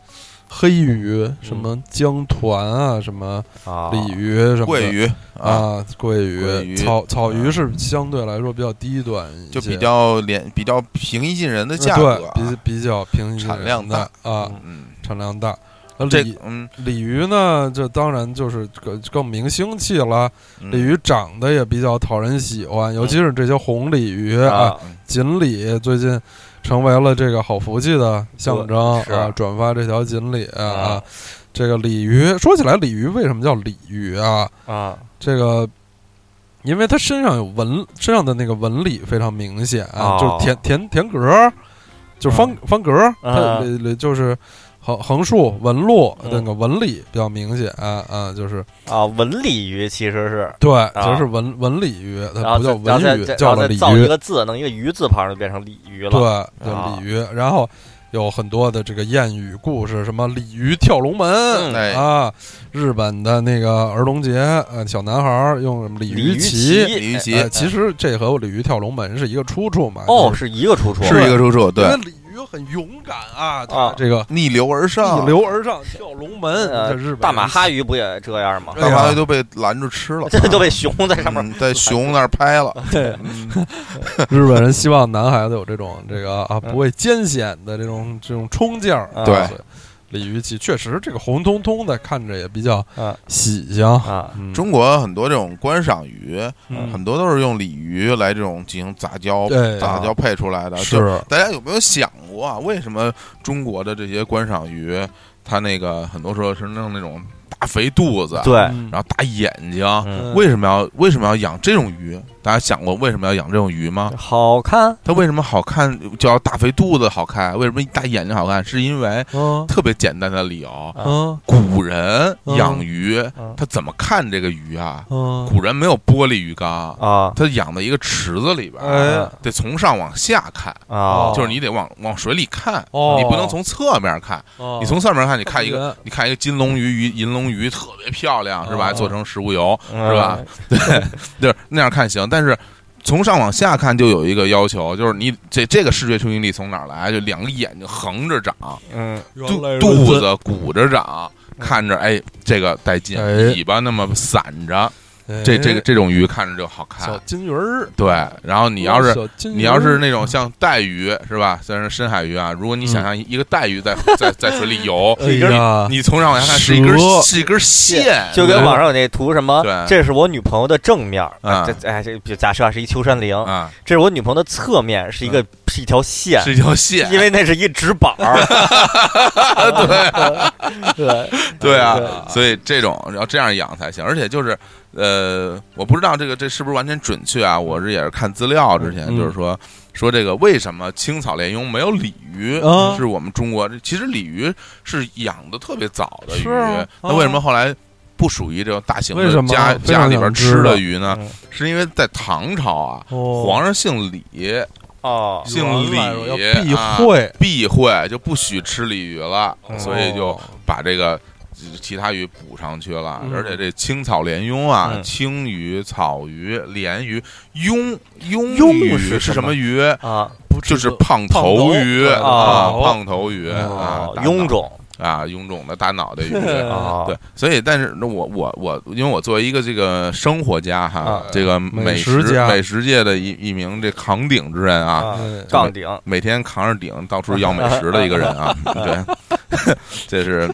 S3: 黑鱼、什么江团啊、什么
S2: 啊
S3: 鲤鱼、什么
S1: 桂鱼啊，
S3: 啊、桂
S1: 桂
S3: 鱼、
S1: 鱼嗯
S3: 草草鱼是相对来说比较低端一些，嗯
S1: 就比较廉，比较平易近人的价格
S3: 对
S1: 啊，
S3: 比比较平易近
S1: 产量
S3: 人的啊，
S1: 嗯，
S3: 产量大。那
S1: 这
S3: 鲤
S1: 嗯，
S3: 鲤鱼呢，这当然就是更更明星气了。
S1: 嗯
S3: 鲤鱼长得也比较讨人喜欢，尤其是这些红鲤鱼啊，
S2: 啊，
S3: 锦鲤最近成为了这个好福气的象征
S2: 是
S3: 啊。转发这条锦鲤啊
S2: 啊
S3: 啊，这个鲤鱼说起来，鲤鱼为什么叫鲤鱼啊？
S2: 啊，
S3: 这个。因为它身上有纹，身上的那个纹理非常明显，啊就
S2: 哦
S3: 是田田田格儿，就是方、方格儿，它
S2: 嗯
S3: 里就是横横竖纹路
S2: 嗯
S3: 那个纹理比较明显啊啊，就是
S2: 啊，纹鲤鱼其实是，
S3: 对，就是纹纹鲤鱼，
S2: 啊然
S3: 它
S2: 后
S3: 呃不叫
S2: 再然
S3: 纹鱼
S2: 后再再，然
S3: 叫
S2: 后
S3: 了
S2: 再
S3: 鲤
S2: 造一
S3: 鱼，
S2: 个字，弄一个鱼字旁就变成鲤鱼了。
S3: 对，
S2: 啊
S3: 叫鲤鱼。然后有很多的这个谚语故事，什么鲤鱼跳龙
S2: 嗯
S3: 门
S1: 哎
S3: 啊，日本的那个儿童节，呃，小男孩儿用什么鲤
S2: 鲤鱼
S3: 旗，
S1: 鲤鱼旗
S3: 呃，其实这和鲤鱼跳龙门是一个出处嘛，
S2: 嗯哦，
S3: 就是
S2: 一个出处，
S1: 是一个出处，
S3: 因为
S1: 对，
S3: 鲤鱼很勇敢啊，
S2: 啊
S3: 它这个
S1: 逆流而上
S3: 逆，流而上跳龙门，
S2: 呃
S3: 这日本
S2: 大马
S3: 人
S2: 哈鱼不也这样吗？ [laughs]，
S3: 对
S1: 干嘛
S3: 啊
S1: 都被拦着吃了
S2: 这都被熊在上面
S1: 嗯在熊那儿拍了，
S3: 对
S1: 嗯
S3: [laughs] 日本人希望男孩子有这种这个啊
S2: 嗯
S3: 不畏艰险的这种这种冲劲儿。
S2: 啊
S1: 对
S3: 所以鲤鱼旗确实这个红彤彤的，看着也比较
S2: 嗯
S3: 喜庆。
S2: 啊，
S3: 嗯
S1: 中国很多这种观赏鱼，
S3: 嗯
S1: 很多都是用鲤鱼来这种进行杂交，
S3: 对
S1: 杂
S3: 啊
S1: 交配出来的。
S3: 是
S1: 就大家有没有想过啊，为什么中国的这些观赏鱼，它那个很多时候是弄那种大肥肚子，
S2: 对，
S3: 嗯
S1: 然后大眼睛，
S2: 嗯，
S1: 为什么要为什么要养这种鱼？大家想过为什么要养这种鱼吗？
S2: 嗯好看，
S1: 它为什么好看就要大肥肚子好看？为什么大眼睛好看？是因为
S3: 嗯
S1: 特别简单的理由，
S3: 嗯
S1: 古人养鱼
S2: 嗯，
S1: 他怎么看这个鱼啊？
S3: 嗯
S1: 古人没有玻璃鱼缸，
S2: 啊
S1: 他养在一个池子里边，
S3: 哎
S1: 得从上往下看，
S2: 啊，
S1: 就是你得往往水里看，
S3: 哦
S1: 你不能从侧面看。
S3: 嗯
S1: 你从侧面看，你看一个，
S3: 个
S1: 你看一个金龙鱼、鱼银龙鱼特别漂亮，是吧？
S3: 哦
S1: 做成食物油，
S2: 是
S1: 是 [laughs] 吧？就是那样看行，但是。从上往下看就有一个要求，就是你这这个视觉冲击力从哪儿来？就两个眼睛横着长，
S2: 嗯，
S1: 肚肚子鼓着长，看着哎，这个带劲，
S3: 嗯哎
S1: 尾巴那么散着，这这个这种鱼看着就好
S3: 小
S1: 看。
S3: 金鱼儿，哦
S1: 对，然后你要是
S3: 小金鱼儿
S1: 你要是那种像带鱼是吧？虽然是深海鱼啊，如果你想象一个带鱼在 [laughs] 在在水里
S3: [laughs]
S1: 游，
S3: 嗯哎呀
S1: 你从上往下看是一根
S3: 蛇
S1: 是一根线，
S2: 就跟网上有那图什么
S1: 对，
S2: 这是我女朋友的正面儿，
S1: 啊
S2: 这哎这比如假设啊是一秋山翎， [laughs]
S1: 啊，
S2: 这是我女朋友的侧面，是一个是一条线，
S1: 是一条线，
S2: 因为那是一纸板儿，对对
S1: 对啊
S2: 对，
S1: 啊
S3: 哎
S1: 所以这种要这样养才行，而且就是呃，我不知道这个这是不是完全准确啊？我是也是看资料之前，
S3: 嗯
S1: 就是说说这个为什么青草鬣鳙没有鲤鱼？
S3: 啊
S1: 是我们中国其实鲤鱼是养的特别早的鱼，
S3: 是啊
S1: 那为什么后来不属于这种大型
S3: 为
S1: 的
S3: 什么
S1: 家
S3: 非常
S1: 家里边
S3: 想知
S1: 吃
S3: 道
S1: 的鱼呢？
S3: 嗯
S1: 是因为在唐朝啊，
S3: 哦
S1: 皇上姓李，
S2: 哦
S1: 姓
S3: 原
S1: 李
S3: 来如此要避
S1: 啊
S3: 讳，
S1: 避讳就不许吃鲤鱼了，
S3: 哦
S1: 所以就把这个其他鱼补上去了。
S3: 嗯
S1: 而且这青草鲢鳙啊，
S2: 嗯
S1: 青鱼、草鱼、鲢鱼、鳙鳙
S2: 鳙
S1: 鱼
S2: 是
S1: 是
S2: 什
S1: 什
S2: 么
S1: 么鱼？
S2: 啊
S3: 不吃
S1: 就是
S3: 这
S1: 胖头鱼
S3: 胖头
S1: 啊，
S2: 哦
S1: 胖头鱼啊
S2: 哦，
S1: 大脑
S2: 臃肿
S1: 啊，臃肿的大脑袋鱼。
S2: 啊，
S1: 对，所以但是那我我我，因为我作为一个这个生活家哈，
S2: 啊
S1: 这个
S3: 美
S1: 美
S3: 食
S1: 食
S3: 家
S1: 美食界的一一名这扛鼎之人啊，
S2: 啊
S3: 嗯
S2: 杠顶
S1: 每天扛着鼎到处要美食的一个人
S2: [laughs]
S1: 啊，对， [laughs] 这是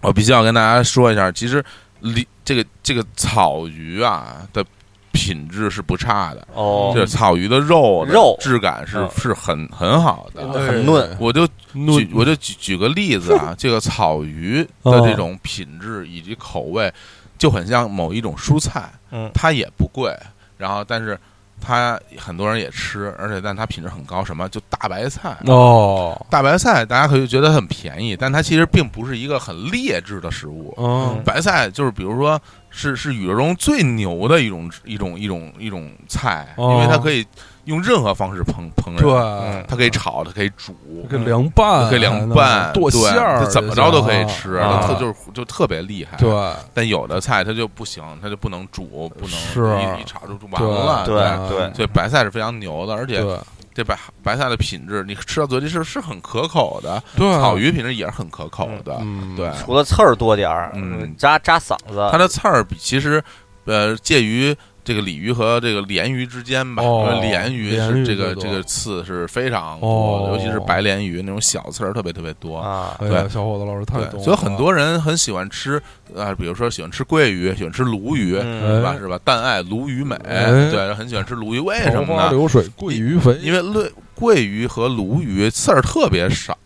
S1: 我必须要跟大家说一下，其实鲤这个这个草鱼啊的品质是不差的，
S2: 哦
S1: 这草鱼的肉的
S2: 肉
S1: 质感是
S2: 嗯
S1: 是很啊很好的。
S2: 很嫩
S1: 我就
S3: 嫩
S1: 举我就举举个例子啊，这个草鱼的这种品质以及口味，就很像某一种蔬菜，
S2: 嗯
S1: 它也不贵，然后但是它很多人也吃，而且但它品质很高，什么就大白菜。
S3: 哦，
S1: 大白菜大家可以觉得很便宜，但它其实并不是一个很劣质的食物。
S3: 嗯
S2: 嗯
S1: 白菜就是比如说是是宇宙中最牛的一种一种一种一种菜，
S3: 哦
S1: 因为它可以用任何方式烹烹
S3: 对
S1: 饪，，
S2: 嗯
S1: 它可以炒，它可以煮。
S3: 跟凉拌，
S1: 可以凉拌，
S3: 啊剁
S1: 对
S3: 馅儿，
S1: 它怎么着都可以吃，
S3: 啊
S1: 它特就是就特别厉害。
S3: 对，
S1: 但有的菜它就不行，它就不能煮，不能
S3: 是啊
S1: 一一炒就完了。
S2: 对对
S1: 所以白菜是非常牛的，而且
S3: 嗯对
S1: 这白白菜的品质，你吃到嘴里是是很可口的，
S3: 对，啊
S1: 草，鱼品质也是很可口的，
S3: 嗯，
S1: 对，
S2: 除了刺儿多点儿，
S1: 嗯
S2: 扎扎嗓子，
S1: 它的刺儿比其实呃介于这个鲤鱼和这个鲢鱼之间吧，
S3: 哦
S1: 因为鲢鱼
S3: 鲢鱼
S1: 是这个
S3: 最多
S1: 这个刺是非常多的，
S3: 哦
S1: 尤其是白鲢鱼那种小刺儿特别特别多。
S2: 啊
S3: 哎呀，小伙子老师太懂
S1: 对，
S3: 了，
S1: 所以很多人很喜欢吃，呃，比如说喜欢吃桂鱼，喜欢吃鲈鱼，
S2: 嗯
S1: 是吧？是吧？但爱鲈鱼美，
S3: 哎
S1: 对，很喜欢吃鲈鱼，为
S3: 桃
S1: 什么
S3: 花
S1: 呢？
S3: 流水鳜鱼肥，
S1: 因为鳜桂鱼和鲈鱼刺儿特别少，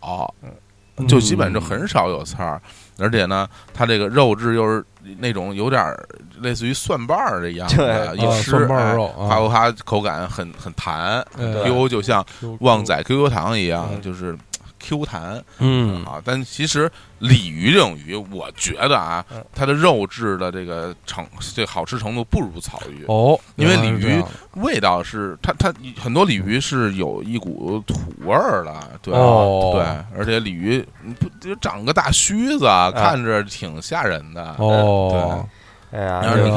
S3: 嗯
S1: 就基本就
S3: 啊
S1: 很少有刺儿，而且呢，它这个肉质又是那种有点儿类似于蒜瓣儿的样子，
S2: 对
S1: 一
S3: 啊
S1: 吃
S3: 蒜瓣儿肉
S1: 哎
S3: 啊
S1: 咔咔咔口感很很弹
S3: 哎
S1: 很 Q，就像旺，仔 QQ 糖一样，
S2: 嗯
S1: 就是。Q 弹
S3: 嗯，
S1: 啊，但其实鲤鱼这种鱼，我觉得啊
S2: 嗯，
S1: 它的肉质的这个成这好吃程度不如草鱼，
S3: 哦，
S1: 因为
S3: 原来是
S1: 鲤
S3: 这
S1: 鱼
S3: 样
S1: 味道是它它很多鲤鱼是有一股土味儿的，对、
S3: 哦
S1: 对，而且鲤鱼不就长个大须子，啊看着挺吓人的。
S3: 啊哦，啊
S2: 哎
S1: 呃然
S2: 呀
S1: 后，你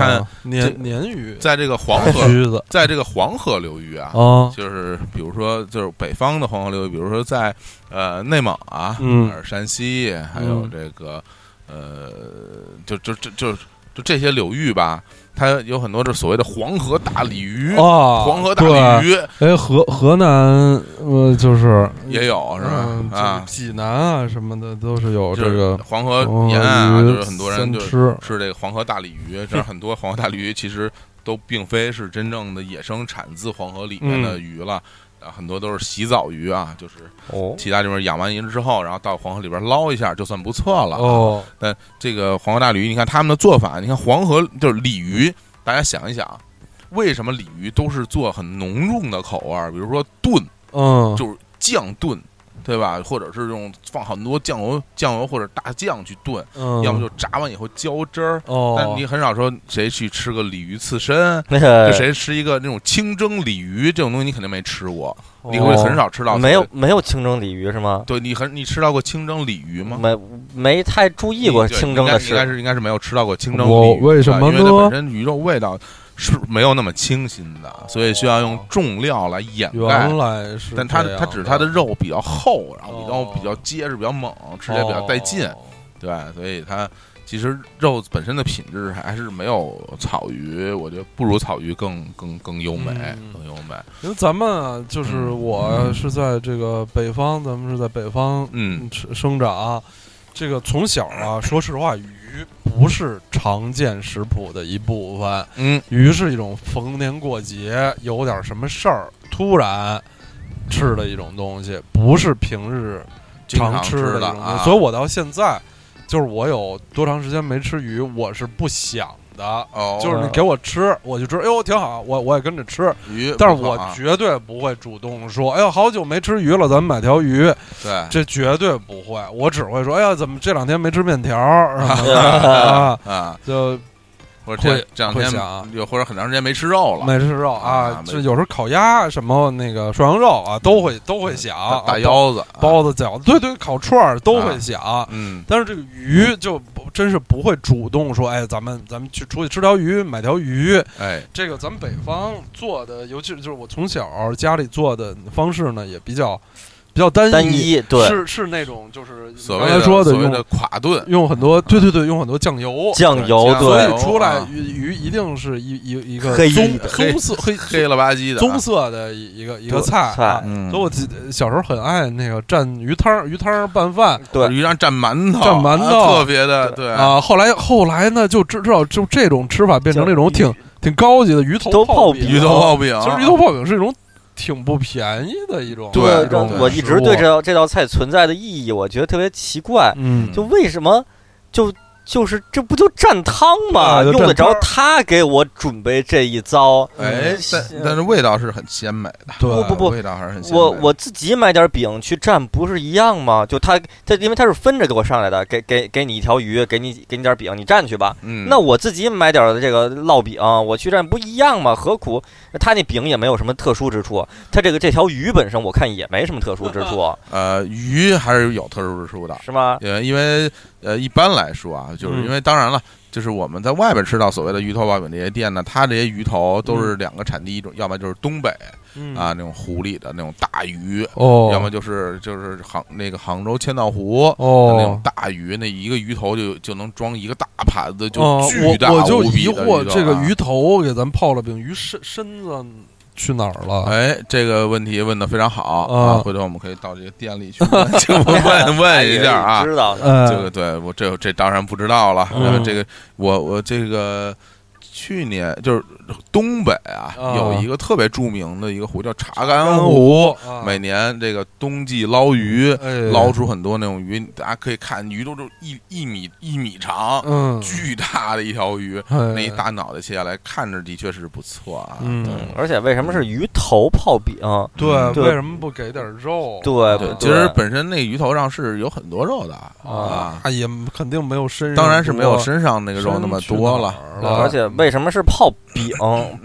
S1: 看
S3: 鲶鲶鱼
S1: 在这个黄河，
S3: 须子
S1: 在这个黄河流域啊，
S3: 啊，
S1: 就是比如说就是北方的黄河流域，比如说在呃内蒙啊，
S3: 嗯
S1: 呃山西，还有
S3: 嗯
S1: 这个呃，就就就就就这些流域吧，它有很多这所谓的黄河大鲤鱼。
S3: 啊，
S1: 黄河大鲤
S3: 鱼，
S1: 鱼
S3: 哎，河河南呃就是
S1: 也有是吧
S3: 嗯？
S1: 啊，
S3: 就是济南啊什么的都是有
S1: 就
S3: 这
S1: 是
S3: 个
S1: 黄河沿岸啊，
S3: 哦鱼
S1: 就是很多人就是
S3: 三吃
S1: 吃这个黄河大鲤鱼，这很多黄河大鲤鱼其实都并非是真正的野生产自黄河里面
S3: 嗯
S1: 的鱼了。啊，很多都是洗澡鱼啊，就是
S2: 哦，
S1: 其他地方养完鱼之后，然后到黄河里边捞一下，就算不错了。，
S3: 哦，
S1: 这个黄河大鲤鱼，你看他们的做法，你看黄河就是鲤鱼，大家想一啊想，为什么鲤鱼都是做很浓重的口味儿？比如说炖，
S3: 嗯，
S1: 就是酱炖，对吧？或者是用放很多酱油、酱油或者大酱去炖，
S3: 嗯
S1: 要么就炸完以后浇汁儿。
S3: 哦，
S1: 但你很少说谁去吃个鲤鱼刺身，
S2: 那个
S3: 哎
S1: 就谁吃一个那种清蒸鲤鱼这种东西，你肯定没吃过，
S3: 哦
S1: 你会很少吃到。
S2: 没有，没有清蒸鲤鱼是吗？
S1: 对你很你吃到过清蒸鲤鱼吗？
S2: 没没太注意过
S1: 你对
S2: 清蒸的
S1: 应该应该
S2: 事，
S1: 是应该是没有吃到过清蒸
S3: 我
S1: 鲤鱼的，
S3: 为什么
S1: 因为它本
S3: 呢
S1: 身鱼肉味道是没有那么清新的，所以需要用重料来掩盖
S3: 原。来是这样的，
S1: 但它它只是它的肉比较厚，然后比较、
S3: 哦
S1: 比较结实，比较猛，吃起来比较带劲。
S3: 哦
S1: 对，所以它其实肉本身的品质还是没有草鱼，我觉得不如草鱼更更更优美，
S3: 嗯
S1: 更优美。
S3: 因为咱们啊，就是
S1: 嗯
S3: 我是在这个北方，咱们是在北方
S1: 嗯
S3: 生生长，啊这个从小啊，说实话，鱼不是常见食谱的一部分，
S1: 嗯，
S3: 鱼是一种逢年过节有点什么事儿突然吃的一种东西，不是平日
S1: 经
S3: 常
S1: 吃
S3: 的一
S1: 的
S3: 种东西
S1: 啊，
S3: 所以我到现在，就是我有多长时间没吃鱼，我是不想的，
S1: 哦，
S3: 就是你给我吃，我就知道，哎呦挺好，我我也跟着吃。
S1: 鱼不错啊，
S3: 但是我绝对不会主动说，哎呦好久没吃鱼了，咱们买条鱼，
S1: 对
S3: 这绝对不会。我只会说，哎呀怎么这两天没吃面
S1: [laughs]
S3: 条儿 [laughs] 什么的啊？
S1: 啊，
S3: 就
S1: 或者这
S3: 会
S1: 这两
S3: 会
S1: 天
S3: 想啊
S1: 有或者很长时间没吃肉了，
S3: 没吃肉
S1: 啊
S3: 啊，
S1: 没
S3: 这有时候烤鸭啊什么那个涮羊肉啊，都会都会想
S1: 嗯大大
S3: 啊
S1: 腰子，
S3: 包包子饺子，对对，烤串儿都会想。
S1: 嗯，
S3: 但是这个鱼就不真是不会主动说，哎，咱们咱们去出去吃条鱼，买条鱼。
S1: 哎，
S3: 这个咱们北方做的，尤其是就是我从小家里做的方式呢，也比较比较单一，
S2: 单一对
S3: 是是那种就是你
S1: 所
S3: 刚
S1: 谓
S3: 才
S1: 的
S3: 说的
S1: 所谓的
S3: 用
S1: 垮炖，
S3: 用很多对对对，用很多酱油，
S2: 酱油
S1: 酱
S3: 所
S1: 油
S2: 对
S3: 以出来
S1: 啊
S3: 鱼鱼一定是一一一个
S2: 黑
S3: 棕
S2: 的
S3: 棕色黑
S1: 黑了吧唧的啊，
S3: 棕色的一个一个
S2: 对
S3: 菜
S2: 菜
S3: 啊。
S1: 嗯
S3: 所以我记得小时候很爱那个蘸鱼汤儿，鱼汤儿拌饭。
S2: 对
S1: 鱼上蘸馒头，
S3: 蘸馒头
S1: 啊特别的对，
S3: 啊，后来后来呢，就知知道就这种吃法变成那种挺挺高级的鱼头
S2: 都
S3: 泡
S2: 泡
S3: 饼。
S1: 鱼头泡饼，
S3: 其实鱼头泡饼是一种挺不便宜的一种
S1: 对
S3: 一
S2: 让
S3: 种
S1: 对
S2: 我一直
S3: 食物
S2: 对这道这道菜存在的意义，我觉得特别奇怪，
S3: 嗯
S2: 就为什么就就是这不就蘸汤吗？
S3: 啊就蘸
S2: 用得着
S3: 汤
S2: 他给我准备这一遭？
S1: 哎，但但是味道是很鲜美的，
S3: 对
S1: 啊
S2: 不不
S1: 味道还是很鲜美的
S2: 我我自己买点饼去蘸，不是一样吗？就他他，因为他是分着给我上来的，给给给你一条鱼，给你给你点饼，你蘸去吧。
S1: 嗯，
S2: 那我自己买点儿这个烙饼，我去蘸不一样吗？何苦？他那饼也没有什么特殊之处，他这个这条鱼本身我看也没什么特殊之处，
S1: [laughs] 呃鱼还是有特殊之处的，
S2: 是吗？
S1: 呃，因为呃一般来说啊，就是
S3: 嗯
S1: 因为当然了。就是我们在外边吃到所谓的鱼头泡饼这些店呢，它这些鱼头
S3: 嗯
S1: 都是两个产地，一种要么就是东北啊那种湖里的那种大鱼，
S3: 哦，
S1: 要么就是就是杭那个杭州千岛湖
S3: 哦
S1: 那种大鱼，那一个鱼头就就能装一个大盘子，就
S3: 哦
S1: 巨大
S3: 我我就
S1: 无比
S3: 疑
S1: 的
S3: 惑
S1: 头
S3: 这个
S1: 啊
S3: 鱼头给咱泡了饼，鱼身身子去哪儿了？
S1: 哎，这个问题问的非常好
S3: 啊
S1: 啊！回头我们可以到这个店里去问去
S3: [laughs]
S1: 问问一下啊。
S2: 知道的
S3: 呃
S1: 这个对我这这当然不知道了。
S3: 嗯
S1: 然后这个我我这个去年就是东北啊，
S3: 啊
S1: 有一个特别著名的一个湖叫查干
S3: 干
S1: 湖，
S3: 湖，啊
S1: 每年这个冬季捞鱼，
S3: 哎
S1: 捞出很多那种鱼，大家可以看鱼都是一一米一米长，
S3: 嗯，
S1: 巨大的一条鱼，
S3: 哎
S1: 那一大脑袋切下来，看着的确是不错啊。
S3: 嗯
S1: 对
S2: 嗯而且为什么是鱼头泡饼？
S3: 对，
S2: 嗯对
S3: 为什么不给点肉？
S2: 对
S1: 对，
S3: 啊
S1: 其实本身那鱼头上是有很多肉的
S3: 啊
S1: 啊，，
S3: 那也肯定没有身上多，
S1: 当然是没有身上那个肉那么多了。
S3: 身去哪儿了，
S2: 而且为什么是泡
S1: [laughs]
S2: 饼，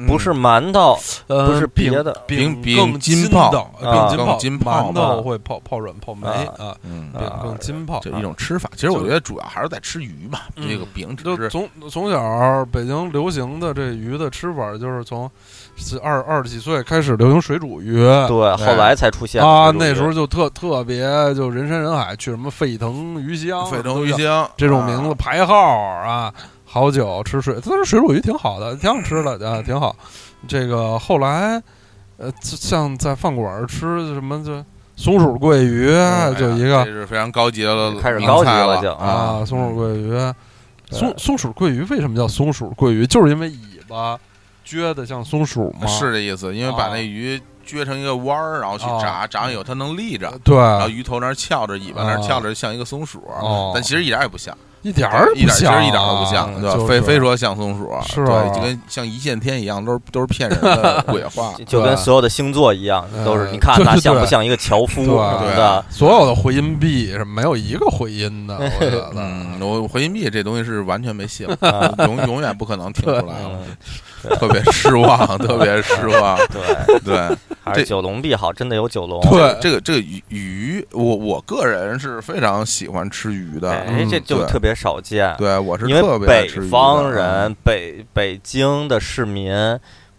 S2: 不是馒头？
S3: 呃
S2: 不是别的
S3: 饼
S1: 嗯饼
S3: 饼
S1: 饼
S3: 更
S1: 筋
S3: 泡，
S1: 泡
S2: 啊
S3: 饼
S1: 更
S3: 筋
S1: 筋泡嘛
S3: 馒头会泡泡软泡霉
S2: 啊
S3: 啊，
S1: 嗯，
S3: 饼更筋泡。啊
S1: 这一种吃法。其实我觉得主要还是在吃鱼嘛，
S3: 嗯
S1: 这个饼只
S3: 就是从从小北京流行的这鱼的吃法，就是从是二二十几岁开始流行水煮鱼。
S2: 对，
S1: 哎
S2: 后来才出现
S3: 啊，
S2: 这种
S3: 那时候
S2: 鱼
S3: 就特特别，就人山人海，去什么沸腾鱼香、
S1: 沸腾鱼香
S3: 这种名字
S1: 啊
S3: 排号啊，好酒吃水，但是水煮鱼挺好的，挺好吃
S1: 嗯
S3: 的啊，挺好。这个后来，呃，就像在饭馆儿吃什么就松鼠桂鱼，啊
S1: 哎呀
S3: 就一个
S1: 这是非常高级的
S2: 开始
S1: 名
S2: 高级
S1: 菜
S2: 了
S1: 了
S2: 就
S3: 啊，松鼠桂
S1: 嗯
S3: 鱼，
S2: 对
S3: 松松鼠桂鱼为什么叫松鼠桂鱼？就是因为尾巴撅的像松鼠嘛。
S1: 是这意思，因为把
S3: 啊
S1: 那鱼撅成一个弯儿，然后去
S3: 哦
S1: 炸，炸完以后它能立着
S3: 呃，，对，
S1: 然后鱼头那儿翘着，尾巴那儿
S3: 哦
S1: 翘着，像一个松鼠
S3: 哦，
S1: 但其实一点儿也不像，
S3: 一点儿
S1: 一
S3: 也
S1: 点
S3: 不
S1: 儿其
S3: 像啊，
S1: 实一点儿都不像，对吧？
S3: 就是
S1: 非非说像松鼠，
S3: 是啊
S1: 对，就跟像一线天一样，都是都是骗人
S3: [laughs]
S1: 的鬼话。
S2: 就就跟
S3: 对
S2: 所有的星座一样，
S1: 嗯
S2: 都是
S3: 呃
S2: 你看
S3: 对
S2: 他
S3: 对
S2: 像不
S3: 对
S2: 像一个樵夫什
S3: 对
S2: 么
S1: 对 [laughs]
S2: 的，啊
S3: 所有的回音壁是没有一个回音的，我觉得。
S1: [laughs] 嗯，我回音壁这东西是完全没戏了，
S2: 啊
S1: 永永远不可能听出来了， [laughs]
S2: 嗯，
S1: 特别失望，特别失望。
S2: 对，
S1: 对，
S2: 还是
S1: 这
S2: 九龙壁好，真的有九龙。
S3: 对
S1: 这个这个鱼鱼，我我个人是非常喜欢吃鱼的，
S2: 哎，这就
S1: 对
S2: 特别少见，
S1: 对我是
S2: 因
S1: 特
S2: 为
S1: 别爱
S2: 北
S1: 吃鱼的嗯
S2: 方人、北北京的市民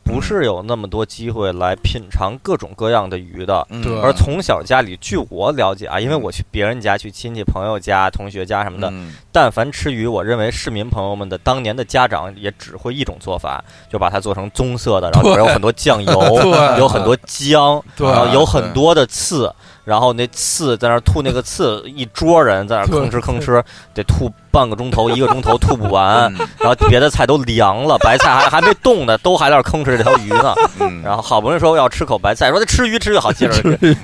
S2: 不
S1: 嗯
S2: 是有那么多机会来品尝各种各样的鱼的。
S1: 嗯
S3: 对
S2: 而从小家里，据我了解啊，因为我去别人家、去亲戚朋友家、同学家什么的，
S1: 嗯
S2: 但凡吃鱼，我认为市民朋友们的当年的家长也只会一种做法，就把它做成棕色的，然后里边有很多酱油，
S3: 对
S2: 有很多姜，
S3: 对
S2: 然后有很多的刺，然后那刺在那儿吐那个刺，一桌人在那儿吭哧吭哧，得吐半个钟头、一个钟头吐不完，
S1: 嗯
S2: 然后别的菜都凉了，白菜还还没冻呢，都还在那儿吭哧这条
S3: [laughs]
S2: 鱼呢。
S1: 嗯，
S2: 然后好不容易说要吃口白菜，说这吃鱼吃鱼好，接着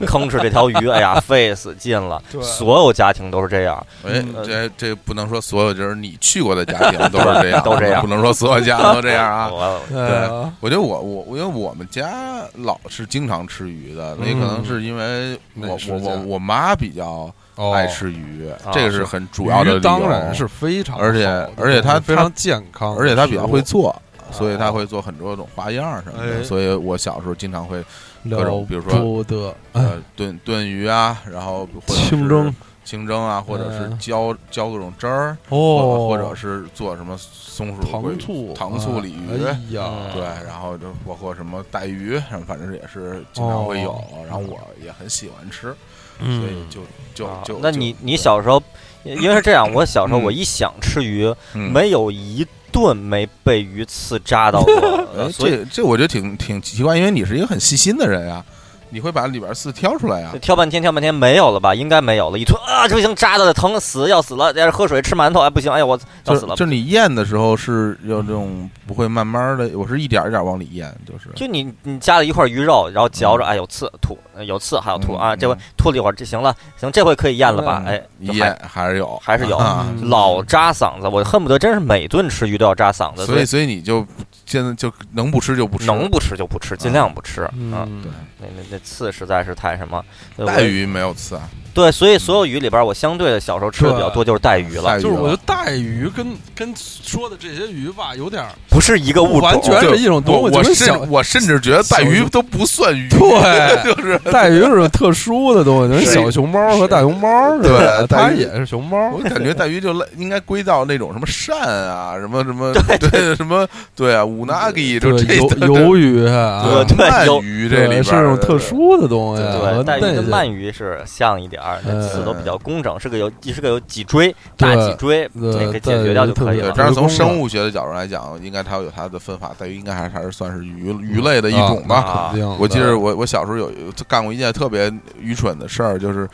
S2: 吭哧这条鱼，哎呀，费死劲了。
S3: 对
S2: 所有家庭都是这样，
S1: 哎，
S2: 嗯
S1: 这这不能说所有，就是你去过的家庭都是这样，啊
S2: [laughs] 都这样
S1: 不能说所有家都这样啊。
S2: [laughs] 我
S3: 对，
S1: 我觉得我我因为我们家老是经常吃鱼的，那
S3: 嗯
S1: 可能是因为
S3: 美
S1: 我
S3: 食
S1: 我我
S3: 家
S1: 我妈比较
S3: 哦
S1: 爱吃鱼，
S2: 啊
S1: 这个是很主要的理由
S3: 鱼当然是，非常好的，
S1: 而且而且它
S3: 非常健康，
S1: 而且她比较会
S3: 做，
S2: 啊
S1: 做，所以她会做很多种花样什么
S3: 哎
S1: 的，所以我小时候经常会各
S3: 了
S1: 种比如说
S3: 不得，哎
S1: 呃炖炖鱼啊，然后或者是
S3: 清蒸
S1: 清蒸啊，或者是
S3: 嗯
S1: 浇浇各种汁儿，
S3: 哦，
S1: 或者是做什么松鼠桂
S3: 糖
S1: 鱼
S3: 醋
S1: 糖醋鲤鱼
S3: 哎呀，
S1: 对，然后就包括什么带鱼，然后反正也是经常会有，
S3: 哦
S1: 然后我也很喜欢吃，所以
S3: 嗯，
S1: 就就
S2: 啊
S1: 就
S2: 那
S1: 就
S2: 你你小时候，因为是这样，我小时候
S1: 嗯
S2: 我一想吃鱼，
S1: 嗯
S2: 没有一顿没被鱼刺扎到过，
S1: [laughs] 哎，
S2: 所以
S1: 这这我觉得挺挺奇怪，因为你是一个很细心的人呀，你会把里边刺挑出来呀。
S2: 挑半天挑半天没有了吧？应该没有了，一吞啊这不行，扎到的疼死要死了，在这喝水吃馒头，哎不行，哎我要
S1: 就
S2: 死了。
S1: 就你咽的时候是有这种不会慢慢的，我是一点儿一点儿往里咽，就是
S2: 就你你夹了一块鱼肉，然后嚼着，哎有刺吐，呃有刺还有吐
S1: 嗯
S2: 啊，
S1: 嗯
S2: 这回吐了一会儿，这行了，行这回可以咽了吧？
S3: 嗯
S2: 哎，就
S1: 咽
S2: 还
S1: 还是有
S2: 还是有
S1: 啊，
S3: 嗯
S2: 老扎嗓子，我恨不得真是每顿吃鱼都要扎嗓子，
S1: 所以所以你就现在就能不吃就不吃，
S2: 嗯能不吃就不吃，尽量不吃啊。
S3: 嗯
S1: 对，
S2: 那那那刺实在是太什么，对
S1: 带
S2: 我
S1: 鱼没有刺啊，
S2: 对，所以所有鱼里边，我相对的小时候吃的比较多就是带鱼
S1: 带
S2: 了
S1: 鱼，啊
S3: 就是我觉
S1: 了
S3: 得带鱼跟跟说的这些鱼吧，有点儿
S2: 不是一个物
S3: 完
S2: 种
S3: 全。是一种
S1: 我
S3: 东西，
S1: 我
S3: 就是小
S1: 甚我甚至觉得带
S3: 小
S1: 鱼
S3: 鱼
S1: 都不算鱼，
S3: [laughs] 对
S1: 就是
S3: 带鱼是特殊的
S1: [laughs]
S3: 东西，就是
S1: 是
S3: 小熊猫和大熊猫似的，
S1: 对带
S3: 它
S1: 鱼
S3: 也是熊猫
S1: 我。感觉带鱼就类应该归到那种什么鳝啊，什么什么 [laughs] 对什么对啊，五纳吉就
S3: 对，
S1: 这 [laughs]
S3: 鱿鱿鱼啊
S1: 对，
S2: [laughs] 对
S1: 鳗
S2: 鱿
S1: 鱼这
S3: 对
S1: 里边
S3: 是那种特
S1: 对。
S3: 殊的东西，啊
S2: 对，带鱼
S3: 那
S2: 跟鳗鱼是像一点儿，那刺都比较工整，是个有是个有脊椎大脊椎，
S3: 对
S2: 那个解决掉就可以
S1: 对，
S2: 了，
S1: 这。
S3: 对
S1: 样从生物学的角度来讲，应该它有它的分法，带鱼应该还是还是算是鱼
S3: 嗯
S1: 鱼类的一种吧。
S3: 啊那肯定的
S1: 我记得我我小时候有有干过一件特别愚蠢的事儿，就是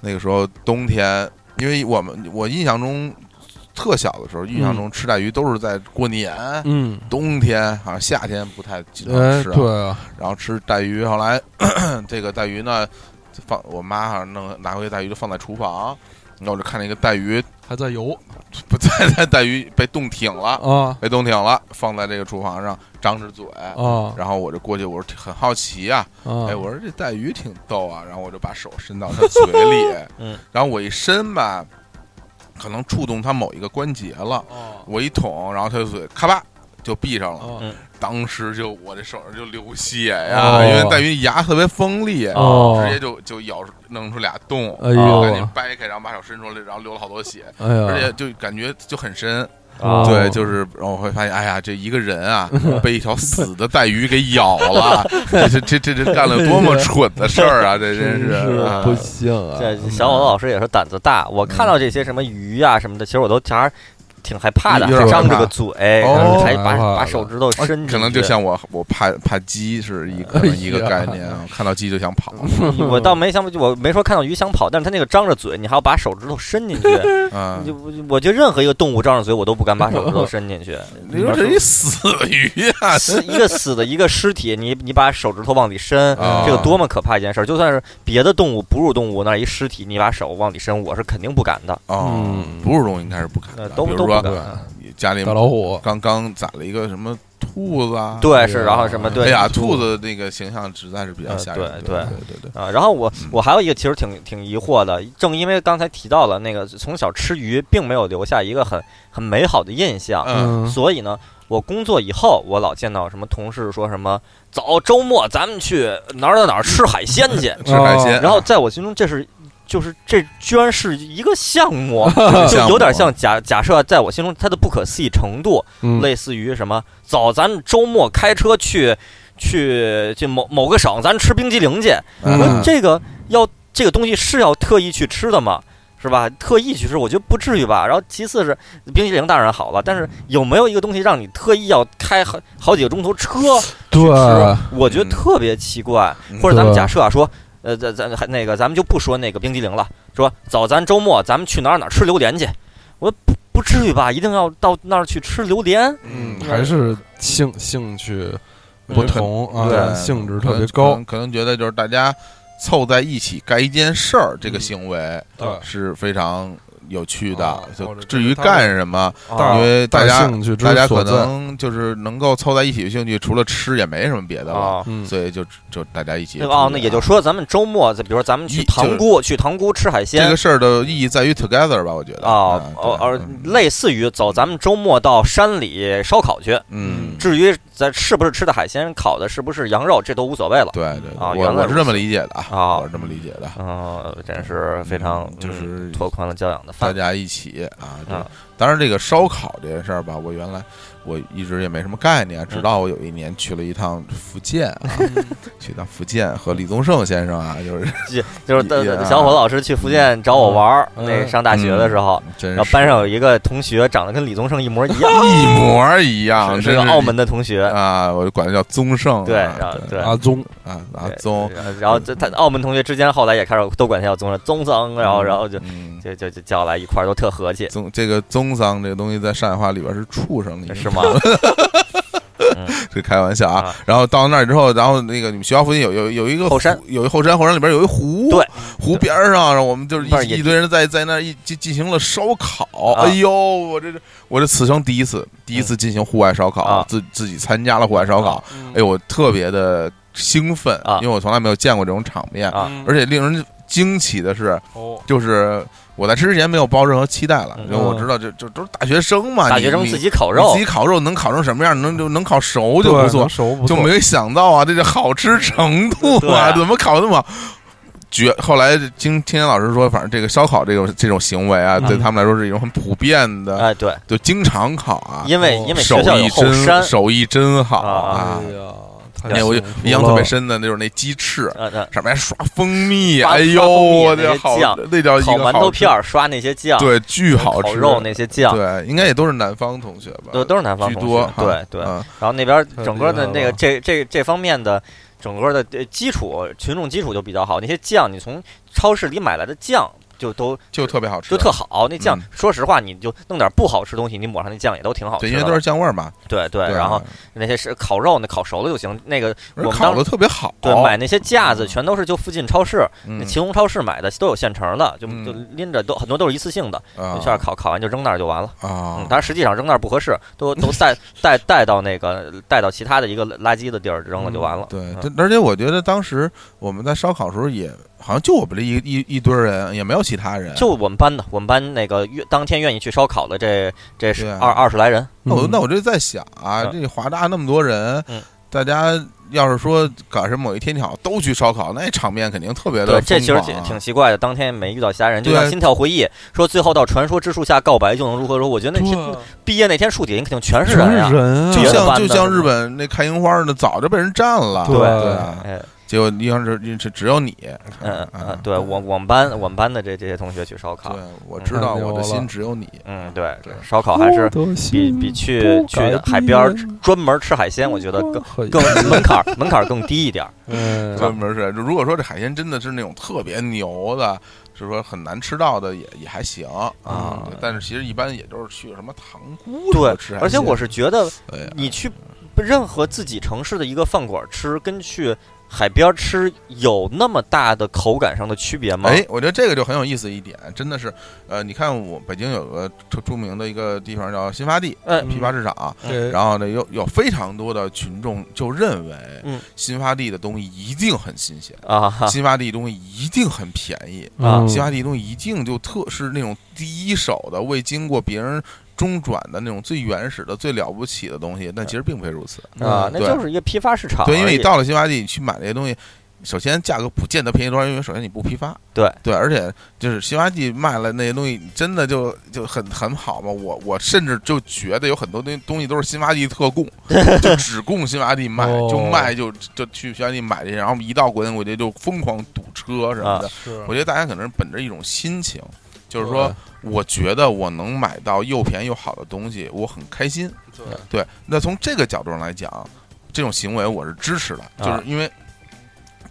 S1: 那个时候冬天，因为我们我印象中特小的时候，印象中吃带鱼都是在过年、
S3: 嗯，
S1: 冬天，好像夏天不太经常
S3: 哎，
S1: 吃、啊。
S3: 对啊，
S1: 然后吃带鱼，后来 [clears throat] 这个带鱼呢，放我妈好像弄拿回去带鱼就放在厨房，然后我就看那个带鱼
S3: 还在游
S1: 不 [laughs] 在在带鱼被冻挺了，
S3: 啊
S1: 被冻挺了，放在这个厨房上张着嘴，
S3: 啊
S1: 然后我就过去，我说很好奇呀、
S3: 啊！
S1: 哎，我说这带鱼挺逗啊，然后我就把手伸到它嘴
S3: [laughs]
S1: 里
S2: 嗯，
S1: 然后我一伸吧，可能触动它某一个关节了，
S3: 哦
S1: 我一捅，然后它的嘴咔吧就闭上了。
S3: 哦
S1: 当时就我这手上就流血呀、
S3: 哦
S1: 因为带鱼牙特别锋利，
S3: 哦
S1: 直接就就咬出弄出俩洞，
S3: 哎
S1: 然后赶紧
S3: 呦，
S1: 掰开，然后把手伸出来，然后流了好多血，
S3: 哎呀，
S1: 而且就感觉就很深。
S3: 哦
S1: 对，就是然后我会发现，哎呀，这一个人啊，被一条死的带鱼给咬了，这这这这这干了多么蠢的事儿啊！这真
S3: 真是
S1: 啊
S3: 不行啊！
S2: 这小伙子老师也是胆子大，我看到这些什么鱼呀什么的，其实我都还是挺害怕的，
S1: 有点
S2: 张
S1: 害
S2: 着
S1: 怕
S2: 个嘴，然后还把
S3: 害怕了
S2: 把手指头伸进去，
S1: 可能就像 [laughs] 我我怕怕鸡是一个
S3: 哎呀
S1: 一个概念，啊，看到鸡就想跑。
S2: 我倒没想，我没说看到鱼想跑，但是它那个张着嘴，你还要把手指头伸进去，
S1: 嗯，
S2: 就我我觉得任何一个动物张着嘴，我都不敢把手指头伸
S1: [laughs]
S2: 进去。
S1: 你说这一死鱼啊，
S2: 死一个死的一个尸体，你你把手指头往里伸，
S1: 啊
S2: 这个多么可怕一件事！儿！就算是别的动物，哺乳动物那儿一尸体，你把手往里伸，我是肯定不敢的。
S1: 哦，
S3: 嗯
S1: 哺乳动物应该是不敢
S2: 呃
S1: 的，，
S2: 都
S1: 啊比如
S2: 都不
S1: 说
S2: 敢。
S1: 你家里
S3: 大老虎，
S1: 刚刚宰了一个什么兔子啊，，
S2: 对，是，然后什么对
S1: 哎呀，兔
S3: 兔
S1: 子那个形象实在是比较吓人，
S2: 呃对
S3: 嗯
S1: 对
S2: 对
S1: 对对，
S2: 啊，然后我
S1: 嗯
S2: 我还有一个其实挺挺疑惑的，正因为刚才提到了那个从小吃鱼，并没有留下一个很很美好的印象，
S1: 嗯
S3: 嗯
S2: 所以呢，我工作以后，我老见到什么同事说什么“走，周末咱们去哪儿哪儿哪儿吃海鲜 [laughs] 去
S1: 嗯吃海鲜，”，
S2: 哦
S1: 啊
S2: 然后在我心中这是。就是这居然是一个项 [laughs] 目，就
S1: 项目
S2: 有点像假假设，在我心中它的不可思议程度，
S3: 嗯
S2: 类似于什么走，咱们周末开车去去去某某个省，咱吃冰激凌去。
S3: 嗯
S2: 我说这个要这个东西是要特意去吃的吗？是吧？特意去吃，我觉得不至于吧。然后其次是冰淇淋当然好了，但是有没有一个东西让你特意要开好好几个钟头车去
S3: 对
S1: 嗯
S2: 吃？我觉得特别奇怪。或者咱们假设啊，说呃，咱咱还那个，咱们就不说那个冰激凌了，说走，咱周末咱们去哪儿哪儿吃榴莲去。我说不不至于吧，一定要到那儿去吃榴莲？
S1: 嗯
S3: 还是兴兴趣
S1: 不
S3: 不
S1: 同
S3: 同啊，
S1: 对，
S3: 性质
S1: 可
S3: 特
S1: 能
S3: 别
S1: 可
S3: 高
S1: 能，可能觉得就是大家凑在一起干一件事儿，这个行为
S3: 嗯对
S1: 是非常有趣
S3: 啊
S1: 的。
S3: 或
S1: 就
S3: 者
S1: 至
S3: 是
S1: 于
S3: 他
S1: 干什么，
S3: 大
S2: 哦
S1: 因为大
S3: 带
S1: 家
S3: 兴趣之
S1: 大家可
S3: 所在。
S1: 能就是能够凑在一起的兴趣，除了吃也没什么别的了，
S2: 啊，
S3: 嗯，
S1: 所以就就大家一起
S2: 那个哦，
S1: 出去
S2: 那也就
S1: 啊
S2: 说咱们周末，咱比如说咱们去
S1: 一就是
S2: 塘沽，去塘沽吃海
S1: 这
S2: 鲜
S1: 个。事儿的意义在于 together 吧，我觉得
S2: 啊，
S1: 对
S2: 哦，而
S1: 嗯
S2: 类似于走，咱们周末到山里烧烤去。
S1: 嗯，
S2: 至于咱是不是吃的海鲜，烤的是不是羊肉，这都无所谓了。
S1: 对对，
S2: 啊
S1: 我
S2: 原
S1: 我
S2: 来
S1: 是
S2: 如
S1: 这么理解的
S2: 啊
S1: 我是这么理解的，
S2: 嗯，真是非常
S1: 嗯就是
S2: 嗯拓宽了教养
S1: 大
S2: 的范围。
S1: 家一起啊，这
S2: 啊
S1: 当然，这个烧烤这件事儿吧，我原来我一直也没什么概念，
S2: 嗯
S1: 直到我有一年去了一趟福建啊， [laughs] 去趟福建和李宗盛先生啊，就是
S2: 就就是
S1: 也
S2: 的的
S1: 啊
S2: 小伙老师去福建找我玩儿，
S3: 嗯
S2: 那上大学的时候，
S1: 嗯真
S2: 然后
S1: 是哎
S2: 班上有一个同学长得跟李宗盛一模一样，
S1: 一模一
S2: [laughs]
S1: 样，
S2: 是
S1: 这
S2: 个澳门的同学。
S1: 啊，我就管他叫宗盛啊，
S2: 对，然后对。
S3: 阿宗
S1: 啊啊
S2: 对
S1: 宗，，
S2: 然后这他澳门同学之间后来也开始都管他叫宗盛，宗僧，然后然后就
S1: 嗯
S2: 就就就叫来一块儿都特和气，
S1: 宗这个宗桑这个东西在上海话里边是畜生的意思，[laughs]
S2: [laughs] 是吗？
S1: 这开玩笑啊
S2: 啊。
S1: 然后到那儿之后，然后那个你们学校附近有有有一个
S2: 后山
S1: 湖，有一后山，后山里边有一湖，
S2: 对，
S1: 湖边儿上，然后我们就是
S2: 那儿
S1: 一
S2: 也
S1: 一堆人在在那儿一进进行了烧烤。
S2: 啊
S1: 哎呦，我这是我这此生第一次第一次进行户外烧烤
S2: 啊，
S1: 自自己参加了户外烧烤，
S2: 嗯
S1: 哎呦，我特别的兴奋
S2: 啊
S1: 因为我从来没有见过这种场面，
S2: 啊
S3: 嗯
S1: 而且令人惊奇的是，
S3: 哦
S1: 就是我在吃之前没有抱任何期待了，
S2: 嗯
S1: 因为我知道这这都是大学生嘛，
S2: 大
S1: 你
S2: 学生
S1: 你
S2: 自己烤
S1: 你
S2: 肉
S1: 自己烤肉能烤成什么样？能就能烤熟就
S3: 对
S1: 不错
S3: 能，熟不
S1: 就
S3: 错
S1: 没想到啊，这这好吃程度
S2: 对
S1: 啊，
S2: 啊
S1: 怎么烤那么好？绝！后来听天天老师说，反正这个烧烤这种这种行为啊，
S3: 嗯
S1: 对他们来说是一种很普遍的，
S2: 哎，对，
S1: 就经常烤啊，
S2: 因为
S3: 哦
S2: 因为
S1: 手
S2: 学校有
S1: 艺
S2: 后山
S1: 真，手艺真好
S2: 啊
S1: 啊！
S3: 哎呀，太哎
S1: 那我就
S3: 幸福
S1: 印象特别
S3: 了，
S1: 深的，那就是那鸡翅
S2: 呃呃，
S1: 上面还刷蜂蜜，
S2: 刷
S1: 哎呦，
S2: 刷蜂蜜
S1: 我
S2: 那
S1: 这
S2: 些
S1: 好
S2: 酱，
S1: 那叫一
S2: 烤
S1: 个
S2: 馒
S1: 好
S2: 头
S1: 吃
S2: 片儿刷那些酱，
S1: 对，巨好
S2: 烤
S1: 吃，
S2: 肉那些酱，
S1: 对，应该也都是南方同学吧，
S2: 都都是南方
S1: 居
S2: 同
S1: 多
S2: 学，
S1: 哈，
S2: 对对。
S1: 嗯
S2: 然后那边
S3: 太
S2: 整个
S3: 厉害
S2: 的那个
S3: 了
S2: 这这这方面的整个的呃基础群众基础就比较好，那些酱你从超市里买来的酱就都
S1: 就特别好吃，
S2: 就特好，那酱
S1: 嗯
S2: 说实话你就弄点不好吃东西，你抹上那酱也都挺好
S1: 对，
S2: 吃
S1: 因为都
S2: 的
S1: 是。酱味儿嘛，
S2: 对对，
S1: 对，啊
S2: 然后那些是烤肉，那烤熟了就行。那个
S1: 而
S2: 我
S1: 且
S2: 们
S1: 烤
S2: 当
S1: 的特别好，
S2: 对买那些架子全都是就附近超市，那
S1: 嗯
S2: 秦虹超市买的都有现成的，就
S1: 嗯
S2: 就拎着都很多都是一次性的，
S1: 啊
S2: 就去那儿烤，烤完就扔那儿就完了。嗯
S1: 啊，，
S2: 但实际上扔那儿不合适，都
S1: [laughs]
S2: 都带带带到那个带到其他的一个垃圾的地儿扔了就完了。
S1: 对，
S2: 嗯
S1: 这而且我觉得当时我们在烧烤的时候也好像就我们这一一一堆人，也没有其他人，
S2: 就我们班的，我们班那个愿当天愿意去烧烤的这这
S1: 对啊
S2: 二二十来人，
S1: 那我那
S3: 我
S1: 我就在想啊，
S2: 嗯
S1: 这华大那么多人
S2: 嗯，
S1: 大家要是说赶上某一天你好像都去烧烤，那场面肯定特别
S2: 对
S1: 的，
S2: 这其实
S1: 疯狂
S2: 挺
S1: 啊
S2: 挺奇怪的。当天也没遇到其他人，就
S1: 对啊
S2: 像《心跳回忆》说，最后到传说之树下告白就能如何如何。我觉得那
S1: 啊
S2: 天毕业那天树底下肯定全
S3: 嗯
S2: 是
S3: 全
S2: 人
S3: 是
S2: 呀。
S3: 人啊，
S1: 就
S2: 别的
S1: 像
S2: 班
S1: 就
S2: 的嗯
S1: 像
S2: 是
S1: 日
S2: 吗
S1: 本那看樱花的，早就被人占了。
S3: 对
S1: 啊，
S2: 哎，
S1: 结果你要是只只有你，
S2: 嗯嗯
S1: 啊，
S2: 对我我们班我们班的这这些同学去烧烤
S1: 对，，我知道我的心只有你。
S2: 嗯，对
S1: 对，
S2: 烧烤还是比比去
S3: 不
S2: 去
S3: 改
S2: 海边儿
S3: 变
S2: 专门吃海鲜，我觉得更
S3: 更
S2: 更门槛儿门槛儿更低一点儿。
S3: 嗯
S1: 专门是，如果说这海鲜真的是那种特别牛的，就是说很难吃到的，也也还行
S2: 啊
S1: 对但是其实一般也就是去什么塘沽
S2: 对
S1: 吃海鲜，啊
S2: 而且我是觉得
S1: 对呀
S2: 你去任何自己城市的一个饭馆吃，跟去海边吃有那么大的口感上的区别吗？
S1: 哎，我觉得这个就很有意思一点，真的是，呃，你看我北京有个著著名的一个地方叫新发地
S2: 嗯
S1: 批发市场，
S3: 对
S1: 然后呢，有有非常多的群众就认为，
S2: 嗯
S1: 新发地的东西一定很新鲜，
S2: 啊哈
S1: 新发地东西一定很便宜，
S2: 啊
S3: 嗯
S1: 新发地东西一定就特是那种第一手的，未经过别人中转的那种最原始的、最了不起的东西。但其实并非如此，嗯
S2: 啊，那
S1: 对
S2: 就是一个批发市场而已。
S1: 对，因为你到了新发地，你去买这些东西。首先，价格不见得便宜多少，因为首先你不批发，
S2: 对
S1: 对，而且就是新发地卖了那些东西，真的就就很很好嘛。我我甚至就觉得有很多东东西都是新发地特
S2: [laughs]
S1: 供，就只供新发地卖，
S3: 哦
S1: 就卖就就去新发地买这些，然后一到国内我觉就疯狂堵车什
S2: 啊
S1: 么的。
S3: 是
S1: 我觉得大家可能是本着一种心情，就是说，我觉得我能买到又便宜又好的东西，我很开心。
S3: 对
S1: 对，那从这个角度上来讲，这种行为我是支持的，就
S2: 啊
S1: 是因为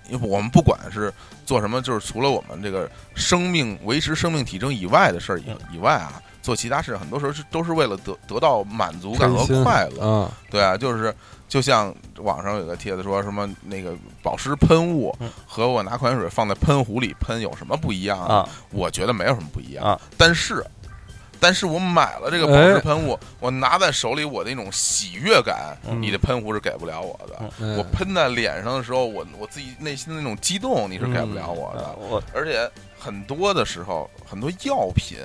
S1: 因为我们不管是做什么，就是除了我们这个生命维持生命体征以外的事儿
S3: 嗯
S1: 以以外啊，做其他事很多时候是都是为了得得到满足感和
S3: 开心
S1: 快乐。
S3: 啊，
S1: 对啊，就是就像网上有个帖子说什么那个保湿喷雾
S2: 嗯
S1: 和我拿矿泉水放在喷壶里喷有什么不一样啊？
S2: 啊，
S1: 我觉得没有什么不一样，
S2: 啊哎
S1: 但是。但是我买了这个保湿喷雾，我拿在手里，我那种喜悦感，
S2: 嗯
S1: 你的喷壶是给不了我的。
S2: 嗯
S3: 嗯
S1: 我喷在脸上的时候，我我自己内心的那种激动，你是给不了
S2: 嗯
S1: 我的。
S2: 呃我
S1: 而且很多的时候，很多药品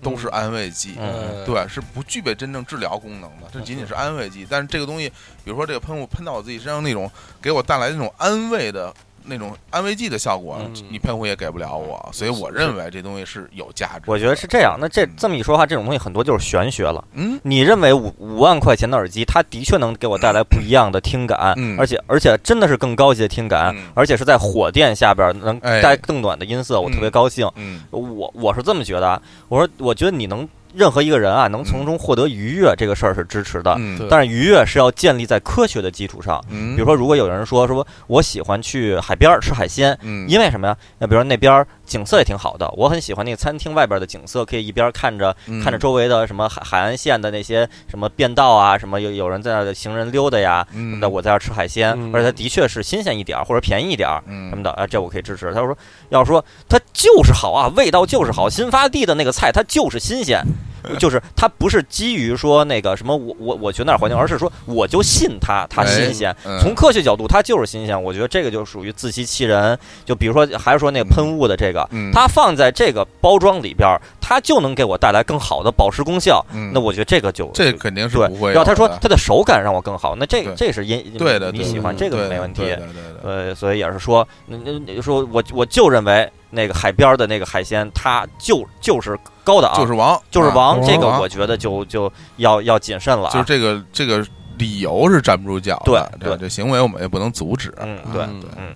S1: 都是安慰剂，
S2: 嗯
S1: 对，是不具备真正治疗功能的，这仅仅是安慰剂。但是这个东西，比如说这个喷雾喷到我自己身上那种给我带来那种安慰的那种安慰剂的效果，
S3: 嗯
S1: 你喷壶也给不了我，所以我认为这东西是有价值的。
S2: 我觉得是这样。那这这么一说的话，这种东西很多就是玄学了。
S1: 嗯，
S2: 你认为五五万块钱的耳机，它的确能给我带来不一样的听感，
S1: 嗯
S2: 而且而且真的是更高级的听感，
S1: 嗯
S2: 而且是在火电下边能
S1: 哎
S2: 带来更暖的音色，我特别高兴。
S1: 嗯
S2: 我我是这么觉得，啊，我说我觉得你能任何一个人啊，能从中获得愉悦这个事儿是支持的，
S1: 嗯
S3: 对
S2: 但是愉悦是要建立在科学的基础上。
S1: 嗯，
S2: 比如说，如果有人说说我喜欢去海边儿吃海鲜，
S1: 嗯，
S2: 因为什么呀？那比如说那边儿景色也挺好的，我很喜欢那个餐厅外边的景色，可以一边看着
S1: 嗯
S2: 看着周围的什么海海岸线的那些什么便道啊，什么有有人在那儿行人溜达呀，什
S1: 嗯
S2: 么的，我在这儿吃海鲜，
S3: 嗯
S2: 而且它的确是新鲜一点儿或者便宜一点儿
S1: 嗯
S2: 什么的，啊，这我可以支持。他说，要说它就是好啊，味道就是好，新发地的那个菜它就是新鲜。 [laughs] 就是它不是基于说那个什么我我我觉得哪儿环境，而是说我就信它它新鲜，
S1: 嗯
S2: 从科学角度，它就是新鲜。我觉得这个就属于自欺欺人。就比如说，还是说那个喷雾的这个，
S1: 嗯
S2: 它放在这个包装里边儿，它就能给我带来更好的保湿功效。
S1: 嗯
S2: 那我觉得这个就
S1: 这肯定是
S2: 对
S1: 不会有的。
S2: 然后他说它的手感让我更好，那这
S1: 对
S2: 这是因
S1: 对的
S2: 你
S1: 对
S2: 喜
S3: 的
S2: 欢
S3: 嗯
S2: 这
S1: 对
S2: 个
S1: 的
S2: 没问
S1: 对
S2: 题。
S1: 的对的
S2: 呃，所以也是说，那那那说我我就认为那个海边儿的那个海鲜，它就就是高档，
S1: 就是王，
S2: 就是王，
S3: 啊
S2: 这个
S1: 王
S2: 我觉得就就要要谨慎了啊。
S1: 就是这个这个理由是站不住脚的，
S2: 对
S1: 这
S2: 对
S1: 这行为我们也不能阻止。
S2: 嗯，
S1: 啊
S2: 对，
S1: 对
S2: 嗯，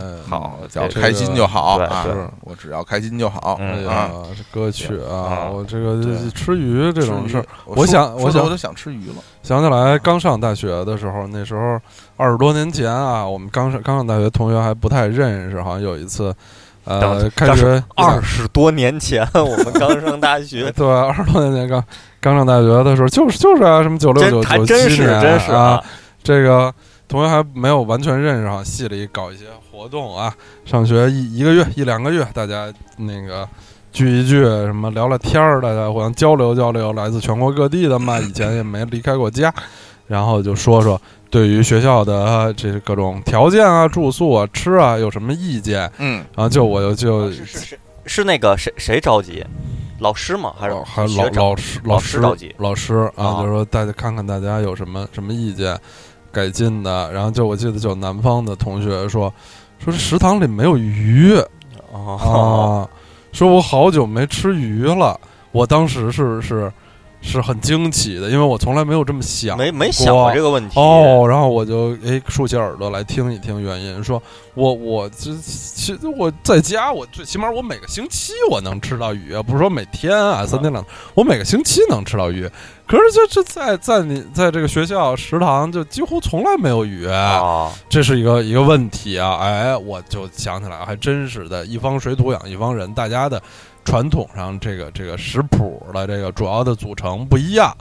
S3: 嗯
S2: 好
S1: 只要
S2: 这
S1: 开心就好
S2: 这个
S1: 啊
S3: 对是！
S1: 我只要开心就好。
S2: 嗯
S3: 哎呀
S1: 啊，
S3: 这歌曲啊，
S2: 啊
S3: 我这个
S1: 对
S3: 吃鱼这种
S1: 吃鱼
S3: 事儿，
S1: 我
S3: 我
S1: 说
S3: 想
S1: 说
S3: 我
S1: 的
S3: 想
S1: 我都想吃鱼了。
S3: 想起来刚上大学的时候，那时候二十多年前啊，我们刚上刚上大学，同学还不太认识，好像有一次，
S2: 等
S3: 呃
S2: 等，
S3: 开学
S2: 二十多年前， [laughs] 我们刚上大
S1: [laughs]
S2: 学，
S3: 对二十多年前刚刚上大学的时候，就是就是啊，什么九六
S2: 真
S3: 九
S2: 还
S3: 九
S2: 真是
S3: 七年
S2: 真是
S3: 啊，，这个同学还没有完全认识啊，系里搞一些活动啊，上学一一个月一两个月，大家那个聚一聚，什么聊聊天儿，大家互相交流交流，来自全国各地的嘛，以前也没离开过家，然后就说说对于学校的呃这各种条件啊、住宿啊、吃啊有什么意见，
S1: 嗯，
S3: 然后就我就就是
S2: 啊是是那个谁谁着急，老师吗？还是
S3: 老哦还
S2: 学
S3: 老
S2: 长
S3: 老师
S2: 老师
S3: 师
S2: 着急
S3: 老师啊，
S2: 啊
S3: 就是说大家看看大家有什么什么意见改进的。然后就我记得就有南方的同学说，说食堂里没有鱼
S2: 哦，
S3: 啊，说我好久没吃鱼了。我当时是是是很惊奇的，因为我从来没有这么想
S2: 没没想过这个问题
S3: 哦，然后我就诶竖起耳朵来听一听原因，说我我这其实我在家，我最起码我每个星期我能吃到鱼啊，不是说每天啊三
S2: 嗯
S3: 天两头，我每个星期能吃到鱼。可是这这在在你在这个学校食堂就几乎从来没有鱼，啊
S2: 哦，
S3: 这是一个一个问题啊！哎，我就想起来，还真是的，一方水土养一方人，大家的传统上这个这个食谱的这个主要的组成不一样，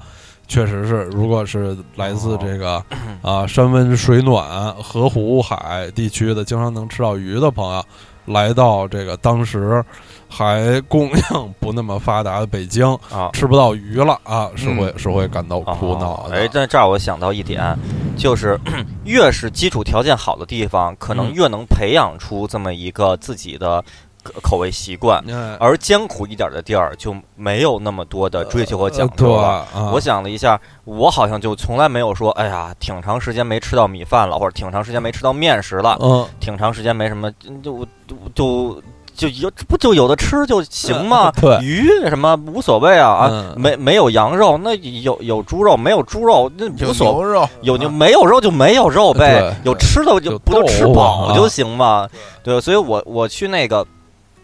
S3: 确实是，如果是来自
S2: 哦
S3: 这个
S2: [clears throat]
S3: 啊、山温水暖、河湖海地区的，经常能吃到鱼的朋友，来到这个当时还供应不那么发达的北京，
S2: [laughs] 啊
S3: 吃不到鱼了啊，是会、
S1: 嗯
S3: 是会感到
S2: 哦
S3: 苦恼的。
S2: 哎，在这儿我想到一点，就是 [clears throat] 越是基础条件好的地方，可能
S3: 嗯
S2: 越能培养出这么一个自己的口口味习惯，
S3: 哎
S2: 而艰苦一点的地儿就没有那么多的追求和讲
S3: 呃对
S2: 究了。
S3: 啊，
S2: 我想了一下，我好像就从来没有说，哎呀，挺长时间没吃到米饭了，或者挺长时间没吃到面食了，
S3: 嗯。
S2: 挺长时间没什么，就就就有不就有的吃就行吗？
S3: 嗯对
S2: 鱼什么无所谓啊啊，
S3: 嗯
S2: 没没有羊肉，那有有猪肉，没有猪肉那无
S1: 有
S2: 所
S1: 牛肉，啊
S2: 有就没有肉就没有肉呗
S3: 对，
S2: 有吃的就
S3: 有
S2: 不就
S3: 豆
S2: 吃
S3: 腐
S2: 饱
S3: 啊
S2: 就行嘛。对，所以我我去那个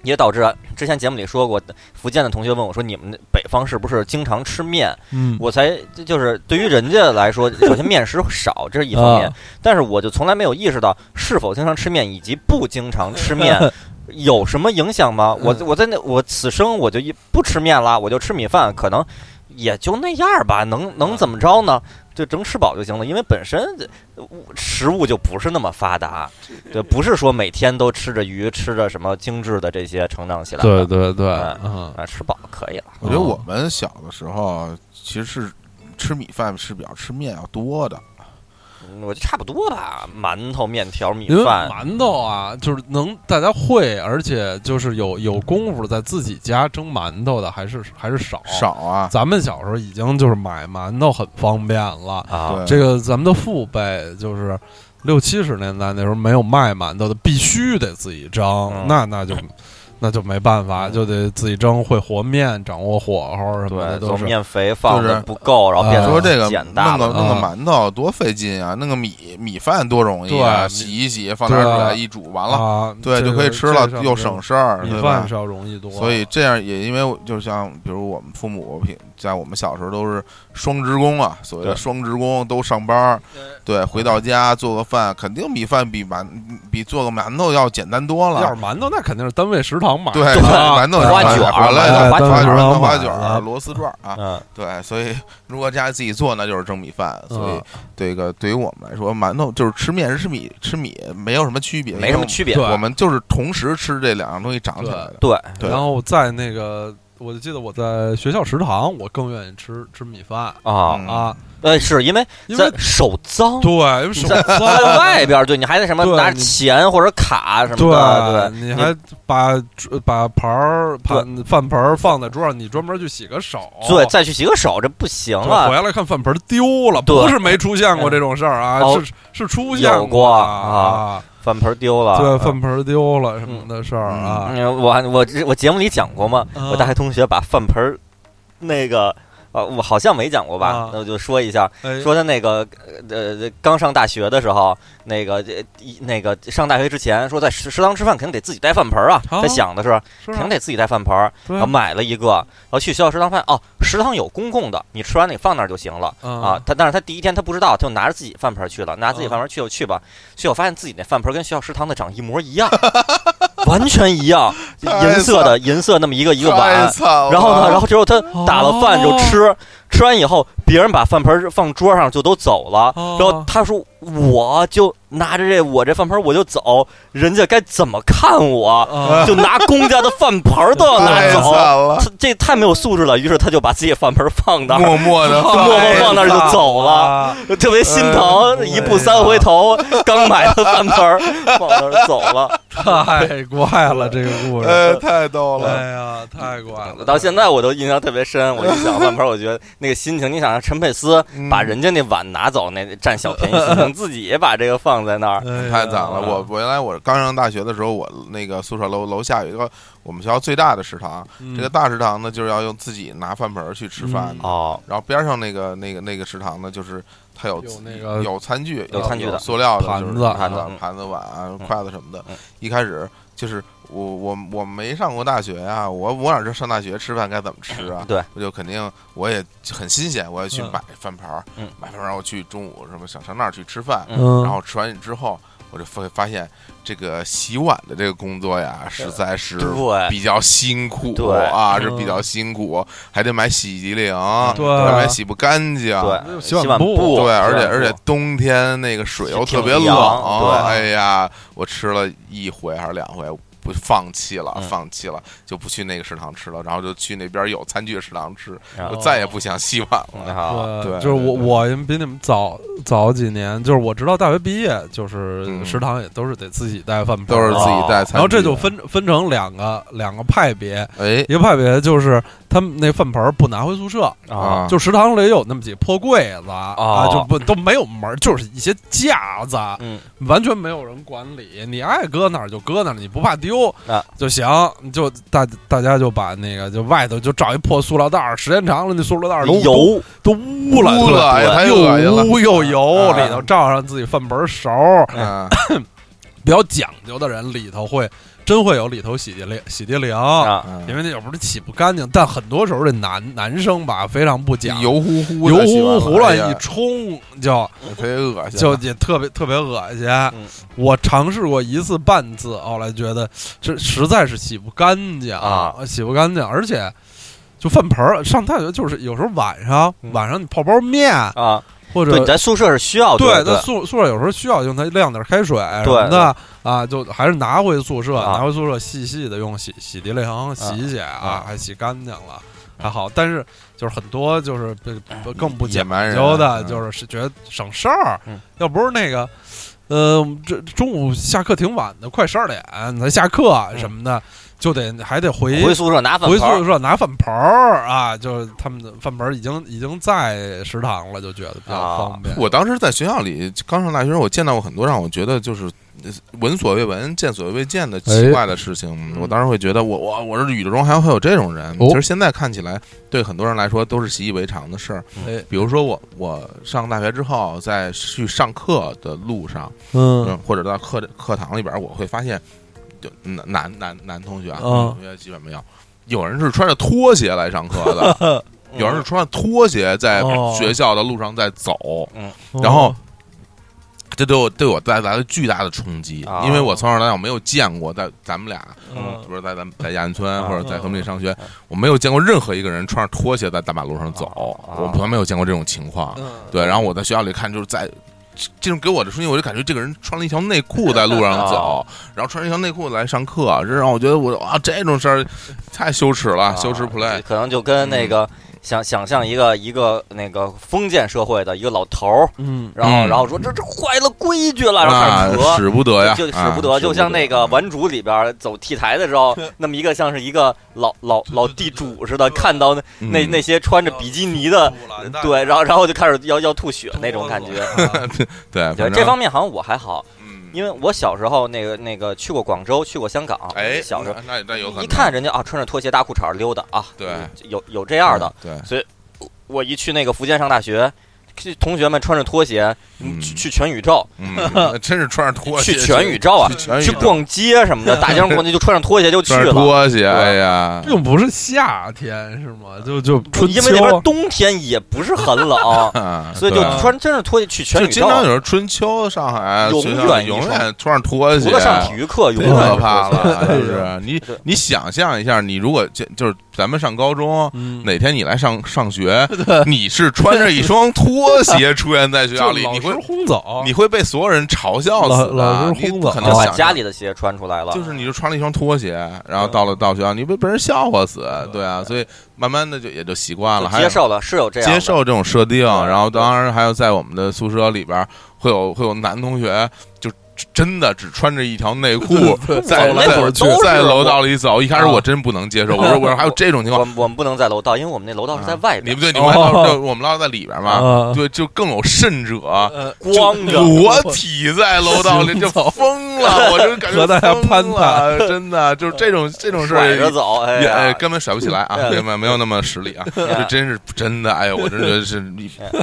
S2: 也导致之前节目里说过，福建的同学问我说：“你们那北方是不是经常吃面
S3: 嗯？”，
S2: 我才这就是对于人家来说，首先面食少，这是一方面
S3: 啊，
S2: 但是我就从来没有意识到是否经常吃面以及不经常
S1: [laughs]
S2: 吃面
S3: [laughs]
S2: 有什么影响吗？
S3: 嗯
S2: 我我在那我此生我就一不吃面啦，我就吃米饭，可能也就那样吧，能能怎么着呢？就整吃饱就行了，因为本身呃食物就不是那么发达，对，不是说每天都吃着鱼，吃着什么精致的这些成长起来
S3: 对
S2: 的，
S3: 对对，
S2: 嗯哦
S3: 啊，
S2: 啊，吃饱可以了。
S1: 我
S3: 我觉
S1: 觉
S3: 得
S1: 得
S3: 我
S1: 我们小的时候其实是吃米饭是比较吃面要多的，
S2: 嗯我就差不多吧，馒头、面条、米
S3: 因为
S2: 饭，
S3: 馒头啊，就是能大家会，而且就是有有功夫在自己家蒸馒头的还是还是少。
S1: 少啊。
S3: 咱们小时候已经就是买馒头很方便了，
S2: 啊，
S1: 对
S3: 这个咱们的父辈就是六七十年代那时候没有卖馒头的，必须得自己蒸，
S2: 嗯
S3: 那那就那就没办法，
S2: 嗯
S3: 就得自己蒸，会和面，掌握火候什么的
S2: 对，
S3: 都
S2: 做
S3: 是。
S2: 面肥放
S1: 就是
S2: 的不够，然后变
S3: 啊
S2: 得
S3: 说
S1: 说这个
S2: 简
S1: 弄
S2: 单
S1: 个
S2: 了。
S1: 弄个
S3: 啊
S1: 馒头多费劲啊，弄个米米饭多容易啊，
S3: 对
S1: 洗一洗，放点
S3: 对啊
S1: 水一煮完了，
S3: 啊，
S1: 对，
S3: 这
S1: 就
S3: 个
S1: 可以吃
S3: 这
S1: 了
S3: 上，
S1: 又
S3: 就
S1: 省事儿，
S3: 米
S1: 对吧
S3: 饭是？要容易多了，
S1: 所以这样也因为就像比如我们父母平在我们小时候都是双职工啊，所谓的
S2: 对
S1: 双职工都上班儿，对，回到家做个饭，肯定米饭比馒比做个馒头要简单多
S3: 要
S1: 了
S3: 是。馒头，那肯定是单位食堂买的
S1: 对，
S3: 啊，
S1: 馒头
S2: 花卷儿
S1: 回来
S2: 哎
S1: 的花
S2: 花卷儿
S1: 卷
S3: 都
S1: 儿、
S3: 买
S1: 花
S3: 了
S1: 卷儿、螺丝转儿啊，
S2: 嗯，
S1: 对，所以如果家里自己做，那就是蒸米饭。所以
S3: 嗯
S1: 这个对于我们来说，馒头就是吃面是吃米，吃米没有什么区别，
S2: 没什么区别
S3: 对。
S1: 因为我们就是同时吃这两样东西长起来的。
S2: 对，
S1: 对
S3: 然后在那个，我就记得我在学校食堂，我更愿意吃吃米饭
S2: 啊，
S1: 嗯
S3: 啊，
S2: 呃，是因为
S3: 因为
S2: 在手脏，
S3: 对，因为
S2: 你
S3: 手
S2: 在在
S3: 脏，
S2: 外边儿，对你还得什么
S3: 对
S2: 拿
S3: 你
S2: 钱或者卡什么的，啊对，
S3: 你还把把盘儿盘饭盆儿放在桌上，你专门去洗个手，
S2: 对，再去洗个手，这不行
S3: 对
S2: 啊
S3: 回。来看饭盆儿丢了，
S2: 对
S3: 不是没出现过这种事儿啊，
S2: 哦
S3: 是是出现
S2: 有过
S3: 啊
S2: 啊，饭盆儿丢了，
S3: 对，
S2: 嗯
S3: 饭盆儿丢了什么的事儿啊，
S2: 嗯，我还我之我节目里讲过吗？
S3: 啊
S2: 我大学同学把饭盆儿那个。呃，我好像没讲过吧
S3: 啊？
S2: 那我就说一下，
S3: 哎
S2: 说他那个呃，刚上大学的时候，那个这一那个上大学之前，说在食食堂吃饭肯定得自己带饭盆儿啊。
S3: 啊
S2: 他想的是，
S3: 是
S2: 肯定
S3: 啊
S2: 得自己带饭盆儿，啊
S3: 对
S1: 嗯
S2: 然后买了一个，然后去学校食堂发现哦，食堂有公共的，你吃完你放那儿就行了啊
S3: 啊。
S2: 他但是他第一天他不知道，他就拿着自己饭盆儿去了，拿自己
S3: 啊
S2: 饭盆儿去就去吧，去我发现自己那饭盆儿跟学校食堂的长一模一样， [laughs] 完全一样，
S1: [laughs] 太惨
S2: 银色的银色那么一个一个碗
S1: 太，惨了哦
S2: 然
S1: [laughs]
S2: 后呢，然后之后他打了饭就吃，吃完以后别人把饭盆儿放桌上就都走了，
S3: 哦
S2: 然后他说我就拿着这我这饭盆儿我就走，人家该怎么看我？
S3: 啊
S2: [laughs] 就拿公家的饭盆儿都要拿
S3: 哎
S1: 太惨
S2: 走，
S1: 了，
S2: 他这太没有素质了。于是他就把自己饭盆儿放那儿，
S1: 默默 [laughs] 的
S2: 默默
S3: 哎
S2: 放那儿就走了，
S3: 啊
S2: 特别心疼，
S3: 哎
S2: 一步三回头，刚买的饭盆儿放那儿走了。
S3: 啊太怪了，这个故事，
S1: 哎，太逗了。
S3: 哎呀，太怪了！
S2: 到现在我都印象特别深，我一想饭盆儿，我觉得那个心情，你想让陈佩斯
S1: 嗯
S2: 把人家那碗拿走，那占小便宜心
S3: [laughs]
S2: 情，自己也把这个放在那儿，
S3: 哎呀
S1: 太惨了！我我原来我刚上大学的时候，我那个宿舍楼楼下有一个我们学校最大的食堂，
S3: 嗯
S1: 这个大食堂呢就是要用自己拿饭盆儿去吃饭
S3: 嗯
S1: 的，
S2: 哦，
S1: 然后边上那个那个那个食堂呢，就是它有
S3: 有
S1: 自
S3: 那个
S1: 有餐具，
S2: 有餐具的
S1: 塑料的
S3: 盘
S1: 就是
S3: 子
S1: 盘
S2: 嗯
S1: 盘子、碗啊、
S2: 嗯
S1: 筷子什么的
S2: 嗯。
S1: 一开始就是我我我没上过大学啊，我我哪知道上大学吃饭该怎么吃啊？
S2: 对，
S1: 我就肯定我也很新鲜，我也去
S3: 嗯
S1: 买饭盘儿
S2: 嗯，
S1: 买饭盘儿我去中午什么想上那儿去吃饭，
S3: 嗯，
S1: 然后吃完之后。我就发发现这个洗碗的这个工作呀，实在是
S2: 对
S1: 比较辛苦
S2: 对
S1: 啊，是
S3: 嗯
S1: 比较辛苦，还得买洗涤灵，
S3: 对
S1: 要不然
S3: 啊，
S1: 洗不干净。
S2: 对，
S3: 洗
S2: 洗
S3: 碗
S2: 碗
S3: 布
S2: 布，
S1: 对，而且
S2: 洗碗
S1: 而且
S2: 布
S1: 冬天那个水又特别
S2: 挺
S1: 冷，
S2: 凉对
S1: 哎呀，我吃了一回还是两回，不放弃了，
S2: 嗯
S1: 放弃了，就不去那个食堂吃了，然后就去那边有餐具的食堂吃，
S2: 然
S3: 哦
S1: 我
S2: 后嗯
S1: 再也不想洗碗了。
S2: 然后
S3: 对
S1: 对
S3: 就是我
S1: 对对
S3: 我比你们早早几年，就是我直到大学毕业，就是
S1: 嗯
S3: 食堂也都是得自己带饭盆
S1: 都
S3: 儿
S1: 是
S3: 的，
S1: 自己带餐具，
S3: 哦然后这就分分成两个两个派别，
S1: 哎
S3: 一个派别就是他们那饭盆儿不拿回宿舍，
S1: 啊，
S3: 就食堂里也有那么几破柜子啊，就不都没有门儿，就是一些架子，
S2: 嗯，
S3: 完全没有人管理，你爱搁哪儿就搁哪儿，你不怕丢
S2: 啊
S3: 就行。就大大家就把那个就外头就找一破塑料袋儿，时间长了那塑料袋儿都都
S2: 油
S3: 都污了，
S1: 污了，哎呀，太
S3: 又
S1: 恶心了。
S3: 污又油，
S1: 啊
S3: 里头罩上自己饭盆儿勺儿，
S1: 嗯，
S3: 比较讲究的人里头会真会有里头洗涤凉洗涤凉，
S2: 啊，
S1: 嗯
S3: 因为那要不是洗不干净。但很多时候这男男生吧非常不讲，油
S1: 油乎乎
S3: 油
S1: 的洗
S3: 乎
S1: 完了，
S3: 乎胡乱
S1: 哎呀
S3: 一冲就
S1: 特别恶心，
S3: 就也特别特别恶心。我尝试过一次半次，后来觉得这实在是洗不干净
S2: 啊，
S3: 洗不干净，而且就饭盆儿上大学就是有时候晚上
S2: 嗯
S3: 晚上你泡包面
S2: 啊，
S3: 或
S2: 对，
S3: 者
S2: 你在宿舍是需要
S3: 对，
S2: 对
S3: 那宿宿舍有时候需要用它晾点开水什么的啊，就还是拿回宿舍，
S2: 啊
S3: 拿回宿舍细细的用洗洗涤灵洗一洗啊
S2: 啊，
S3: 还洗干净了，还好。但是就是很多就是不更不
S1: 野
S3: 讲
S1: 蛮人
S3: 究的，
S1: 嗯
S3: 就是是觉得省事儿
S2: 嗯，
S3: 要不是那个。呃，这中午下课挺晚的，快十二点才下课啊什么的，就得还得回
S2: 嗯回宿舍拿饭
S3: 回
S2: 盆儿
S3: 宿舍拿饭盆儿啊，就是他们的饭盆儿已经已经在食堂了，就觉得比较
S2: 啊
S3: 方便。
S1: 我当时在学校里刚上大学时候，我见到过很多让我觉得就是呃闻所未闻、见所未见的奇怪的事情。嗯我当时会觉得我，我我这宇宙中还会有这种人。
S3: 哎哦
S1: 其实现在看起来，对很多人来说都是习以为常的事儿。
S3: 哎
S1: 比如说我，我上大学之后，在去上课的路上，
S3: 嗯
S1: 嗯，或者到课课堂里边儿，我会发现，就男男男男同学啊，
S3: 嗯
S1: 女同学基本没有，有人是穿着拖鞋来上课的，
S3: [laughs]
S1: 有人是穿着拖鞋在
S3: 哦
S1: 学校的路上在走。
S3: 然
S1: 然
S3: 后
S1: 后，这对我对我带来了巨大的冲击
S2: 啊，
S1: 因为我从小到大没有见过，在咱们俩，
S2: 嗯
S1: 比如在咱们在亚运村
S3: 嗯
S2: 啊
S1: 或者在和平里上学，我没有见过任何一个人穿着拖鞋在大马路上走，
S2: 啊
S1: 我从来没有见过这种情况。
S3: 嗯，
S1: 对，然后我在学校里看，就是在这这种给我的冲击，我就感觉这个人穿了一条内裤在路上走，然后穿着一条内裤来上课，这让我觉得我啊这种事儿太羞耻了，啊羞耻嗯 play。
S2: 可啊能就跟那个想想象一个一个那个封建社会的一个老头儿，
S3: 嗯
S2: 然后
S1: 嗯
S2: 然后说这这坏了规矩了，然后开
S1: 啊
S2: 始咳，
S1: 使不得呀，
S2: 就使
S1: 啊
S2: 不得，就像那个《顽主》里边走 T 台的
S1: [laughs]
S2: 时候，那么一个像是一个老老老地主似的，看到那那
S1: 嗯
S2: 那些穿着比基尼的，对，然后然后就开始要要吐血那种感觉。啊
S1: 对，[laughs]
S2: 对
S1: 反
S2: 这
S1: 正
S2: 方面好像我还好，
S1: 嗯
S2: 因为我小时候那个那个去过广州，去过香港，
S1: 哎，
S2: 小时候
S1: 那那那有可能
S2: 一看人家啊穿着拖鞋大裤衩溜达啊，
S1: 对，嗯
S2: 有有这样的。，
S1: 对，
S2: 我一去那个福建上大学，去同学们穿着拖鞋
S1: 嗯
S2: 去去全宇宙，
S1: 嗯，那真是穿着拖鞋
S2: 去全宇宙啊
S1: 去，全宇
S2: 去
S1: 宙
S2: 逛街什
S1: [laughs]
S2: 么的，大街上逛街就穿上拖鞋就去
S1: 穿着
S2: 了。
S1: 拖鞋，哎呀，，
S3: [laughs] 并不是夏天是吗？就就春
S2: 因
S3: 秋
S2: 为那边冬天也不是很冷
S1: [laughs] 啊
S2: 所以就
S1: 对
S2: 穿真是拖鞋去全
S1: 就
S2: 宇
S1: 经
S2: 宙，啊
S1: 常有人春秋上海
S2: 永
S1: 学
S2: 远
S1: 校里
S2: 一
S1: 永
S2: 双
S1: 远穿着拖鞋，
S2: 除了上体育课，永
S1: 太
S3: 对
S2: 远
S1: 可
S2: 是
S1: 怕
S2: [laughs] 拖鞋
S1: 了，哎是不是？你
S2: 对
S1: 你想象一下，你如果就就是咱们上高中。
S3: 嗯
S1: 哪天你来上上
S2: [laughs]
S1: 学，你是穿着一双拖鞋出现在学校里，你
S3: 就
S1: 会
S3: 老师轰走
S1: 你会被所有人嘲笑
S3: 老
S1: 死
S3: 老
S1: 的。
S3: 师
S1: 你
S3: 轰走
S1: 可能
S2: 然啊后把
S1: 想
S2: 哦家
S1: 象
S2: 里的鞋穿出来了，
S1: 就是你就穿了一双拖鞋，然后到了到学校，你被被人笑话死，对啊，所以慢慢的就也就习惯了，
S2: 就
S1: 还
S2: 接
S1: 有
S2: 受了是有这样的
S1: 接受这种设定，
S2: 对
S1: 然后当然还有在我们的宿舍里边儿会有会有男同学就真的只穿着一条内
S2: [laughs]
S1: 裤在
S2: 走来
S1: 在
S2: 走去都是
S1: 在
S2: 我
S1: 楼道里走，一开始我真不能接受，我说我说还有这种情
S2: [laughs] 我哦
S1: 况，
S2: 们我们不能在楼道，因为我们那楼道是在外
S1: 啊你们，
S2: 边
S1: 对你们还到就我们唠在里边嘛
S3: 啊，
S1: 对，就更有甚者。
S3: 呃
S2: 光着
S1: 裸体在楼道
S2: [laughs]
S1: 里就疯了，我就感觉
S3: 和大家
S1: 疯
S3: 攀
S1: 了，真的就是这种这种事
S2: 甩着
S1: 儿
S2: 走，哎
S1: 也
S2: 呀哎
S1: 哎，根本甩不起来啊，
S2: 对
S1: 根本没有那么实力啊，这真是真的，哎呦，我真觉得是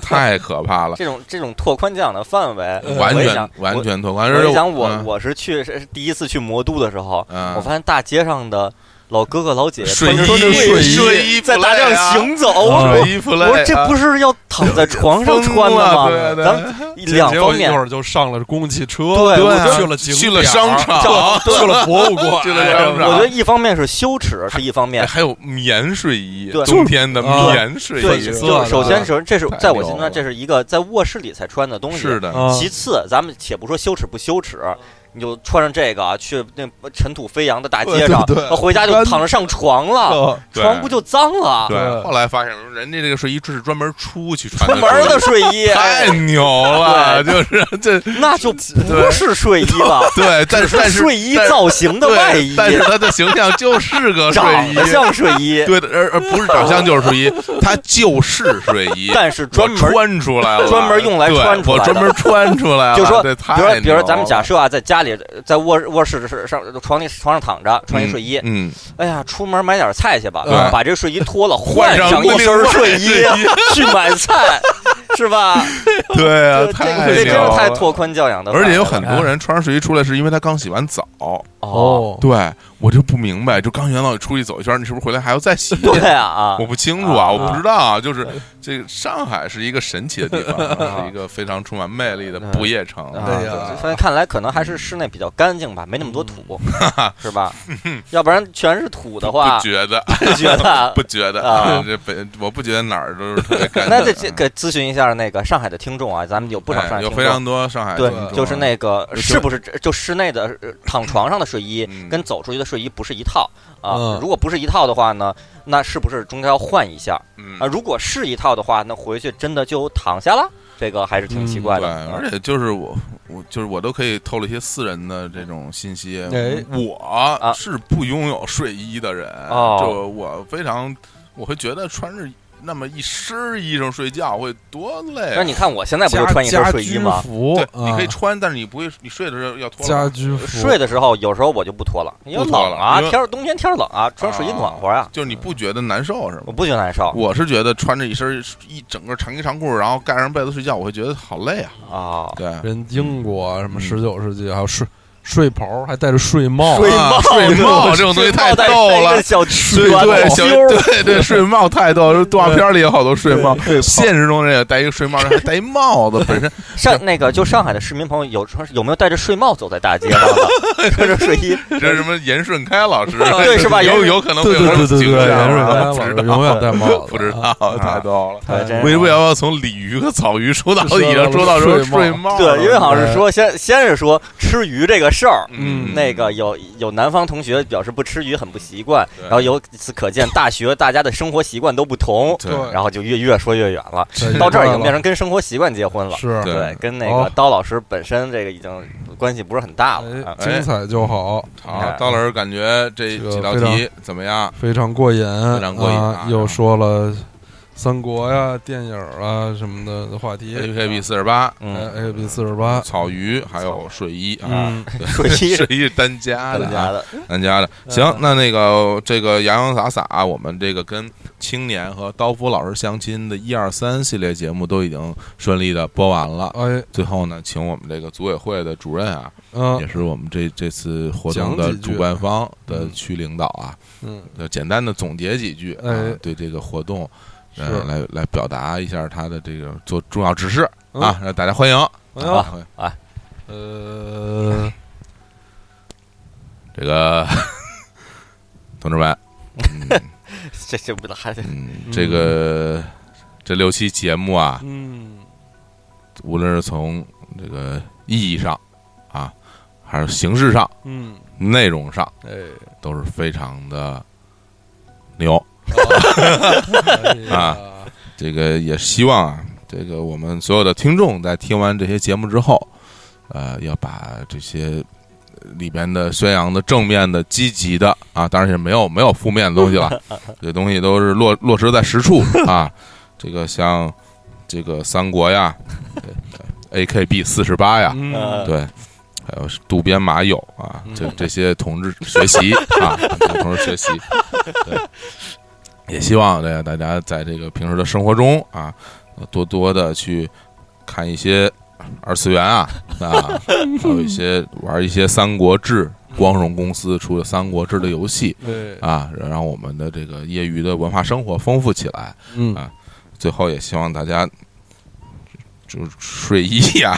S1: 太可怕了，
S2: 哎这种这种拓宽这样的范围，
S1: 呃完
S2: 我也
S1: 全
S2: 想
S1: 完。全拓宽。
S2: 我
S1: 而
S2: 我
S1: 且
S2: 也想我
S1: 嗯
S2: 我是去是第一次去魔都的时候，
S1: 嗯
S2: 我发现大街上的老哥哥老姐姐
S1: 睡
S2: 穿着
S1: 衣
S2: 睡
S1: 睡衣
S2: 在大街上行走，我
S3: 啊
S2: 说
S1: 水衣服嘞，
S2: 我说这不
S1: 是
S2: 是要
S1: [laughs]
S2: 躺在床上穿的吗？咱们两
S3: 结
S2: 方
S3: 果一
S2: 面
S3: 会，儿就上了公共汽车，
S2: 对我觉得
S3: 去了景
S1: 去了
S3: 点
S1: 商，
S2: [laughs]
S1: 场，
S3: 去了博物馆，
S1: 去了商
S2: 哎我觉
S1: 场
S2: 得，一方面是羞耻，是一方
S1: 哎
S2: 面。
S1: 还有棉睡衣，
S2: 对
S1: 冬天的
S3: 啊
S1: 棉睡
S2: 对，
S1: 衣
S3: 粉，色
S2: 就
S3: 的
S2: 首先是这是
S1: 太
S2: 在我
S1: 牛
S2: 心中，
S1: 了
S2: 这是一个在卧室里才穿的东西。
S1: 是的，
S3: 啊
S2: 其次，咱们且不说羞耻不羞耻，你就穿上这个啊去那尘土飞扬的大街上
S3: 对对，对
S2: 回家就躺着上床了，
S3: 啊
S1: 对
S2: 床不就脏了？
S1: 对，
S3: 对
S1: 后来发现人家这个睡衣是专门出去穿的，
S2: 出门的睡衣，
S1: 太牛了，就是这
S2: 那就不是睡衣了，
S1: 对，但
S2: 只
S1: 是但是
S2: 睡衣
S1: 但
S2: 造型的
S1: 对
S2: 外衣，
S1: 但是他的形象就是个睡
S2: 长
S1: 衣，
S2: 得像睡衣，
S1: 对的，而而不是长相就是睡衣，他就是睡衣，
S2: [laughs] 但是专
S1: 我
S2: 门
S1: 穿出来了，
S2: 专门用来
S1: 对
S2: 穿出来
S1: 我
S2: 的
S1: 专门穿出来了，
S2: 比如说，
S1: 这
S2: 比
S1: 太
S2: 如说，比如说，咱们假
S1: 设
S2: 设啊，在家里，在卧卧室是上床里床上躺着，穿一睡衣，
S1: 嗯，
S2: 哎呀，出门买点菜去吧
S1: 对，
S2: 把这睡衣脱了，
S1: [laughs] 换
S2: 换
S1: 上
S2: 上一
S1: 另
S2: 身
S1: 外
S2: 睡衣
S1: 睡衣
S2: [laughs] 去买菜，是吧？
S1: 对啊，
S2: 这这
S1: 太
S2: 这真
S1: 牛
S2: 是
S1: 了
S2: 太拓宽教养的范
S1: 而
S2: 围了，
S1: 且有很多人穿上睡衣出来，是因为他刚洗完澡，澡。
S2: 哦，，
S1: 对我就不明白，就刚元老你出去走一圈，你是不是回来还要再洗？
S2: 对啊啊
S1: 我，不清楚啊，
S2: 啊
S1: 我不知道啊，就是这个上海是一个神奇的地方，啊
S2: [laughs]
S1: 是一个非常充满魅力的
S2: 嗯
S1: 不夜城。
S2: 啊
S3: 对呀
S2: 对所以看来可能还是室内比较干净吧，没那么多土，
S1: 嗯 [laughs]
S2: 是吧？要不然全是土的话
S1: 不，觉
S2: [laughs]
S1: 得，
S2: 觉得
S1: 不觉得
S2: 啊
S1: [laughs] 这北我不觉得哪儿都是特别干净。嗯
S2: 那这这给咨询一下那个上海的听众啊，咱们有不少
S1: 哎
S2: 上海
S1: 有
S2: 听
S1: 非
S2: 众。
S1: 常多上海
S2: 对
S1: 听，众
S2: 就是那个
S1: 就
S2: 室不是就室内的呃躺床上的睡衣
S1: 嗯，
S2: 跟走出去的睡衣不是一套啊
S3: 嗯。
S2: 如果不是一套的话呢，那是不是中间要换一下
S1: 嗯
S2: 啊？如果是一套的话，那回去真的就躺下了，这个还是挺奇怪
S1: 嗯对，
S2: 的。啊
S1: 而且就是我，我就是我都可以透露一些私人的这种信息。
S3: 哎
S1: 我是不拥有睡衣的人，
S2: 啊哦
S1: 就我非常，我会觉得穿着那么一身衣裳睡觉会多累
S2: 那
S1: 啊。
S2: 你看我现在不就
S3: 家
S2: 穿一身
S3: 家
S2: 睡衣
S3: 居
S2: 吗？
S3: 服
S1: 对，，你可以
S3: 啊
S1: 穿，但是你不会，你睡的时候要脱了
S3: 家居服，
S2: 睡的时候有时候我就不脱了，因为
S1: 不脱了
S2: 冷啊，
S1: 因为
S2: 天儿冬天天儿冷啊，穿睡衣
S1: 啊
S2: 暖和啊，
S1: 就是你不觉得难受是
S2: 我
S1: 吗？
S2: 不觉得难受
S1: 我是觉得穿着一身一整个长衣长裤，然后盖上被子睡觉，我会觉得好累啊。
S2: 啊。
S1: 对，
S3: 人英国什
S1: 嗯
S3: 么十九世纪还有睡睡袍，还戴着睡帽，
S2: 睡
S1: 啊
S2: 帽，
S1: 睡帽
S2: 对
S1: 这种东西
S2: 睡帽
S1: 太
S2: 带
S1: 逗
S2: 带一
S1: 了
S2: 个小
S1: 对
S2: 砖
S1: 对，
S2: 头
S1: 小
S2: 揪儿
S1: 对对，睡帽太逗了，动画片里有好多睡帽，现实中人也戴一个睡帽，然后还戴一帽子，本身
S2: 上那个就上海的市民朋友有穿有没有戴着睡帽走在大街上的，穿着睡衣？
S1: 这是什么严顺开老师
S2: 对是吧
S1: 有
S2: 严
S1: 有可能会
S3: 对
S1: 有
S3: 对对对
S1: 这种
S3: 对，对
S1: 倾向
S3: 严瑞
S1: 啊
S3: 丹
S1: 不
S3: 老
S1: 知
S3: 师
S1: 道
S3: 永远戴帽子，
S1: 不知道，太逗了。
S2: 还真
S1: 为
S2: 是
S1: 什么要要从鲤鱼和草鱼说到
S3: 说
S1: 已经说到
S3: 到
S1: 说
S3: 睡帽
S1: 睡帽了？
S2: 对，因为好像是说先先是说吃鱼这个事儿。
S3: 嗯
S2: 那个有有南方同学表示不吃鱼很不习惯，
S1: 对
S2: 然后由此可见，大学大家的生活习惯都不同，
S1: 对嗯
S3: 对
S2: 然后就越越说越远了，
S3: 对
S2: 到这儿已经
S3: 对
S2: 变成跟生活习惯结婚了。
S3: 是
S1: 对
S2: 对，跟那个
S3: 哦
S2: 刀老师本身这个已经关系不是很大了。
S3: 哎
S2: 啊
S3: 精彩就好，啊
S1: 好，刀老师感觉这几道题怎么样？
S3: 非常过瘾，
S1: 非常过瘾啊
S3: 啊！又说了三国呀、电影啊什么的话题
S1: A K B 四十八，
S3: 哎
S2: 嗯，
S3: ，A B 四十八，
S1: 草鱼还有睡衣
S3: [laughs]
S1: 啊，
S3: 嗯，
S2: 睡衣
S1: 睡衣是单加的啊
S2: 大家，的，
S1: 咱家的。行，那那个这个洋洋洒洒，我们这个跟青年和刀夫老师相亲的一二三系列节目都已经顺利的播完了。
S3: 哎，
S1: 最后呢，请我们这个组委会的主任啊，也
S3: 嗯
S1: 是我们这这次活动
S3: 讲
S1: 的
S3: 几句
S1: 主办方的
S3: 嗯
S1: 区领导啊，
S3: 嗯，
S1: 呃简单的总结几句啊
S3: 哎，
S1: 对这个活动，呃，
S3: 是
S1: 来来表达一下他的这个做重要指示
S3: 嗯
S1: 啊，让大家欢迎。
S3: 哎
S2: 好
S3: 呦，
S1: 啊
S3: 呃，
S1: 这个 [laughs] 同志们，嗯
S2: 这这不还得
S1: 嗯，这个这六期节目啊，
S3: 嗯，
S1: 无论是从这个意义上啊，还是形式上、
S3: 嗯，
S1: 内容上，
S3: 哎，
S1: 都是非常的牛。
S3: 哎呀
S1: 啊，这个也希望啊，这个我们所有的听众在听完这些节目之后，呃，要把这些呃里边的宣扬的正面的、积极的啊，当然也没有没有负面的东西了，这东西都是落落实在实处啊。这个像这个三国呀，A 呃 K B 四十八呀，
S3: 嗯，
S1: 对，还有渡边麻友啊，这这些同志学习啊， [laughs] 向同志学习。对，也希望大家大家在这个平时的生活中啊，多多的去看一些二次元啊啊，还有一些玩一些《三国志》，光荣公司出的《三国志》的游戏
S3: 对，
S1: 啊，让我们的这个业余的文化生活丰富起来。
S3: 嗯
S1: 啊最后也希望大家就是睡衣
S2: [laughs]
S1: 呀、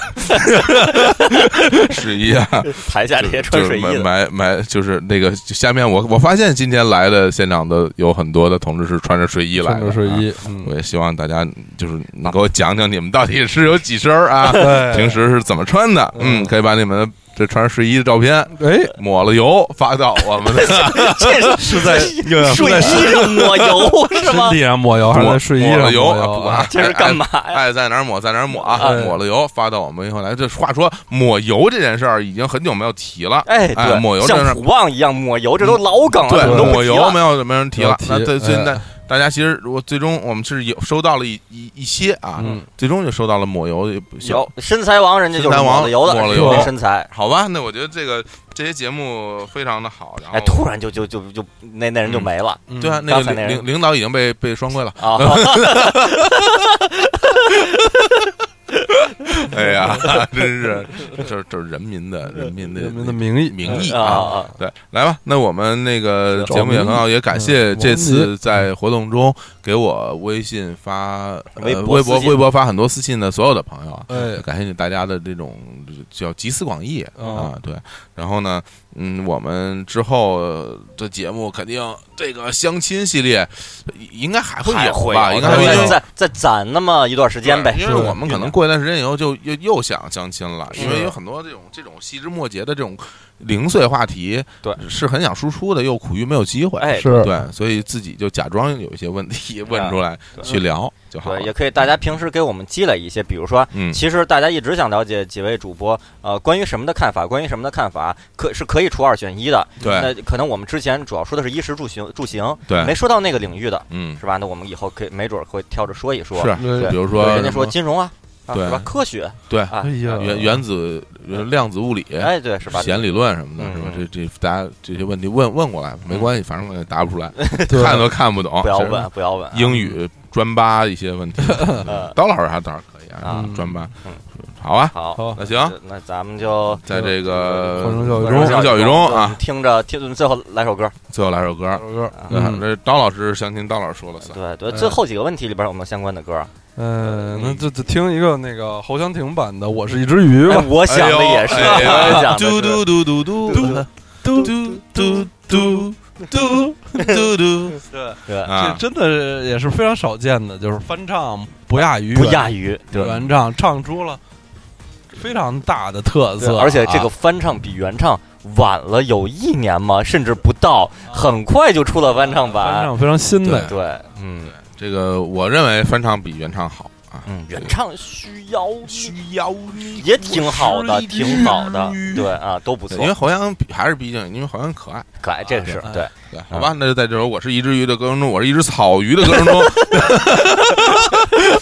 S1: 睡衣呀、
S2: 台下这些穿睡衣
S1: 就是
S2: 的，
S1: 买买买，就是那个就下面我我发现今天来的现场的有很多的同志是穿着睡衣来
S3: 穿
S1: 的、
S3: 着睡
S1: 啊。
S3: 衣，
S1: 我
S3: 嗯，？
S1: 也希望大家就是能给我讲讲你们到底是有几身儿啊
S3: [laughs] 对
S1: 平时是怎么穿的？嗯，
S3: 嗯
S1: 可以把你们这穿着睡衣的照片
S3: 哎，
S1: 抹了油发到我们
S3: [laughs]
S1: 的
S2: 这是 [laughs]
S3: 在
S1: [laughs]
S2: 睡衣上抹油是吗
S3: 身？体上抹油还是在睡衣
S1: 抹
S3: 上
S1: 了油，
S3: 抹
S1: 啊不
S3: 油
S1: 管
S3: 啊？
S2: 这是干嘛哎呀？
S1: 爱哎在哪儿抹在哪儿抹啊，
S3: 哎
S1: 抹了油发到我们以后来。这话说抹油这件事儿已经很久没有提了，
S2: 哎，
S1: 哎
S2: 对，
S1: 抹油这
S2: 像
S1: 是嗯
S2: 普旺一样抹油，这都老梗了，
S1: 对
S2: 怎么都不
S1: 抹
S2: 提
S1: 油
S2: 了
S1: 没有没人提了
S3: 没。有提
S1: 那对，
S3: 哎
S1: 所以那大家其实我最终我们是有收到了一一一些啊
S3: 嗯，
S1: 最终就收到了抹油的小
S2: 有身材王，人家就是
S1: 身材王
S2: 抹了油的，
S1: 抹了
S3: 油
S2: 这身材。
S1: 好吧，那我觉得这个这些节目非常的好，然后
S2: 哎，突然就就就就那那人就没了啊
S1: 对啊，
S3: 嗯
S1: 那
S2: 刚才
S1: 个
S2: 那
S1: 领
S2: 人
S1: 领领导已经被 [laughs]
S2: [laughs]
S1: 被双规了，
S2: 啊！
S1: 哎呀，真是，这这是人民的人民的
S3: 人民的名义
S1: 名义
S2: 啊
S1: 啊。 [laughs]
S2: 啊，
S1: 对，来吧，那我们那个
S3: 找
S1: 节目也很好，也感谢
S3: 嗯
S1: 这次在活动中给我微信发、呃
S2: 微
S1: 微
S2: 博私
S1: 博、
S2: 信
S1: 微博发很多私信的所有的朋友啊，
S3: 哎
S1: 感谢大家的这种叫集思广益、
S3: 哦
S1: 啊，对。然后呢，嗯，我们之后呃这节目肯定这个相亲系列应该还会
S2: 还
S1: 有
S2: 会
S1: 吧，
S2: 有
S1: 应该还
S3: 会
S1: 会
S3: 有
S1: 有
S2: 再。再再攒那么一段时间呗
S1: 对。因为
S3: 是的
S1: 我们可能过一段时间以后就又又想相亲了，因为有很多这种这种细枝末节的这种零碎话题，
S2: 对，
S1: 是很想输出的，又苦于没有机会，
S2: 哎，
S3: 是
S1: 对，所以自己就假装有一些问题问出来
S2: 对
S1: 去聊就好
S2: 啊对，也
S1: 了。
S2: 可以大家平时给我们积累一些，比如说，
S1: 嗯，
S2: 其实大家一直想了解几位主播呃关于什么的看法，关于什么的看法，可是可以出二选一的。
S1: 对哎
S2: 那可能我们之前主要说的是衣食住行住行，没
S1: 对，
S2: 说到那个领域的，
S1: 嗯，
S2: 是吧？那我们以后可以没准儿会挑着说一说。
S1: 是，
S3: 对
S1: 比如
S2: 对
S1: 说
S2: 人家说
S1: 什么
S2: 金融啊，啊
S1: 对
S2: 是吧？科学，
S1: 对
S2: 啊
S3: 哎呀，
S1: 原原子量子物理。
S2: 哎，对，是吧？
S1: 弦理论什么的，
S2: 嗯
S1: 是吧？这
S2: 嗯
S1: 这大家这些问题问问过来没关系，反正我也答不出
S2: [laughs]
S1: 来，
S3: 对
S1: 看都看不懂。
S2: 不要
S1: 是吧嗯
S2: 问，不要问啊。
S1: 英语专八一些问
S2: [laughs]
S1: 题，
S2: 呃
S1: 刀老师还倒是可以啊
S2: 啊，
S1: 专八
S2: 嗯，
S1: 好啊，
S2: 好，
S3: 好
S1: 那行，
S2: 这那咱们就
S1: 在这个
S3: 欢声笑语中
S1: 欢声教育中
S2: 我们
S1: 啊，
S2: 听着听，最后来首歌。
S1: 最后来首歌。
S3: 首歌，
S2: 啊
S1: 对
S3: 嗯
S1: 这刀老师相亲，刀老师说了算。
S2: 对对，最后几个问题里边有没有相关的歌？
S3: 嗯，那就就听一个那个侯湘婷版的《我是一只鱼》
S2: 哎
S3: 吧。
S2: 我想的也是，
S1: 哎呦哎
S2: 我想的
S1: 嘟
S2: 是
S1: 嘟嘟嘟嘟嘟嘟嘟嘟嘟嘟嘟嘟
S3: 对，
S2: 对，
S3: 这
S1: 啊！
S3: 真的是也是非常少见的，就是翻唱不亚于
S2: 不亚于对。
S3: 原唱，唱出了非常大的特
S2: 对
S3: 色啊，
S2: 而且这个翻唱比原唱晚了有一年嘛，甚至不到，很快就出了翻
S3: 翻
S2: 唱版。
S3: 唱非常新的，
S2: 对，嗯
S1: 这个我认为翻唱比原唱好啊，
S2: 嗯，原唱需要
S1: 要你
S2: 也挺好的，挺好的，对啊，都不
S1: 对
S2: 错
S1: 因为。侯阳比还是毕竟，因为侯阳可爱。
S2: 可爱，这个是
S3: 对
S2: 对，
S1: 对，好吧，那就在这首《我是一只鱼》的歌声中，我是一只草鱼的歌声中， [laughs]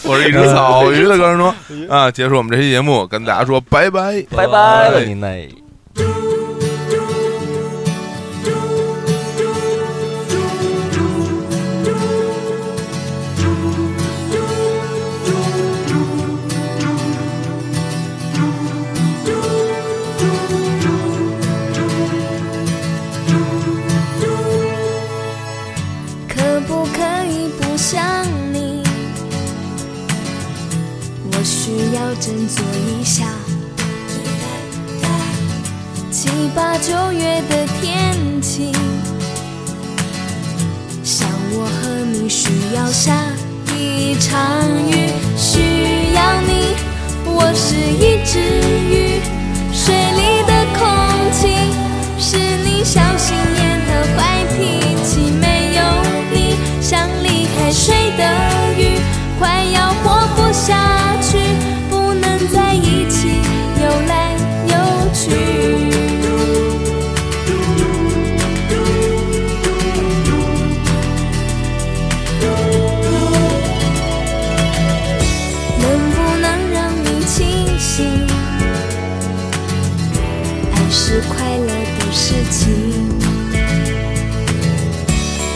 S1: 我是一只草鱼的歌声中啊，结束我们这期节目，跟大家说拜拜。
S2: 拜拜了您嘞。
S4: 可不可以不想你？我需要振作一下。七八九月的天气，像我和你需要下一场雨，需要你。我是一只鱼，水里的空气是你小心眼和坏脾气，没有你像离开水的鱼，快要活不下去，不能在一起游来游去。能不能让你清醒？爱是快乐的事情，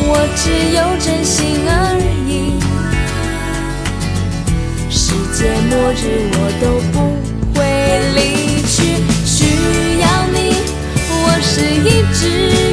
S4: 我只有真心而已。世界末日我都不会离去，需要你，我是一只哦